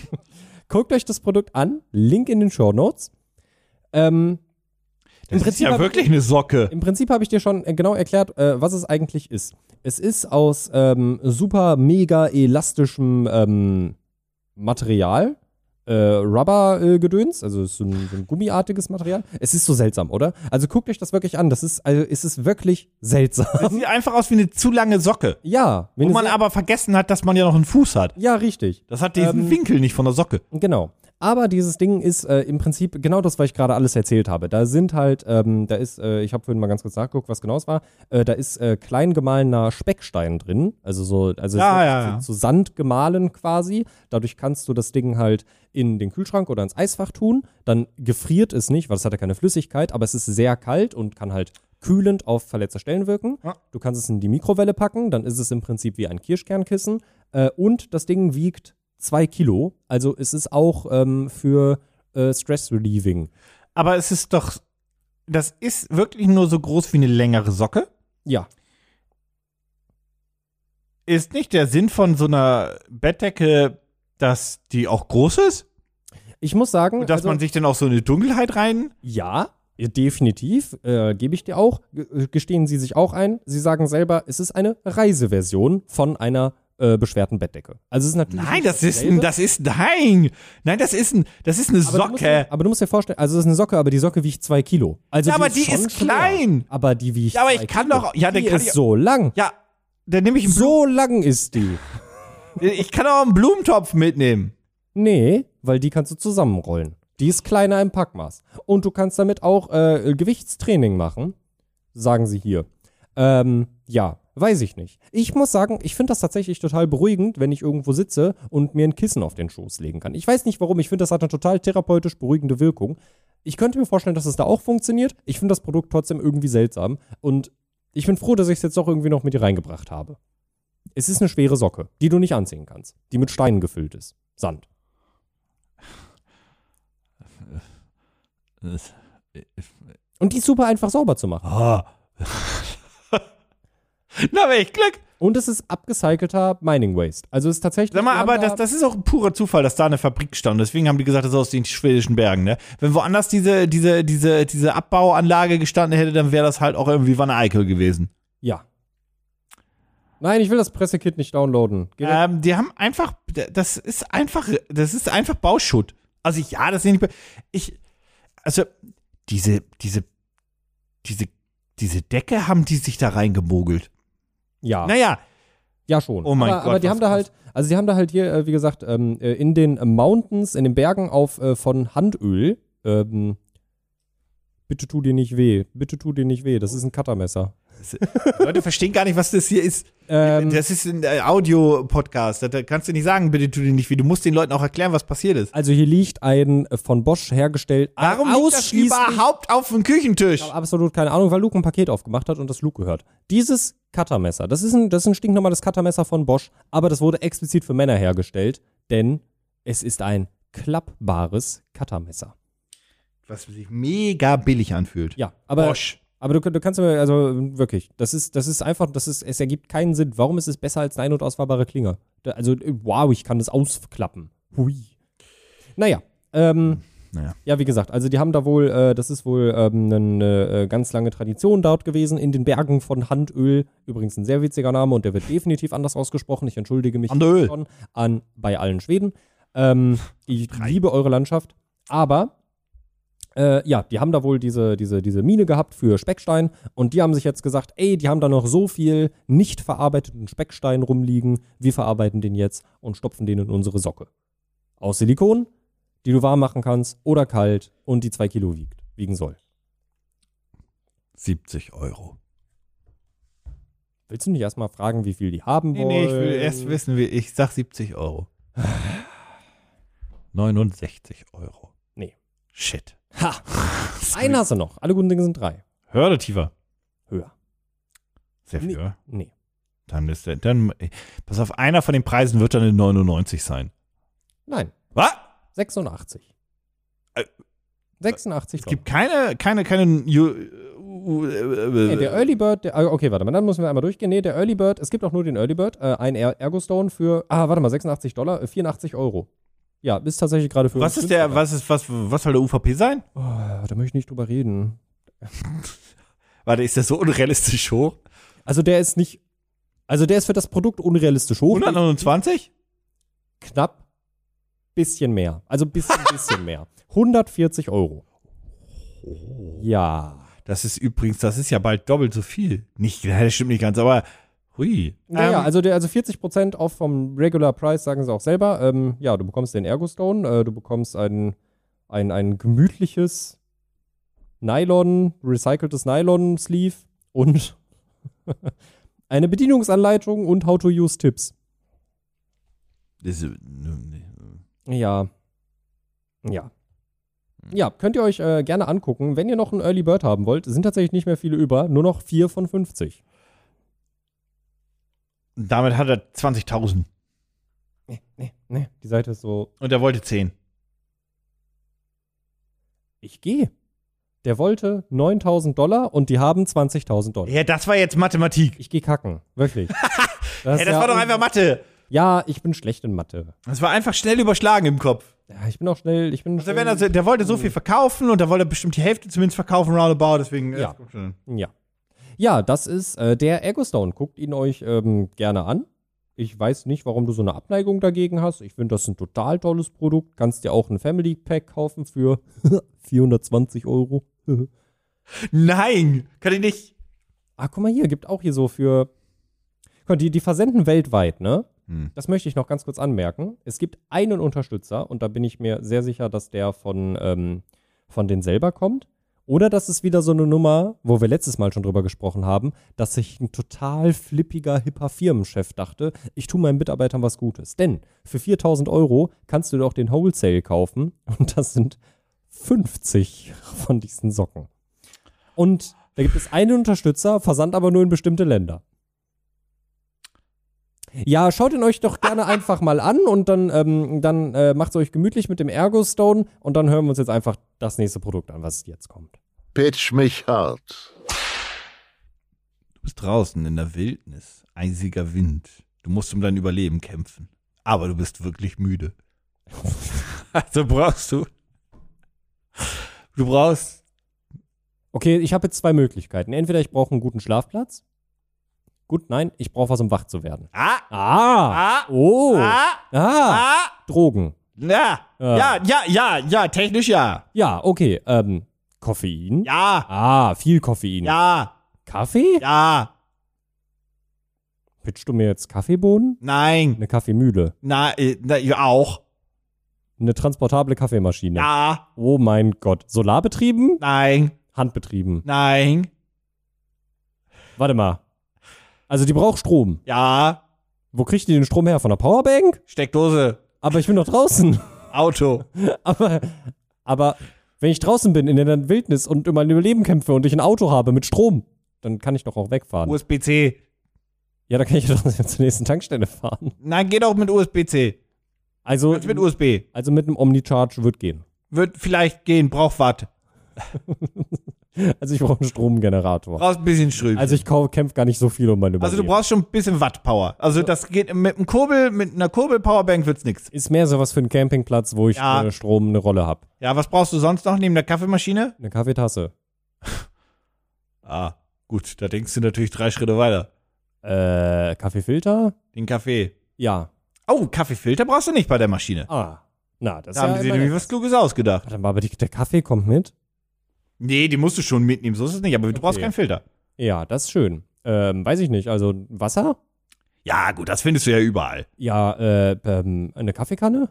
S3: Guckt euch das Produkt an. Link in den Show Notes. Ähm,
S2: Das ist ja
S3: hab-
S2: wirklich eine Socke.
S3: im Prinzip habe ich dir schon äh, genau erklärt, äh, was es eigentlich ist. Es ist aus ähm, super mega elastischem ähm, Material. Äh, Rubber-Gedöns, äh, Gedöns, also es ist so ein, so ein gummiartiges Material. Es ist so seltsam, oder? Also guckt euch das wirklich an. Das ist, also es ist wirklich seltsam.
S2: Das sieht einfach aus wie eine zu lange Socke.
S3: Ja, wenn
S2: Wo
S3: es-
S2: man aber vergessen hat, dass man ja noch einen Fuß hat.
S3: ja, richtig.
S2: Das hat diesen
S3: Ähm,
S2: Winkel nicht von der Socke.
S3: Genau. Aber dieses Ding ist äh, im Prinzip genau das, was ich gerade alles erzählt habe. Da sind halt, ähm, da ist, äh, ich habe vorhin mal ganz kurz nachgeguckt, was genau es war. Äh, da ist äh, klein gemahlener Speckstein drin, also so, also
S2: Ja,
S3: so,
S2: ja, ja.
S3: so, so Sand gemahlen quasi. Dadurch kannst du das Ding halt in den Kühlschrank oder ins Eisfach tun. Dann gefriert es nicht, weil es hat ja keine Flüssigkeit, aber es ist sehr kalt und kann halt kühlend auf verletzte Stellen wirken.
S2: Ja.
S3: Du kannst es in die Mikrowelle packen, dann ist es im Prinzip wie ein Kirschkernkissen. Äh, und das Ding wiegt zwei Kilo. Also es ist auch ähm, für äh, Stress Relieving.
S2: Aber es ist doch, das ist wirklich nur so groß wie eine längere Socke.
S3: Ja.
S2: Ist nicht der Sinn von so einer Bettdecke, dass die auch groß ist?
S3: Ich muss sagen,
S2: Und dass
S3: also,
S2: man sich dann auch so in die Dunkelheit rein?
S3: ja, ja, definitiv, äh, gebe ich dir auch, G- äh, gestehen sie sich auch ein. Sie sagen selber, es ist eine Reiseversion von einer äh, beschwerten Bettdecke. Also es ist natürlich
S2: Nein,
S3: nicht
S2: das ist ein,
S3: dasselbe.
S2: das ist, nein! Nein, das ist ein, das ist eine
S3: Aber du, musst
S2: Socke.
S3: dir, aber du musst dir vorstellen, also das ist eine Socke, aber die Socke wiegt zwei Kilo. Also
S2: Ja, aber die
S3: schon
S2: ist klein.
S3: Schwer, aber die wiegt.
S2: Ja, aber ich
S3: zwei
S2: kann
S3: Kilo.
S2: doch- ja, dann
S3: die
S2: kann
S3: ist
S2: ich-
S3: so lang.
S2: Ja, dann nehme ich einen,
S3: So lang ist die.
S2: Blumen- ich kann auch einen Blumentopf mitnehmen.
S3: Nee, weil die kannst du zusammenrollen. Die ist kleiner im Packmaß. Und du kannst damit auch äh, Gewichtstraining machen, sagen sie hier. Ähm, ja, weiß ich nicht. Ich muss sagen, ich finde das tatsächlich total beruhigend, wenn ich irgendwo sitze und mir ein Kissen auf den Schoß legen kann. Ich weiß nicht warum, ich finde, das hat eine total therapeutisch beruhigende Wirkung. Ich könnte mir vorstellen, dass es da auch funktioniert. Ich finde das Produkt trotzdem irgendwie seltsam. Und ich bin froh, dass ich es jetzt doch irgendwie noch mit dir reingebracht habe. Es ist eine schwere Socke, die du nicht anziehen kannst, die mit Steinen gefüllt ist. Sand. Und die ist super einfach sauber zu machen.
S2: Oh. Na, welch Glück!
S3: Und es ist abgecycelter Mining Waste. Also es ist tatsächlich.
S2: Sag mal,
S3: wir haben
S2: aber
S3: da-
S2: das, das ist auch ein purer Zufall, dass da eine Fabrik stand. Deswegen haben die gesagt, das ist aus den schwedischen Bergen, ne? Wenn woanders diese, diese, diese, diese Abbauanlage gestanden hätte, dann wäre das halt auch irgendwie Wanne Eickel gewesen.
S3: Ja. Nein, ich will das Pressekit nicht downloaden. Geht das?
S2: Ähm, die haben einfach, das ist einfach, das ist einfach Bauschutt. Also ich, ja, das ist nicht, ich, also diese, diese, diese, diese Decke haben die sich da reingemogelt.
S3: ja.
S2: Naja,
S3: Ja, schon.
S2: Oh mein
S3: aber,
S2: Gott,
S3: Aber die
S2: was
S3: haben da
S2: krass.
S3: halt, also die haben da halt hier, äh, wie gesagt, ähm, äh, in den äh, Mountains, in den Bergen auf äh, von Handöl. Ähm, bitte tu dir nicht weh. Bitte tu dir nicht weh. Das ist ein Cuttermesser.
S2: Leute verstehen gar nicht, was das hier ist.
S3: Ähm,
S2: Das ist ein äh, Audio-Podcast. Da- Da kannst du nicht sagen, bitte tu dir nicht weh. Du musst den Leuten auch erklären, was passiert ist.
S3: also hier liegt ein äh, von Bosch hergestellt.
S2: Warum liegt das
S3: ausschließlich-
S2: überhaupt auf dem Küchentisch?
S3: Ich habe absolut keine Ahnung, weil Luke ein Paket aufgemacht hat und das Luke gehört. Dieses Cuttermesser, das ist ein, das ist ein stinknormales Cuttermesser von Bosch, aber das wurde explizit für Männer hergestellt, denn es ist ein klappbares Cuttermesser.
S2: Was sich mega billig anfühlt.
S3: Ja, aber
S2: Bosch.
S3: aber du, du kannst mir also wirklich, das ist das ist einfach, das ist es ergibt keinen Sinn. Warum ist es besser als eine ein- und ausfahrbare Klinge? Da, also wow, ich kann das ausklappen. Hui. Naja, ähm,
S2: Hm, Naja.
S3: ja, wie gesagt, also die haben da wohl, äh, das ist wohl ähm, eine äh, ganz lange Tradition dort gewesen, in den Bergen von Handöl. Übrigens ein sehr witziger Name und der wird definitiv anders ausgesprochen. Ich entschuldige mich
S2: Handöl.
S3: schon an, bei allen Schweden. Ähm, ich liebe eure Landschaft. Aber, äh, ja, die haben da wohl diese, diese, diese Mine gehabt für Speckstein und die haben sich jetzt gesagt, ey, die haben da noch so viel nicht verarbeiteten Speckstein rumliegen, wir verarbeiten den jetzt und stopfen den in unsere Socke. Aus Silikon, die du warm machen kannst oder kalt und die zwei Kilo wiegt, wiegen soll.
S2: 70 Euro.
S3: Willst du nicht erstmal fragen, wie viel die haben
S2: Nee,
S3: wollen?
S2: nee, ich will erst wissen, wie ich sag 70 Euro. 69 Euro.
S3: Nee.
S2: Shit.
S3: Ha! Einen hast du noch. Alle guten Dinge sind drei.
S2: Hör oder tiefer?
S3: Höher.
S2: Sehr
S3: Nee.
S2: viel. oder?
S3: Nee.
S2: Dann ist der, dann, pass auf, einer von den Preisen wird dann eine 99 sein.
S3: Nein.
S2: Was?
S3: 86. 86
S2: Äh, Es gibt keine, keine, keine. Ju- äh, U-
S3: Nee, der
S2: äh, äh,
S3: Early Bird, der, ah, okay, warte mal, dann müssen wir einmal durchgehen. Nee, der Early Bird, es gibt auch nur den Early Bird, äh, ein Er- Ergostone für, ah, warte mal, 86 Dollar, äh, 84 Euro. Ja, ist tatsächlich gerade für
S2: Was
S3: uns
S2: ist der,
S3: günstiger.
S2: was ist, was, was soll der UVP sein?
S3: Oh, da möchte ich nicht drüber reden.
S2: Warte, ist der so unrealistisch hoch?
S3: Also der ist nicht, also der ist für das Produkt unrealistisch hoch.
S2: 129?
S3: Knapp bisschen mehr. Also bisschen, bisschen mehr. 140 Euro.
S2: Oh.
S3: Ja.
S2: Das ist übrigens, das ist ja bald doppelt so viel. Nicht, ja, das stimmt nicht ganz, aber hui.
S3: Naja,
S2: Ähm,
S3: also, der, also 40% auf vom Regular Price, sagen sie auch selber. Ähm, ja, du bekommst den Ergostone, äh, du bekommst ein, ein, ein gemütliches Nylon, recyceltes Nylon-Sleeve und eine Bedienungsanleitung und How-to-Use-Tipps.
S2: das ist- ne, nee, nee.
S3: Ja. Ja. Ja, könnt ihr euch äh, gerne angucken. Wenn ihr noch einen Early Bird haben wollt, sind tatsächlich nicht mehr viele über, nur noch 4 von 50.
S2: Damit hat er 20.000
S3: Nee, nee, nee. Die Seite ist so
S2: und er wollte 10.
S3: ich gehe. Der wollte 9000 Dollar und die haben 20.000 Dollar.
S2: Ja, das war jetzt Mathematik.
S3: Ich gehe kacken, wirklich.
S2: Das, ja, das war doch einfach Mathe.
S3: Ja, ich bin schlecht in Mathe.
S2: Das war einfach schnell überschlagen im Kopf.
S3: Ja, ich bin auch schnell, ich bin
S2: Also,
S3: schnell,
S2: wenn er, so- der wollte so viel verkaufen und da wollte er bestimmt die Hälfte zumindest verkaufen, roundabout, deswegen. äh,
S3: Ja.
S2: das kommt schon hin.
S3: ja. Ja, das ist äh, der Eggostone. Guckt ihn euch ähm, gerne an. Ich weiß nicht, warum du so eine Abneigung dagegen hast. Ich finde das ein total tolles Produkt. Kannst dir auch ein Family Pack kaufen für 420 Euro.
S2: Nein, kann ich nicht.
S3: Ah, guck mal hier, gibt auch hier so für. Guck mal, Die, die versenden weltweit, ne?
S2: Hm.
S3: Das möchte ich noch ganz kurz anmerken. Es gibt einen Unterstützer und da bin ich mir sehr sicher, dass der von, ähm, von denen selber kommt. Oder das ist wieder so eine Nummer, wo wir letztes Mal schon drüber gesprochen haben, dass sich ein total flippiger, hipper Firmenchef dachte, ich tue meinen Mitarbeitern was Gutes. Denn für 4000 Euro kannst du doch den Wholesale kaufen und das sind 50 von diesen Socken. Und da gibt es einen Unterstützer, Versand aber nur in bestimmte Länder. Ja, schaut ihn euch doch gerne einfach mal an und dann, ähm, dann äh, macht es euch gemütlich mit dem Ergostone und dann hören wir uns jetzt einfach das nächste Produkt an, was jetzt kommt.
S1: Pitch mich hart.
S2: Du bist draußen in der Wildnis, eisiger Wind. Du musst um dein Überleben kämpfen. Aber du bist wirklich müde. also brauchst du. Du brauchst.
S3: Okay, ich habe jetzt zwei Möglichkeiten. Entweder ich brauche einen guten Schlafplatz. Gut, nein, ich brauche was, um wach zu werden.
S2: Ah!
S3: Ah!
S2: Ah.
S3: Oh! Ah!
S2: Ah! Ah!
S3: Drogen.
S2: Ja!
S3: Ah.
S2: Ja, ja, ja, ja, technisch ja.
S3: Ja, okay. Ähm, Koffein?
S2: Ja,
S3: Ah, viel Koffein.
S2: ja,
S3: Kaffee?
S2: ja,
S3: Pitchst du mir jetzt Kaffeebohnen?
S2: nein,
S3: Eine Kaffeemühle.
S2: na, äh, na ja, auch.
S3: Eine transportable
S2: Ne.
S3: Kaffeemaschine.
S2: Ja,
S3: Oh mein Gott. Solarbetrieben?
S2: nein,
S3: Handbetrieben.
S2: nein,
S3: Warte mal. Also die braucht Strom.
S2: ja,
S3: Wo kriegt die den Strom her? Von der Powerbank?
S2: Steckdose,
S3: Aber ich bin doch draußen.
S2: Auto.
S3: Aber, aber wenn ich draußen bin in der Wildnis und um mein Überleben kämpfe und ich ein Auto habe mit Strom, dann kann ich doch auch wegfahren.
S2: USB-C.
S3: ja, dann kann ich doch zur nächsten Tankstelle fahren.
S2: Nein, geht auch mit USB-C.
S3: Also,
S2: Mit USB.
S3: also mit einem Omnicharge wird gehen.
S2: Wird vielleicht gehen, braucht Watt.
S3: Also ich brauche einen Stromgenerator.
S2: Brauchst ein bisschen Ström.
S3: Also ich kau- kämpf gar nicht so viel um mein Überleben.
S2: Also du brauchst schon ein bisschen Watt-Power. Also das geht mit einem Kurbel, mit einer Kurbel-Powerbank wird's nix.
S3: ist mehr sowas für einen Campingplatz, wo ich
S2: Ja.
S3: äh, Strom eine Rolle habe.
S2: Ja, was brauchst du sonst noch neben der Kaffeemaschine?
S3: Eine Kaffeetasse.
S2: Ah, gut, da denkst du natürlich drei Schritte weiter.
S3: Äh, Kaffeefilter?
S2: Den Kaffee.
S3: Ja.
S2: Oh, Kaffeefilter brauchst du nicht bei der Maschine.
S3: Ah. Na, das
S2: Da haben
S3: ist
S2: sie
S3: ja
S2: nämlich
S3: immer
S2: was Kluges ausgedacht.
S3: Warte mal, aber die, der Kaffee kommt mit?
S2: Nee, die musst du schon mitnehmen, so ist es nicht, aber du brauchst
S3: Okay.
S2: keinen Filter.
S3: Ja, das ist schön. Ähm, weiß ich nicht. Also Wasser?
S2: Ja, gut, das findest du ja überall.
S3: Ja, äh, ähm, eine Kaffeekanne?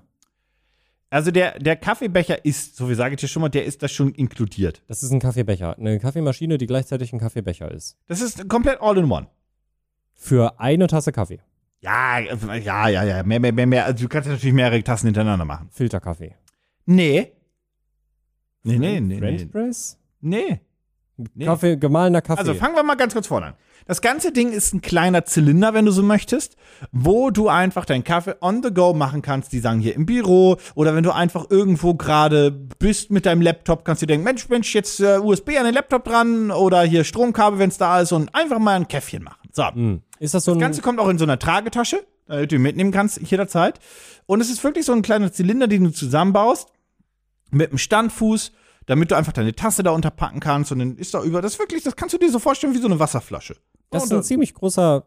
S2: Also der, der Kaffeebecher ist, so wie sage ich dir schon mal, der ist das schon inkludiert.
S3: Das ist ein Kaffeebecher. Eine Kaffeemaschine, die gleichzeitig ein Kaffeebecher ist.
S2: Das ist komplett all in one.
S3: Für eine Tasse Kaffee.
S2: Ja, äh, ja, ja, ja, mehr, mehr, mehr, mehr. Also du kannst ja natürlich mehrere Tassen hintereinander machen.
S3: Filterkaffee.
S2: Nee. Nee, nee, nee.
S3: French
S2: Nee.
S3: Press?
S2: nee. Nee.
S3: Kaffee, gemahlener Kaffee.
S2: Also fangen wir mal ganz kurz vorne an. Das ganze Ding ist ein kleiner Zylinder, wenn du so möchtest, wo du einfach deinen Kaffee on the go machen kannst. Die sagen hier im Büro oder wenn du einfach irgendwo gerade bist mit deinem Laptop, kannst du dir denken, Mensch, Mensch, jetzt äh, USB an den Laptop dran oder hier Stromkabel, wenn es da ist und einfach mal ein Käffchen machen. So.
S3: Hm. ist das so ein.
S2: Das Ganze kommt auch in so einer Tragetasche, damit du ihn mitnehmen kannst jederzeit. Und es ist wirklich so ein kleiner Zylinder, den du zusammenbaust mit einem Standfuß, damit du einfach deine Tasse da unterpacken kannst und dann ist da über. Das ist wirklich, das kannst du dir so vorstellen wie so eine Wasserflasche.
S3: das ist
S2: Und-
S3: ein ziemlich großer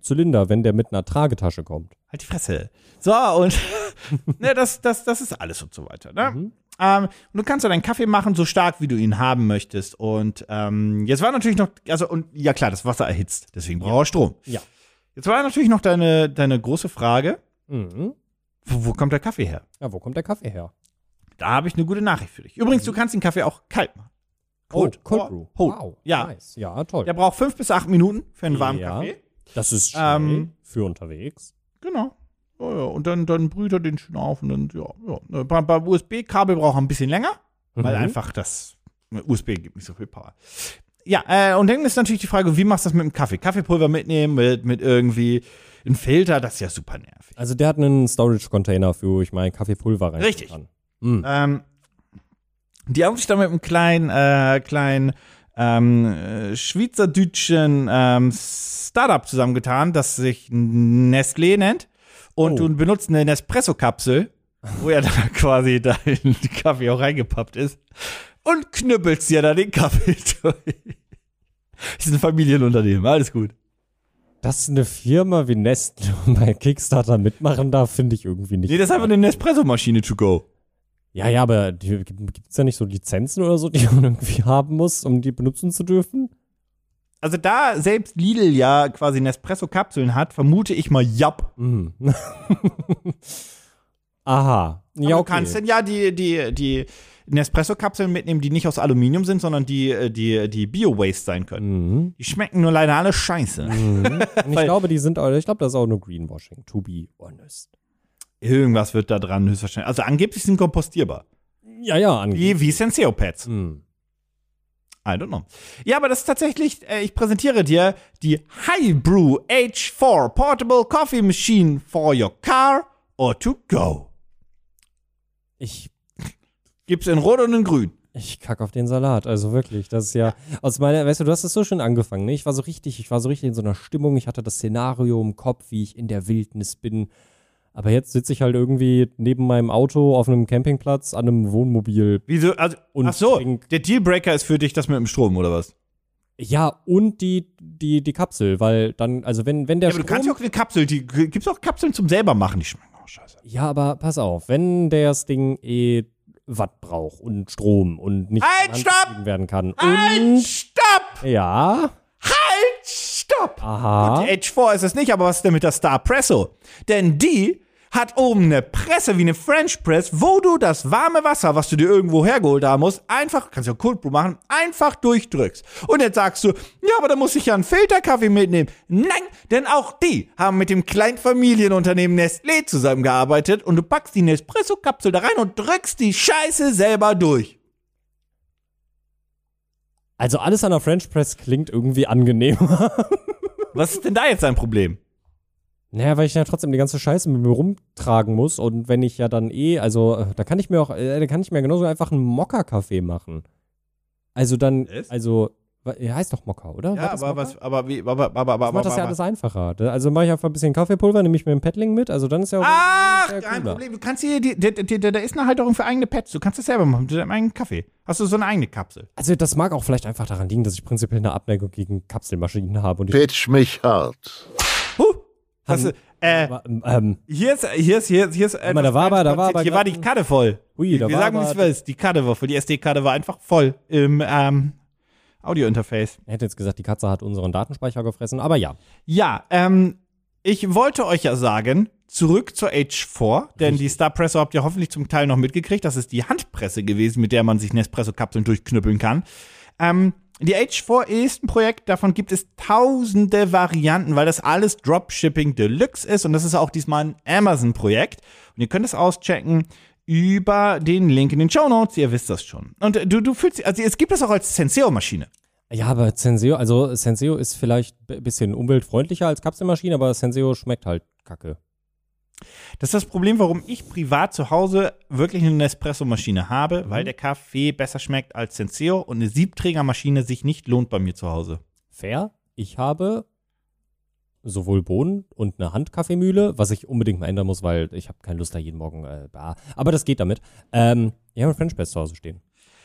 S3: Zylinder, wenn der mit einer Tragetasche kommt.
S2: halt die Fresse. So, und ne, das, das, das ist alles und so weiter. Ne? Ähm, und du kannst ja deinen Kaffee machen, so stark, wie du ihn haben möchtest. Und ähm, jetzt war natürlich noch, also, und ja klar, das Wasser erhitzt, deswegen braucht er Strom.
S3: Ja.
S2: Jetzt war natürlich noch deine, deine große Frage,
S3: Mhm.
S2: wo, wo kommt der Kaffee her?
S3: Ja, wo kommt der Kaffee her?
S2: Da habe ich eine gute Nachricht für dich. Übrigens,
S3: Mhm.
S2: du kannst den Kaffee auch kalt machen.
S3: Cold,
S2: Cold.
S3: Oh,
S2: Oh,
S3: Cold Brew.
S2: Cold.
S3: Wow,
S2: Ja.
S3: nice. Ja, toll.
S2: Der braucht fünf bis acht Minuten für einen warmen
S3: Ja.
S2: Kaffee.
S3: Das ist schnell
S2: Ähm,
S3: für unterwegs.
S2: Genau. Ja, ja. Und dann, dann brüht er den schön auf und dann, ja, ja. Ne, Ein paar, paar USB-Kabel braucht er ein bisschen länger, weil
S3: Mhm.
S2: einfach das ne, USB gibt nicht so viel Power. Ja, äh, und dann ist natürlich die Frage, wie machst du das mit dem Kaffee? Kaffeepulver mitnehmen, mit, mit irgendwie einem Filter, das ist ja super nervig.
S3: Also der hat einen Storage-Container, für wo ich mein Kaffeepulver rein
S2: Richtig.
S3: kann.
S2: Ähm, die haben sich da mit einem kleinen, äh, kleinen ähm, äh, schweizerdütschen ähm, Startup zusammengetan, das sich Nestlé nennt. Und
S3: Oh.
S2: du benutzt eine Nespresso-Kapsel, wo ja da quasi dein Kaffee auch reingepappt ist. Und knüppelst dir da den Kaffee durch. Ist ein Familienunternehmen, alles gut.
S3: Dass eine Firma wie Nestle bei Kickstarter mitmachen darf, finde ich irgendwie nicht.
S2: Nee, das ist einfach eine Nespresso-Maschine to go.
S3: ja, ja, aber gibt es ja nicht so Lizenzen oder so, die man irgendwie haben muss, um die benutzen zu dürfen?
S2: Also da selbst Lidl ja quasi Nespresso-Kapseln hat, vermute ich mal, japp,
S3: Mhm. Aha.
S2: Aber
S3: Ja, okay.
S2: Du kannst denn ja die, die, die Nespresso-Kapseln mitnehmen, die nicht aus Aluminium sind, sondern die, äh, die, die Bio-Waste sein können.
S3: mhm.
S2: Die schmecken nur leider alle scheiße.
S3: Mhm. Und ich
S2: Weil-
S3: glaube, die sind, ich glaube, das ist auch nur Greenwashing, to be honest.
S2: Irgendwas wird da dran höchstwahrscheinlich. Also angeblich sind kompostierbar.
S3: Ja, ja, angeblich.
S2: Wie, wie Senseo-Pads.
S3: Mhm.
S2: I don't know. Ja, aber das ist tatsächlich, äh, ich präsentiere dir die High Brew H4 Portable Coffee Machine for your car or to go.
S3: Ich
S2: Gibt's in Rot und in Grün.
S3: Ich kack auf den Salat, also wirklich, das ist ja aus meiner, weißt du, du hast es so schön angefangen, ne? Ich war so richtig, ich war so richtig in so einer Stimmung, ich hatte das Szenario im Kopf, wie ich in der Wildnis bin. Aber jetzt sitze ich halt irgendwie neben meinem Auto auf einem Campingplatz an einem Wohnmobil.
S2: Wieso? Also,
S3: Und
S2: ach so,
S3: trink-
S2: der Dealbreaker ist für dich das mit dem Strom, oder was?
S3: Ja, und die die die Kapsel, weil dann also wenn wenn der
S2: Ja, aber du
S3: Strom
S2: kannst ja auch eine Kapsel, die gibt's auch Kapseln zum selber machen, die schmecken auch scheiße.
S3: Ja, aber pass auf, wenn das Ding eh Watt braucht und Strom und nicht
S2: Halt,
S3: an Hand
S2: stopp!
S3: getrieben werden kann
S2: Halt, stopp!
S3: und ja,
S2: Halt, stopp!
S3: aha.
S2: Die H4 ist es nicht, aber was ist denn mit der Star Presso? Denn die hat oben eine Presse wie eine French Press, wo du das warme Wasser, was du dir irgendwo hergeholt haben musst, einfach, kannst ja Cold Brew machen, einfach durchdrückst. Und jetzt sagst du, ja, aber da muss ich ja einen Filterkaffee mitnehmen. Nein, denn auch die haben mit dem Kleinfamilienunternehmen Nestlé zusammengearbeitet und du packst die Nespresso-Kapsel da rein und drückst die Scheiße selber durch.
S3: Also alles an der French Press klingt irgendwie angenehmer.
S2: Was ist denn da jetzt dein Problem?
S3: Naja, weil ich ja trotzdem die ganze Scheiße mit mir rumtragen muss und wenn ich ja dann eh, also äh, da kann ich mir auch, äh, da kann ich mir genauso einfach einen Mokka-Kaffee machen. Also dann,
S2: Was?
S3: also, wa- ja, heißt doch Mokka, oder? War
S2: Ja,
S3: das
S2: aber
S3: Mokka?
S2: was, aber wie, aber, aber, aber, aber,
S3: Das macht
S2: aber,
S3: das ja
S2: aber
S3: alles einfacher. Da- Also mache ich einfach ein bisschen Kaffeepulver, nehme ich mir ein Paddling mit, also dann ist ja auch
S2: Ach,
S3: sehr
S2: kein
S3: cooler.
S2: Problem. Du kannst hier, die- die- die- da ist eine Halterung für eigene Pads. Du kannst das selber machen, mit deinem eigenen Kaffee. Hast du so eine eigene Kapsel?
S3: Also das mag auch vielleicht einfach daran liegen, dass ich prinzipiell eine Abneigung gegen Kapselmaschinen habe und ich,
S1: Pitch mich hart.
S2: Huh. Hast du, äh,
S3: aber, ähm,
S2: hier ist, hier ist, hier ist, hier ist, äh,
S3: mal, da war aber- da war aber
S2: hier war
S3: grad
S2: die Karte voll.
S3: Hui, da
S2: Wir
S3: war
S2: sagen, wie
S3: aber-
S2: es ist. Die Karte war voll. Die SD-Karte war einfach voll im, ähm, Audio-Interface.
S3: ich hätte jetzt gesagt, die Katze hat unseren Datenspeicher gefressen, aber ja.
S2: Ja, ähm, ich wollte euch ja sagen, zurück zur H4, denn die Starpresse habt ihr hoffentlich zum Teil noch mitgekriegt. Das ist die Handpresse gewesen, mit der man sich Nespresso-Kapseln durchknüppeln kann. Ähm, die H4 ist ein Projekt, davon gibt es tausende Varianten, weil das alles Dropshipping Deluxe ist und das ist auch diesmal ein Amazon-Projekt. Und ihr könnt es auschecken über den Link in den Show Notes, ihr wisst das schon. Und äh, du, du fühlst, also es gibt das auch als Senseo-Maschine.
S3: Ja, aber Senseo, also Senseo ist vielleicht ein bisschen umweltfreundlicher als Kapselmaschine, aber Senseo schmeckt halt kacke.
S2: Das ist das Problem, warum ich privat zu Hause wirklich eine Nespresso-Maschine habe, weil der Kaffee besser schmeckt als Senseo und eine Siebträgermaschine sich nicht lohnt bei mir zu Hause.
S3: Fair. Ich habe sowohl Bohnen und eine Handkaffeemühle, was ich unbedingt mal ändern muss, weil ich habe keine Lust da jeden Morgen. Äh, bah. aber das geht damit. Ähm, ich habe einen French Press zu Hause stehen.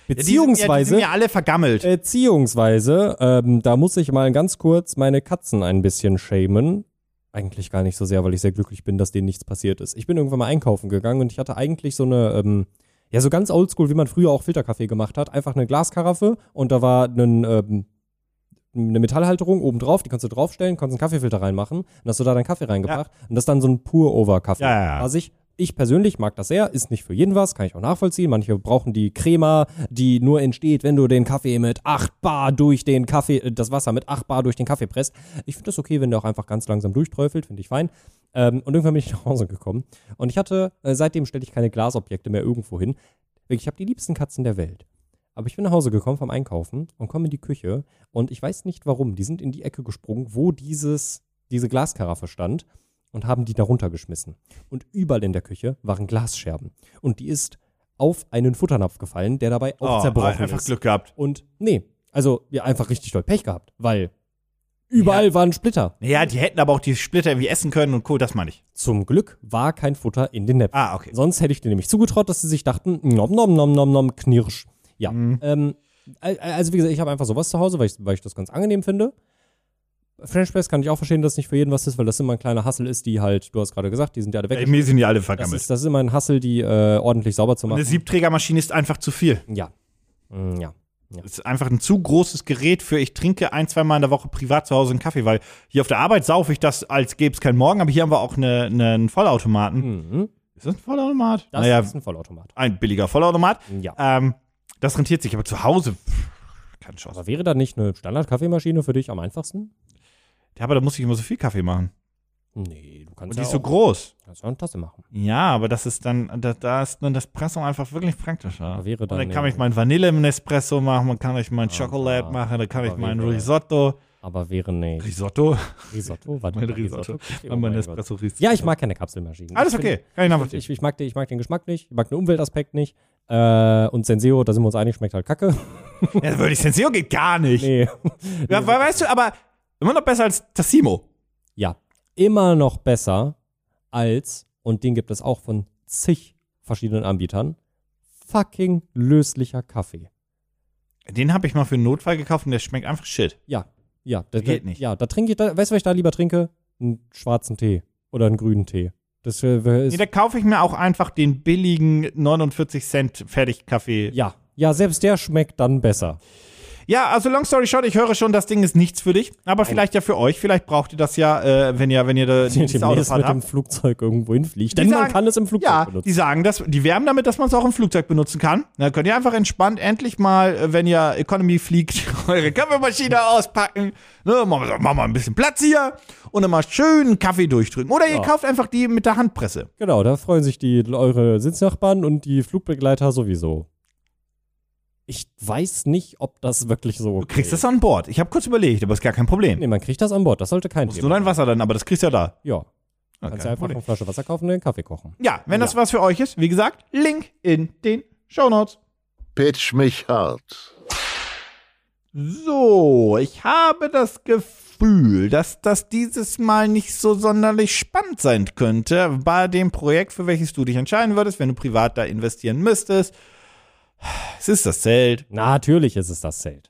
S2: Ja, die sind ja, die
S3: Beziehungsweise,
S2: sind ja alle vergammelt.
S3: Beziehungsweise, ähm, da muss ich mal ganz kurz meine Katzen ein bisschen schämen. Eigentlich gar nicht so sehr, weil ich sehr glücklich bin, dass denen nichts passiert ist. Ich bin irgendwann mal einkaufen gegangen und ich hatte eigentlich so eine, ähm, ja, so ganz oldschool, wie man früher auch Filterkaffee gemacht hat. Einfach eine Glaskaraffe und da war ein, ähm, eine Metallhalterung oben drauf, die kannst du draufstellen, kannst einen Kaffeefilter reinmachen und hast du da deinen Kaffee reingebracht und das ist dann so ein Pour-Over-Kaffee.
S2: Ja, ja, ja.
S3: Was ich, ich persönlich mag das sehr, ist nicht für jeden was, kann ich auch nachvollziehen. Manche brauchen die Crema, die nur entsteht, wenn du den Kaffee mit 8 Bar durch den Kaffee, äh, das Wasser mit 8 Bar durch den Kaffee presst. Ich finde das okay, wenn der auch einfach ganz langsam durchträufelt, finde ich fein. Ähm, und irgendwann bin ich nach Hause gekommen und ich hatte, äh, seitdem stelle ich keine Glasobjekte mehr irgendwo hin. Wirklich, Ich habe die liebsten Katzen der Welt. Aber ich bin nach Hause gekommen vom Einkaufen und komme in die Küche und ich weiß nicht warum. Die sind in die Ecke gesprungen, wo dieses, diese Glaskaraffe stand und haben die darunter geschmissen. Und überall in der Küche waren Glasscherben. Und die ist auf einen Futternapf gefallen, der dabei auch
S2: Oh,
S3: zerbrochen
S2: einfach
S3: ist.
S2: Glück gehabt.
S3: Und nee, also ja, einfach richtig doll Pech gehabt, weil überall waren Splitter.
S2: Ja, die hätten aber auch die Splitter irgendwie essen können und Co. Das meine ich.
S3: Zum Glück war kein Futter in den Näpfen.
S2: Ah, okay.
S3: Sonst hätte ich dir nämlich zugetraut, dass sie sich dachten, nom nom nom nom nom, knirsch. Ja.
S2: Mhm.
S3: Ähm, al- also wie gesagt, ich habe einfach sowas zu Hause, weil ich, weil ich das ganz angenehm finde. French Press kann ich auch verstehen, dass nicht für jeden was ist, weil das immer ein kleiner Hassel ist, die halt, du hast gerade gesagt, die sind ja alle
S2: Ey,
S3: weg.
S2: mir sind die alle
S3: Das
S2: vergammelt.
S3: ist, das ist immer ein Hassel, die äh, ordentlich sauber zu
S2: Eine
S3: machen.
S2: Siebträgermaschine ist einfach zu viel.
S3: Ja. Mm, Ja.
S2: Das ist einfach ein zu großes Gerät für, ich trinke ein, zweimal in der Woche privat zu Hause einen Kaffee, weil hier auf der Arbeit saufe ich das, als gäbe es keinen Morgen, aber hier haben wir auch eine, eine, einen Vollautomaten.
S3: Mhm.
S2: Ist das ein Vollautomat?
S3: Das
S2: naja,
S3: ist ein Vollautomat.
S2: ein billiger Vollautomat.
S3: Ja.
S2: Ähm, das rentiert sich, aber zu Hause, pff, keine Chance.
S3: Aber wäre da nicht eine Standard-Kaffeemaschine für dich am einfachsten?
S2: Ja, aber da muss ich immer so viel Kaffee machen.
S3: Nee, du kannst
S2: Und die
S3: ja
S2: ist so
S3: auch-
S2: groß.
S3: kannst ja auch eine Tasse machen.
S2: Ja, aber das ist dann, da, da ist dann das Presso einfach wirklich praktischer.
S3: Da wäre
S2: und
S3: dann
S2: dann kann
S3: ja-
S2: ich meinen Vanille im Espresso machen, dann kann ich meinen
S3: Ah,
S2: Chocolate
S3: ah.
S2: machen, dann kann
S3: Aber
S2: ich meinen
S3: wäre-
S2: Risotto.
S3: Aber wäre nicht.
S2: Risotto?
S3: Risotto? Warte,
S2: Mein Risotto.
S3: Oh
S2: mein
S3: mein Gott.
S2: Espresso Risotto.
S3: Ja, ich mag keine Kapselmaschinen.
S2: Alles
S3: Ich
S2: okay,
S3: find-
S2: kann ich nachvollziehen.
S3: Ich, ich, mag den, ich mag den Geschmack nicht, ich mag den Umweltaspekt nicht. Äh, und Senseo, da sind wir uns einig, schmeckt halt kacke.
S2: Ja, würde ich Senseo geht gar nicht.
S3: Nee.
S2: Ja, weil, weißt du, aber immer noch besser als Tassimo.
S3: Ja, immer noch besser als, und den gibt es auch von zig verschiedenen Anbietern, fucking löslicher Kaffee.
S2: Den habe ich mal für einen Notfall gekauft und der schmeckt einfach shit.
S3: Ja, ja. Da,
S2: Geht
S3: da,
S2: nicht.
S3: Ja, da trinke ich, da, weißt du, was ich da lieber trinke? Einen schwarzen Tee oder einen grünen Tee. Das äh,
S2: Nee,
S3: ist,
S2: da kaufe ich mir auch einfach den billigen 49 Cent Fertigkaffee.
S3: ja, ja, selbst der schmeckt dann besser.
S2: Ja, also long story short, ich höre schon, das Ding ist nichts für dich, aber vielleicht ja für euch. Vielleicht braucht ihr das ja, äh, wenn ihr, wenn ihr da
S3: Wenn ihr
S2: die
S3: demnächst
S2: Autofahrt
S3: mit dem
S2: habt.
S3: Flugzeug irgendwo hinfliegt. Denn
S2: Die
S3: man
S2: sagen-
S3: kann es im Flugzeug
S2: Ja,
S3: benutzen.
S2: die sagen das, die werben damit, dass man es auch im Flugzeug benutzen kann. Dann könnt ihr einfach entspannt endlich mal, äh, wenn ihr Economy fliegt, eure Kaffeemaschine auspacken. Ne, machen wir- machen wir ein bisschen Platz hier und dann mal schön einen Kaffee durchdrücken. Oder ihr kauft einfach die mit der Handpresse.
S3: Genau, da freuen sich die eure Sitznachbarn und die Flugbegleiter sowieso. Ich weiß nicht, ob das wirklich so. Okay
S2: Du kriegst das an Bord. Ich habe kurz überlegt, aber ist gar kein Problem.
S3: Nee, man kriegt das an Bord. Das sollte kein
S2: Musst nur
S3: Thema.
S2: dein Wasser dann, aber das kriegst du ja da.
S3: ja,
S2: Ja,
S3: kannst
S2: kein
S3: du einfach
S2: Problem.
S3: eine Flasche Wasser kaufen und den Kaffee kochen.
S2: Ja, wenn das was für euch ist, wie gesagt, Link in den Shownotes.
S1: Pitch mich hart.
S2: So, ich habe das Gefühl, dass das dieses Mal nicht so sonderlich spannend sein könnte bei dem Projekt, für welches du dich entscheiden würdest, wenn du privat da investieren müsstest. Es ist das Zelt.
S3: Natürlich ist es das Zelt.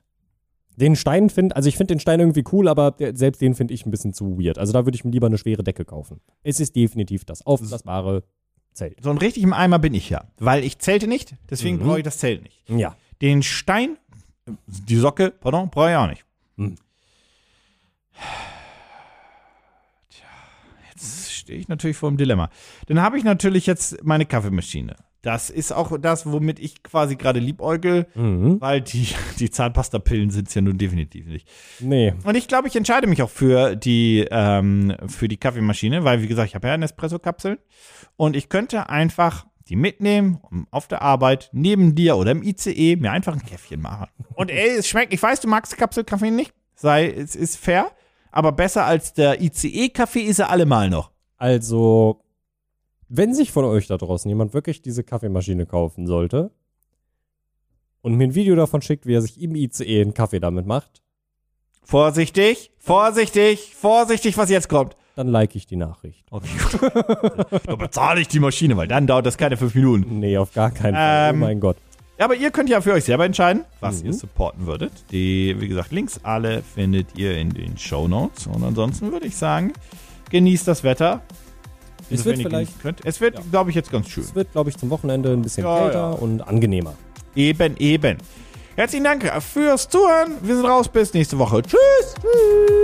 S3: Den Stein finde, also ich finde den Stein irgendwie cool, aber der, selbst den finde ich ein bisschen zu weird. Also da würde ich mir lieber eine schwere Decke kaufen. Es ist definitiv das aufblasbare Zelt.
S2: So ein richtig im Eimer bin ich ja, weil ich zelte nicht, deswegen
S3: Mhm.
S2: brauche ich das Zelt nicht.
S3: Ja.
S2: Den Stein, äh, die Socke, pardon, brauche ich auch nicht.
S3: Hm.
S2: Tja, jetzt stehe ich natürlich vor dem Dilemma. Dann habe ich natürlich jetzt meine Kaffeemaschine. Das ist auch das, womit ich quasi gerade liebäugel,
S3: Mhm.
S2: weil die, die Zahnpastapillen sind es ja nun definitiv nicht.
S3: Nee.
S2: Und ich glaube, ich entscheide mich auch für die, ähm, für die Kaffeemaschine, weil, wie gesagt, ich habe ja eine Espresso-Kapsel. Und ich könnte einfach die mitnehmen, um auf der Arbeit, neben dir oder im ICE mir einfach ein Käffchen machen. Und ey, es schmeckt, ich weiß, du magst Kapselkaffee nicht, sei, es ist fair, aber besser als der ICE-Kaffee ist er allemal noch.
S3: Also, wenn sich von euch da draußen jemand wirklich diese Kaffeemaschine kaufen sollte und mir ein Video davon schickt, wie er sich im ICE einen Kaffee damit macht,
S2: Vorsichtig, vorsichtig, vorsichtig, was jetzt kommt.
S3: dann like ich die Nachricht.
S2: Okay, gut. da bezahle ich die Maschine, weil dann dauert das keine fünf Minuten.
S3: Nee, auf gar keinen Fall.
S2: Ähm,
S3: oh mein Gott.
S2: Ja, aber ihr könnt ja für euch selber entscheiden, was
S3: Mhm.
S2: ihr supporten würdet. Die, wie gesagt, Links alle findet ihr in den Show Notes. Und ansonsten würde ich sagen, genießt das Wetter.
S3: Es
S2: Also
S3: wird
S2: wenn ihr
S3: vielleicht,
S2: genießen könnt. Es wird,
S3: Ja.
S2: glaube ich, jetzt ganz schön.
S3: es wird, glaube ich, zum Wochenende ein bisschen
S2: Ja,
S3: kälter
S2: ja.
S3: und angenehmer.
S2: Eben, eben. Herzlichen Dank fürs Zuhören. Wir sind raus. Bis nächste Woche. Tschüss. Tschüss.